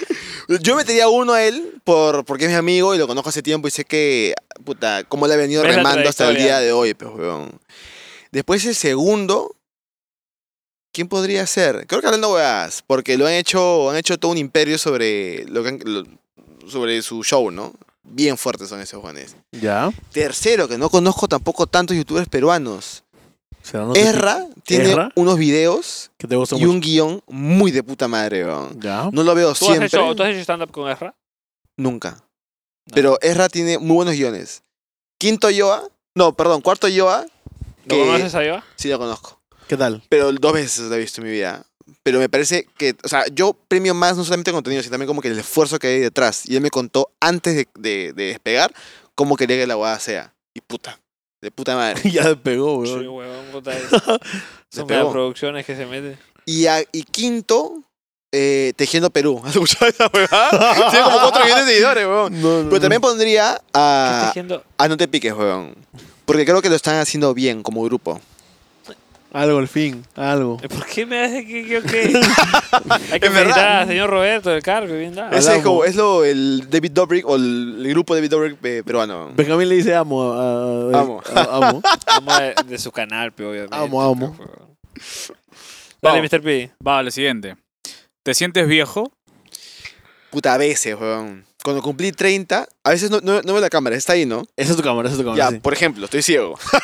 D: Yo metería uno a él por, porque es mi amigo y lo conozco hace tiempo y sé que, puta, cómo le ha venido
A: Ves la
D: remando hasta el
A: trayectoria.
D: día de hoy, pues, weón. Después el segundo, ¿quién podría ser? Creo que hablando weas, porque lo han hecho, han hecho todo un imperio sobre, lo que han- lo- sobre su show, ¿no? Bien fuertes son esos jóvenes.
B: Ya.
D: Tercero, que no conozco tampoco tantos youtubers peruanos.
B: Será no sé
D: Erra tiene
B: ¿Erra?
D: unos videos
B: qué- Que te gusta
D: y un guión muy de puta madre, weón.
B: Ya.
D: No lo veo
A: ¿Tú has,
D: siempre.
A: hecho, ¿Tú has hecho stand-up con Ezra?
D: Nunca. Pero Ezra tiene muy buenos guiones. Quinto Yoa. No, perdón, cuarto Yoa.
A: ¿Lo
D: Que-
A: conoces a Eva?
D: Sí lo conozco.
B: ¿Qué tal?
D: Pero dos veces lo he visto en mi vida. Pero me parece que, o sea, yo premio más no solamente el contenido, sino también como que el esfuerzo que hay detrás. Y él me contó antes de, de- de despegar cómo quería que la guada sea. Y puta. De puta
A: (laughs)
D: madre.
B: (laughs) ya despegó,
A: Sí,
B: weón.
A: huevón,
D: (laughs)
A: puta. es-
D: Se
A: Son las
D: pegó. Ah.
A: producciones que se meten.
D: Y, a- y quinto, eh, Tejiendo Perú. (laughs) ¿Has escuchado esa
A: (laughs)
D: huevada? Tiene como 4 millones de seguidores, weón.
B: No, no,
D: Pero también
B: no.
D: pondría
A: ¿Qué está
D: a,
A: haciendo?
D: a Ah, No Te Piques, weón. Porque creo que lo están haciendo bien como grupo.
B: Algo al fin, algo.
A: ¿Por qué me hace que yo
D: (laughs)
A: qué? Hay que
D: Es verdad.
A: felicitar al señor Roberto del Carpio, bien dado.
B: Es-
D: Ese es
B: Hablamos.
D: como, es lo, el David Dobrik o el, el grupo David Dobrik pe- peruano.
B: Benjamín le dice amo a... a-
D: Amo.
B: a- amo.
A: Vamos de, de su canal, pero obviamente.
B: Amo, amo.
A: Dale,
C: Vamos.
A: Mr. P.
C: Vale, siguiente. ¿Te sientes viejo?
D: Puta, a veces, weón. Cuando cumplí 30, a veces no, no, no veo la cámara, está ahí, ¿no?
B: Esa es tu cámara, esa es tu cámara.
D: Ya,
B: sí.
D: por ejemplo, estoy ciego. (laughs)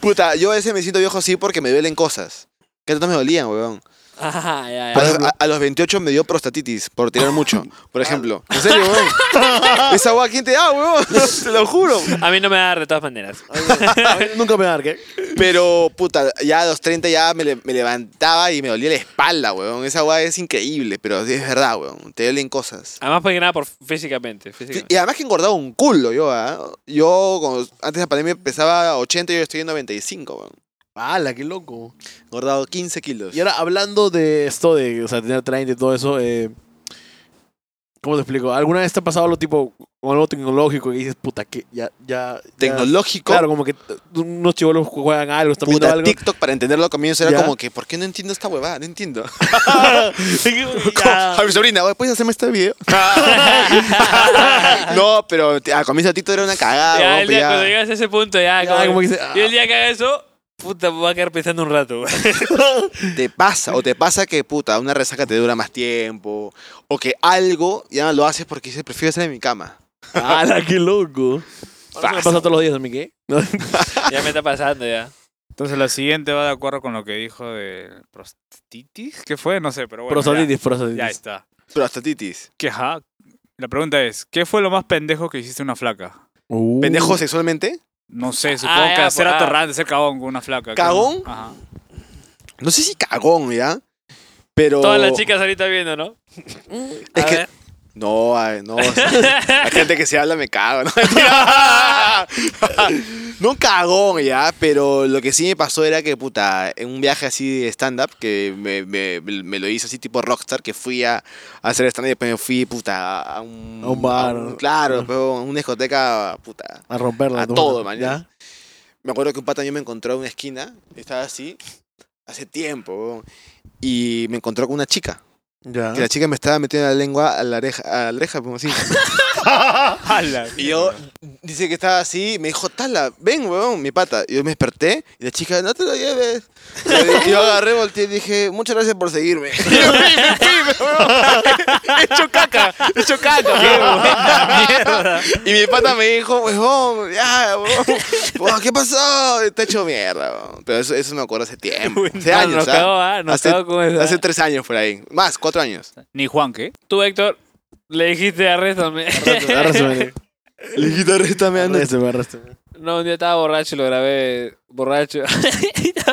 D: Puta, yo a veces me siento viejo así porque me duelen cosas. Que tanto me dolían, weón.
A: Ah, ya,
D: Por
A: ya.
D: ejemplo, a, a los 28 me dio prostatitis por tirar mucho, por ejemplo. En serio, weón. Esa agua, ¿quién te da, weón? Te lo juro.
A: A mí no me va a dar de todas maneras.
B: A mí Nunca me va a dar, ¿qué?
D: Pero, puta, ya a los 30 ya me, le- me levantaba y me dolía la espalda, weón. Esa weá es increíble, pero sí es verdad, weón. Te duelen
B: Ah,
D: cosas.
A: Además, porque nada, por físicamente. físicamente.
D: Y además que he engordado un culo yo, ¿ah? Yo, cuando- antes de la pandemia, pesaba 80 y yo estoy en 95, weón.
B: ¡Hala, qué loco!
D: Engordado 15 kilos.
B: Y ahora, hablando de esto de o sea, tener 30 y todo eso, eh, ¿cómo te explico? ¿Alguna vez te ha pasado algo tipo con algo tecnológico y dices, puta, que ya. ya ya-
D: Tecnológico.
B: Claro, como que t- unos chivolos juegan algo, están viendo
D: Puta,
B: algo.
D: TikTok, para entenderlo al comienzo, era
B: Ya.
D: como que, ¿por qué no entiendo esta huevada? No entiendo. (laughs)
A: (laughs) Ya.
D: A mi sobrina, "Oye, ¿puedes hacerme este
B: (laughs)
D: video? (laughs) no, pero te- al comienzo de TikTok era una cagada,
A: Ya,
D: weón,
A: el
D: pero
A: día,
D: ya-
A: cuando llegas a ese punto, ya.
B: Ya,
A: como
B: como
A: que-
B: que se-
A: Yo el día que haga eso, puta, me voy a quedar pensando un rato. (laughs)
D: te pasa, o te pasa que puta, una resaca te dura más tiempo, o que algo ya no lo haces porque dices, prefiero estar en mi cama.
B: ¡Hala, "Ah, qué loco! Ahora se me
D: Fácil.
B: pasa todos los días a mí, (laughs) ¿qué?
A: ya me está pasando, ya.
C: Entonces la siguiente va de acuerdo con lo que dijo de prostatitis, ¿qué fue? No sé, pero bueno.
B: Prosolitis,
C: Ya,
B: prosolitis.
C: ya está.
D: Prostatitis.
C: ¿Qué, ajá? La pregunta es, ¿qué fue lo más pendejo que hiciste una flaca?
B: Uh.
D: ¿Pendejo sexualmente?
C: No sé, supongo
A: Ah,
C: que
A: ya,
C: ser
A: pues, ah.
C: atorrante, ser cagón con una flaca. creo.
D: ¿Cagón?
C: Ajá.
D: No sé si cagón, ¿ya? Pero.
A: Todas las chicas ahorita viendo, ¿no?
D: Oh. Es
A: A
D: que-
A: ver.
D: No, ay, no. La gente que se habla me cago, ¿no? (laughs) Mentira. no cagón, ¿ya? Pero lo que sí me pasó era que, puta, en un viaje así de stand-up, que me, me- me lo hice así tipo rockstar, que fui a, a hacer stand-up y después me fui, puta, a un,
B: A un bar. Ah.
D: claro, pero a una discoteca, puta.
B: A romperla.
D: A
B: tú,
D: todo,
B: ¿ya?
D: mañana. Me acuerdo que un pata mío me encontró en una esquina, estaba así, hace tiempo, weón, y me encontró con una chica.
B: Ya.
D: Que la chica me estaba metiendo la lengua a la oreja, a la oreja como así.
C: ¡Hala!
D: Y yo, dice que estaba así, y me dijo, Tala, ven, weón, mi pata. Y yo me desperté, y la chica, no te lo lleves. Y yo agarré, volteé y dije, muchas gracias por seguirme. (laughs) Y yo, "Sí, me fui, me fui, weón". Hecho caca, hecho caca.
A: mierda.
D: Y mi pata me dijo, weón, ya, weón, Weón, ¿qué pasó? Está hecho mierda, weón. Pero eso, eso me acuerdo hace tiempo, hace
A: Ah,
D: años,
A: nos
D: ¿ah?
A: cagó, ah, nos
D: hace,
A: cagó con esa.
D: hace tres años por ahí, más, cuatro años.
C: Ni Juan, ¿qué?
A: Tú, Héctor, le dijiste arréstame.
B: (laughs)
D: (laughs)
B: Arrástrame.
D: Le dije, "Arréstame, anda".
B: Arrástrame, arrástrame.
A: (laughs) No, un día estaba borracho y lo grabé borracho. (laughs)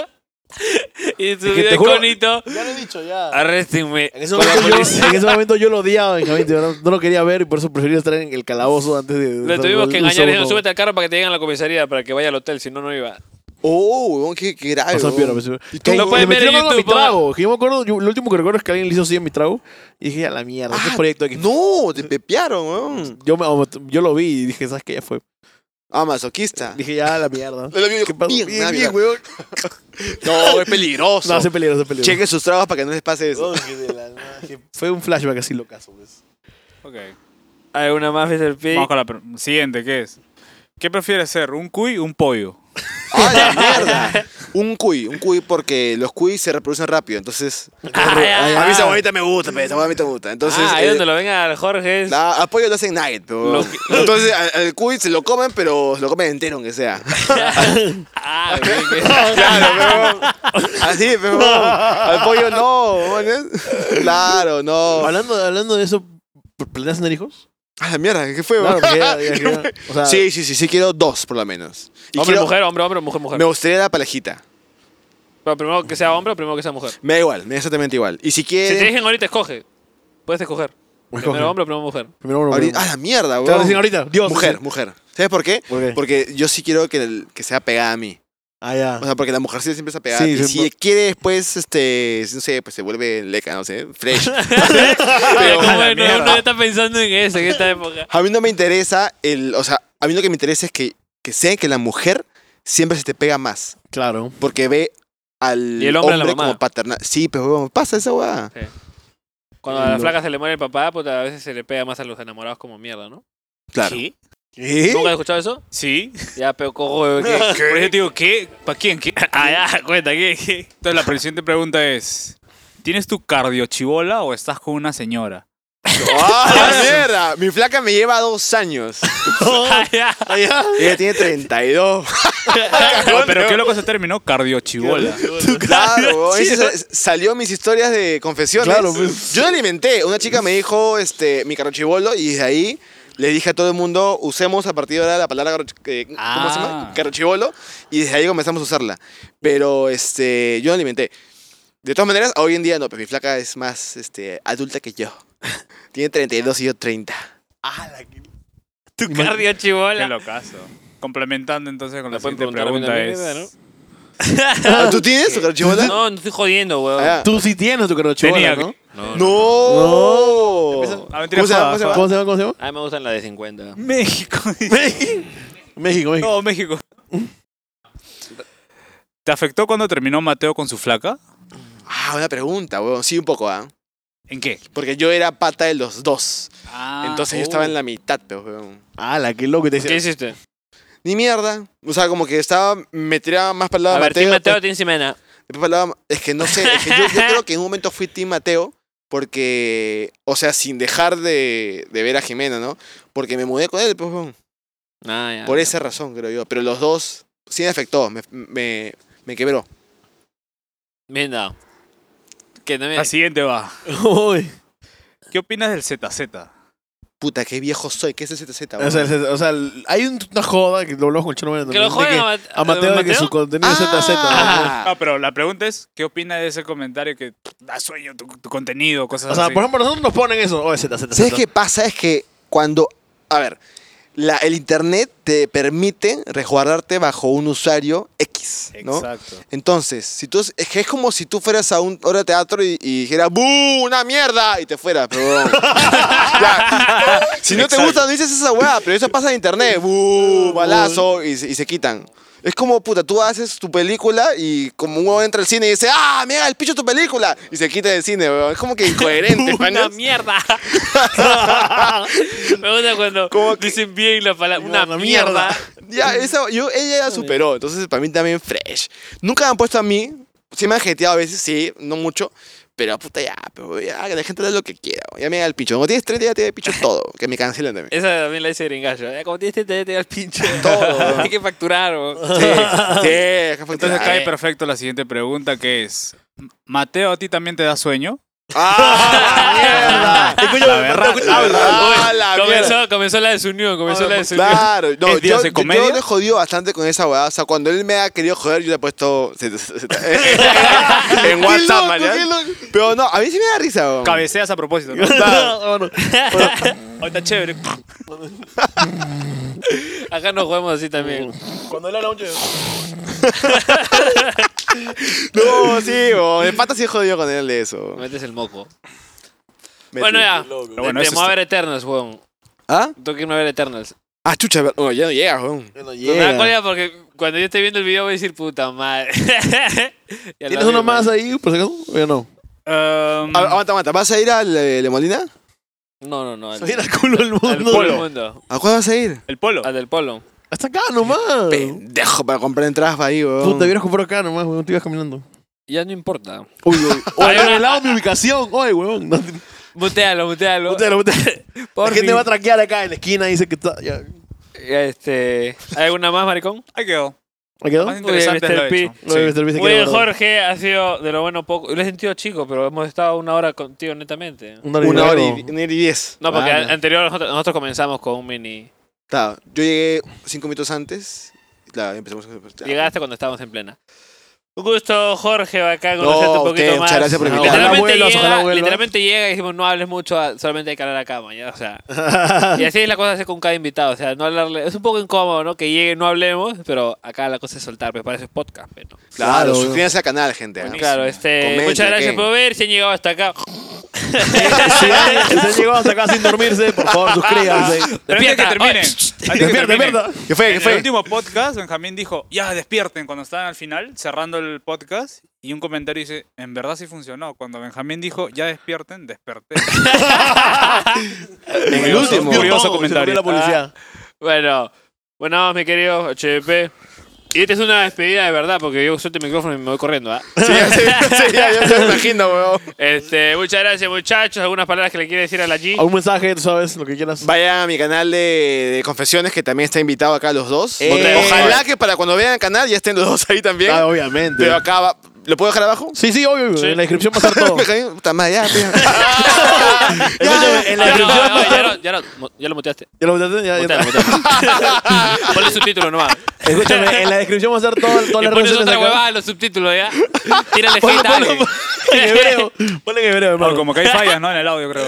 A: y
B: que
A: subió
B: te
A: el
B: juro-
A: conito.
B: Ya lo he dicho, ya.
A: Arréstenme.
B: En ese, momento yo, en ese momento yo lo odiaba, Benjamín, de verdad, no lo quería ver y por eso prefería estar en el calabozo antes de...
A: Lo
B: de-
A: tuvimos que
B: un
A: engañar y
B: segundo.
A: súbete al carro para que te lleguen a la comisaría, para que vaya al hotel, si no, no iba.
D: Oh, weón, qué, qué grave.
B: O sea,
D: weón.
B: peor, pues,
D: Y
B: que
D: tú-
A: Lo
B: le
A: pueden ver en
B: metieron algo a mi
A: YouTube,
B: trago. Que yo me acuerdo, yo- lo último que recuerdo es que alguien le hizo así a mi trago y dije, a la mierda, este
D: Ah,
B: proyecto aquí.
D: No, te pepearon, weón.
B: Yo, me- yo lo vi y dije, ¿sabes qué? Ya fue.
D: Ah, masoquista.
B: Dije, ya, a la
D: (laughs)
B: mierda.
D: Le lo vi,
B: ¿Qué pasó?
D: bien,
B: Bien,
D: Navidad.
B: bien,
A: (laughs)
B: weón.
D: No, es peligroso.
B: No, se pelearon, se pelearon. (laughs)
D: Chequen sus tragos para que no les pase eso.
A: (laughs)
B: Oh, que de la nada, que Fue un flashback así locazo, pues.
C: Ok.
A: ¿Alguna más, el P?
C: Vamos con la pre- siguiente, ¿qué es? ¿Qué prefieres ser? ¿Un cuy o un pollo?
D: ¡Ah, la mierda! Un cuy, un cuy porque los cuy se reproducen rápido, entonces... a mí esa bonita me gusta, pero esa bonita me gusta. Entonces,
A: ah, ahí
D: eh,
A: donde lo venga al Jorge. es-
D: la- a pollo lo hacen nugget, pero-
A: Lo que-
D: Entonces, al, al cuy se lo comen, pero se lo comen entero,
A: (laughs)
D: aunque sea.
A: (laughs) Ah, bien, bien.
D: Claro, pero... Así, pero...
A: (laughs)
D: Al pollo no, ¿no? Claro, no. A
B: Hablando, hablando de eso, ¿planeas tener hijos?
D: la mierda, ¿qué fue?
B: Claro,
D: weón? (laughs)
B: porque ya- ya- ya- o sea,
D: Sí, sí, sí, sí, quiero dos, por lo menos. Y
A: Hombre,
D: quiero-
A: mujer, hombre, hombre, mujer, mujer.
D: Me gustaría la parejita.
A: Pero primero que sea hombre o primero que sea mujer.
D: Me da igual, me da exactamente igual. Y si
A: Si
D: quieres.
A: te dicen ahorita, escoge. Puedes escoger.
B: Escoge.
A: Primero hombre o primero mujer.
B: Primero uno,
D: ahorita-
B: primero
D: ¡Ah, la mierda,
B: Te vas a decir
D: weón!
B: ahorita, Dios.
D: Mujer, mujer. ¿Sabes por qué?
B: ¿Por qué?
D: Porque yo sí quiero que, el- que sea pegada a mí.
B: Ah, ya.
D: O sea, porque la mujer sí siempre está pegada.
B: Sí,
D: y si
B: siempre-
D: quiere después, este, no sé, pues se vuelve leca, no sé, fresh.
A: Pero
D: Pero
A: como
C: la
A: que no,
C: mierda.
A: no está pensando en eso en esta época.
D: a mí no me interesa el. O sea, a mí lo que me interesa es que, que sé que la mujer siempre se te pega más.
B: Claro.
D: Porque ve al
A: Y el hombre a la mamá.
D: como paternal. Sí, pero weón, pasa esa weá.
A: Cuando a la
B: Lo-
A: flaca se le muere el papá, pues a veces se le pega más a los enamorados como mierda, ¿no?
D: Claro.
C: ¿Sí?
A: ¿Nunca has escuchado eso?
C: ¿Sí?
A: Ya, pero cojo. ¿qué?
C: (laughs) Por eso te digo, ¿qué? ¿Para quién? ¿Qué?
A: Ah, ya, (laughs) cuenta, ¿qué? qué?
C: Entonces la siguiente pregunta es, ¿tienes tu cardiochibola o estás con una señora?
D: ¡Ah, la mierda! Mi flaca me lleva dos años.
A: (laughs) Ah, ya.
D: Ella tiene 32.
C: No, pero qué loco se terminó cardiochibola.
D: Claro, weón. Ese sa- salió mis historias de confesiones.
B: Claro, pues.
D: Yo la alimenté. Una chica me dijo este, mi carrochibolo y desde ahí le dije a todo el mundo, usemos a partir de ahora la palabra carroch- eh, ¿cómo
C: Ah.
D: se llama? carrochibolo y desde ahí comenzamos a usarla. Pero este, yo la alimenté. De todas maneras, hoy en día no, pero mi flaca es más este, adulta que yo. (laughs) Tiene 32 y yo 30.
A: Tu cardio
C: Qué
A: chibola.
C: locazo. Complementando entonces con la
A: La pueden
C: siguiente
A: preguntar
C: pregunta
A: también,
C: es...
D: Ah, ¿Tú tienes tu
A: (laughs)
D: carrochibola?
A: No, no estoy jodiendo,
D: Ah,
A: weón.
D: ya.
B: Tú sí tienes tu carrochibola,
C: Tenía
B: ¿no?
A: No,
D: No.
C: Ah, mentira,
D: ¿Cómo se
C: joda,
D: llama? ¿Cómo se llama?
B: ¿Cómo se llama? ¿Cómo se llama?
A: A mí me gustan las de 50.
C: México. (laughs)
B: (laughs) México, México.
C: No, México. ¿Te afectó cuando terminó Mateo con su flaca?
D: Ah, una pregunta, weón. Sí, un poco, ¿ah?
C: ¿En qué?
D: Porque yo era pata de los dos.
C: Ah,
D: Entonces yo estaba en
C: la...
D: la mitad, pero, weón.
B: Ala, qué loco. Y te
A: ¿Qué
B: dice,
A: hiciste?
D: Ni mierda. O sea, como que estaba. Me tiraba más para el lado
A: A
D: de
A: ver,
D: Mateo.
A: Tim Mateo,
D: pues,
A: Tim Simena.
D: después para el lado- es que no sé. Es que yo, yo creo que en un momento fui Team Mateo. Porque. O sea, sin dejar de, de ver a Jimena, ¿no? Porque me mudé con él, pues, weón.
A: Ah, ya.
D: Por esa razón, creo yo. Pero los dos. Sí me afectó. Me, me, me quebró.
A: Bien dado. Que también.
C: La siguiente va. Ah.
B: uy.
C: ¿Qué opinas del ZZ?
D: Puta, qué viejo soy. ¿Qué es ese ZZ,
B: O sea,
D: weón?
B: el- o sea, el- hay un- una joda que lo hablamos con Chano Moreno
A: Que lo
B: también, de
A: joden a,
B: que-
A: Mat-
B: a Mateo de que su contenido es ZZ. ¿no?
D: Ah.
C: Ah, pero la pregunta es, ¿qué opinas de ese comentario que da sueño tu, tu contenido, cosas
B: O sea,
C: así?
B: por ejemplo, nosotros nos ponen eso. Oh, es ZZ. (laughs)
D: ¿Sabes qué pasa? Es que cuando. A ver, la- el internet te permite resguardarte bajo un usuario X, ¿no?
C: Exacto.
D: Entonces, si tú, es que es como si tú fueras a un hora de teatro y, y dijeras ¡Buu! ¡Una mierda! Y te fueras, pero bueno.
C: (laughs)
D: Ya. Si no te
C: Exacto.
D: gusta, no dices esa weá, pero eso pasa en internet. ¡Buu! ¡Balazo! Y, se- y se quitan. Es como, puta, tú haces tu película y como uno entra al cine y dice, ¡ah, mira, el picho tu película! Y se quita del cine, weón. Es como que
C: (laughs)
D: incoherente,
A: ¡Una
D: man. (laughs)
A: mierda! (laughs) Me gusta cuando
D: Como que-
A: dicen bien la palabra.
B: Una
A: ¡Una,
B: mierda.
A: mierda!
D: Ya, esa, yo, ella ya superó, entonces para mí también fresh. Nunca me han puesto a mí, sí me han jeteado a veces, sí, no mucho, pero puta ya, pero ya, que la gente da lo que quiera, weón. ya me da el pincho. Como tienes 30 ya te da el pincho todo, que me
C: (laughs)
D: cancelen
C: Eh,
D: también.
A: Esa también la dice Gringallo. ¿eh? Como tienes tete, te da el
B: (laughs)
A: pinche.
D: Todo.
A: Hay que facturar, bro.
D: Sí, sí, deja eh.
C: Entonces
D: facturar.
C: cae perfecto la siguiente pregunta que es, Mateo, ¿a ti también te da sueño? (laughs)
D: ¡Ah, mierda!
B: Escucha,
C: La verdad,
B: escucha,
D: la verdad.
B: ah,
D: Ah, la
A: comenzó, comenzó la desunión, comenzó la desunión.
D: Claro, no,
C: ¿Es días
D: yo,
C: de
D: yo-
C: comedia?
D: yo le he jodido bastante con esa weá. O sea, cuando él me ha querido joder, yo le he puesto. (laughs) en
B: Qué
D: WhatsApp,
B: loco,
D: man, ¿ya?
B: qué
D: Pero no, a mí sí me da risa, weón.
C: Cabeceas a propósito. ¿no?
A: (laughs)
B: Ah, bueno.
C: Ahorita chévere.
A: Acá nos jugamos así también.
B: Cuando él habla mucho.
D: No, sí, weón. El pata sí he jodido con él de eso.
A: Me
D: weón.
A: metes el moco.
D: Me-
A: bueno, ya.
B: loco.
A: Te-
C: bueno,
A: te
C: eso
A: voy a
C: está-
A: ver Eternals, weón.
D: ¿Ah?
A: Tengo que irme a ver Eternals.
D: Ah, chucha, ver- bueno, ya no llega, weón.
B: Ya no
A: Me da
B: llega.
A: cólera porque cuando yo esté viendo el video voy a decir, puta madre. (laughs) Ya
B: ¿Tienes
A: lo
B: uno
A: vi,
B: más
A: weón.
B: ahí, por si acaso? ¿O ya no?
C: Um,
D: A- Aguanta, aguanta. ¿Vas a ir a Le, Le Molina?
A: No, no, no. Al,
B: Mira, culo del
A: al
B: mundo.
A: polo. mundo.
D: ¿A cuál vas a ir?
C: el polo.
A: Al del polo.
B: Hasta acá nomás.
D: Pendejo, para comprar entradas para ahí, weón.
B: Puta, hubieras comprado acá nomás, weón. Te ibas caminando.
A: Ya no importa.
B: Uy, uy. O
A: Hay
B: había
A: una-
B: revelado mi ubicación. Oye, weón. No, te-
A: Mutealo, mutealo.
B: Putealo, putealo.
A: Por
B: La gente
A: fin.
B: va a traquear acá en la esquina y dice que está. Ya.
A: Este, ¿Hay alguna más, maricón?
C: Ahí quedó.
B: ¿Me quedó?
C: Más interesante
A: Mr.
C: es lo
A: P.
C: hecho.
B: Oye, Mr. Beast, te
A: Muy
B: quiero
A: bien,
B: guardar.
A: Jorge. Ha sido de lo bueno poco. Lo he sentido chico, pero hemos estado una hora contigo netamente.
B: Una hora y
D: Una hora y,
B: algo.
D: una hora y diez.
A: No, porque
B: Vale.
A: a- anterior nosotros, nosotros comenzamos con un mini.
D: Claro, yo llegué cinco minutos antes. Claro, empezamos. a- pues,
A: Llegaste cuando estábamos en plena. Un gusto, Jorge, acá
D: No,
A: conocerte un
D: ustedes,
A: poquito más.
D: muchas gracias por
B: No,
D: invitarme.
B: ojalá
A: Literalmente,
B: vuelvas,
A: llega,
B: ojalá vuelvas.
A: literalmente llega y dijimos, no hables mucho, ah, solamente hay que hablar acá, mañana. O
D: (laughs)
A: sea, y así es la cosa hacer con cada invitado. O sea, no hablarle. Es un poco incómodo, ¿no? Que llegue, no hablemos, pero acá la cosa es soltar, pero para eso es podcast, pero.
B: Claro,
D: Claro,
B: weón.
D: suscríbanse al canal, gente. ¿no?
A: Claro, este,
D: Comenten,
A: muchas gracias
D: ¿qué?
A: por ver. Si han llegado hasta acá,
B: (laughs) si, han, si han
D: (laughs)
B: llegado hasta acá sin dormirse, por favor, suscríbanse.
C: Pero antes de que
A: Despierta,
C: terminen.
A: oye.
C: antes de que
B: Despierta,
C: terminen,
B: mierda.
D: ¿Qué fue? ¿Qué
C: En el
D: fue?
C: último podcast, Benjamín dijo, ya despierten cuando estaban al final, cerrando el podcast. Y un comentario dice, en verdad sí funcionó. Cuando Benjamín dijo, ya despierten,
D: (laughs)
C: desperté.
D: En el
C: Curioso,
D: último. Ah.
C: curioso
B: Se lo pidió
C: comentario.
B: la policía.
A: Bueno, bueno, mi querido HDP. Y esta es una despedida de verdad, porque yo suelto el micrófono y me voy corriendo. ¿ah?
D: (laughs) Sí, ya, sí, sí, ya, ya me imagino, weón.
A: Este, muchas gracias, muchachos. Algunas palabras que le quiere decir a la
B: (laughs)
A: G.
B: A un mensaje, tú sabes, lo que quieras.
D: Vayan a mi canal de, de confesiones, que también está invitado acá los dos.
B: Eh.
D: Ojalá que para cuando vean el canal ya estén los dos ahí también.
B: Ah, obviamente.
D: Pero acá va. ¿Lo puedo dejar abajo?
B: Sí, sí, obvio.
A: Sí.
B: En la descripción va a estar todo.
D: (laughs) Benjamín, puta madre, ya, tío.
B: Escúchame, en
A: Ya, (laughs) no,
B: la descripción va a
A: no, ya,
B: estar.
A: lo- ya lo- mo- ya lo muteaste.
B: Ya lo botaste, ya- ya-
A: Mutealo,
B: (laughs)
A: mutealo. Ponle subtítulos nomás.
B: Escúchame, en la descripción va a estar todo, todas
A: Le
B: las
A: pones
B: recetas
A: otra
B: acá.
A: huevada a los subtítulos, ¿ya? Tírale
B: Ponlo,
A: hate a
B: ponlo, (laughs)
A: alguien.
B: ponlo en hebreo. Ponlo en hebreo,
C: Por
B: hermano.
C: como que hay fallas, ¿no? En el audio, creo.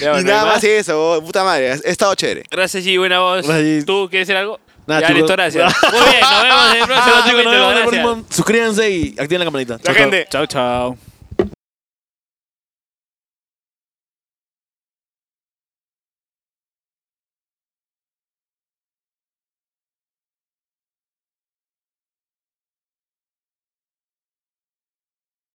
A: Ya, bueno,
D: Y nada
A: ¿hay
D: más eso, oh, puta madre. He estado chévere.
A: Gracias, G. Buena voz.
B: Gracias, G.
A: ¿Tú quieres decir algo?
B: Nada,
A: ya,
B: chicos.
A: listo,
B: (laughs)
A: gracias. Muy bien, nos vemos en el próximo
B: Chicos, nos
A: capítulo.
B: vemos en el
A: gracias.
B: próximo. Suscríbanse y activen la campanita. Chao, chao.
D: gente.
C: Chao, chao.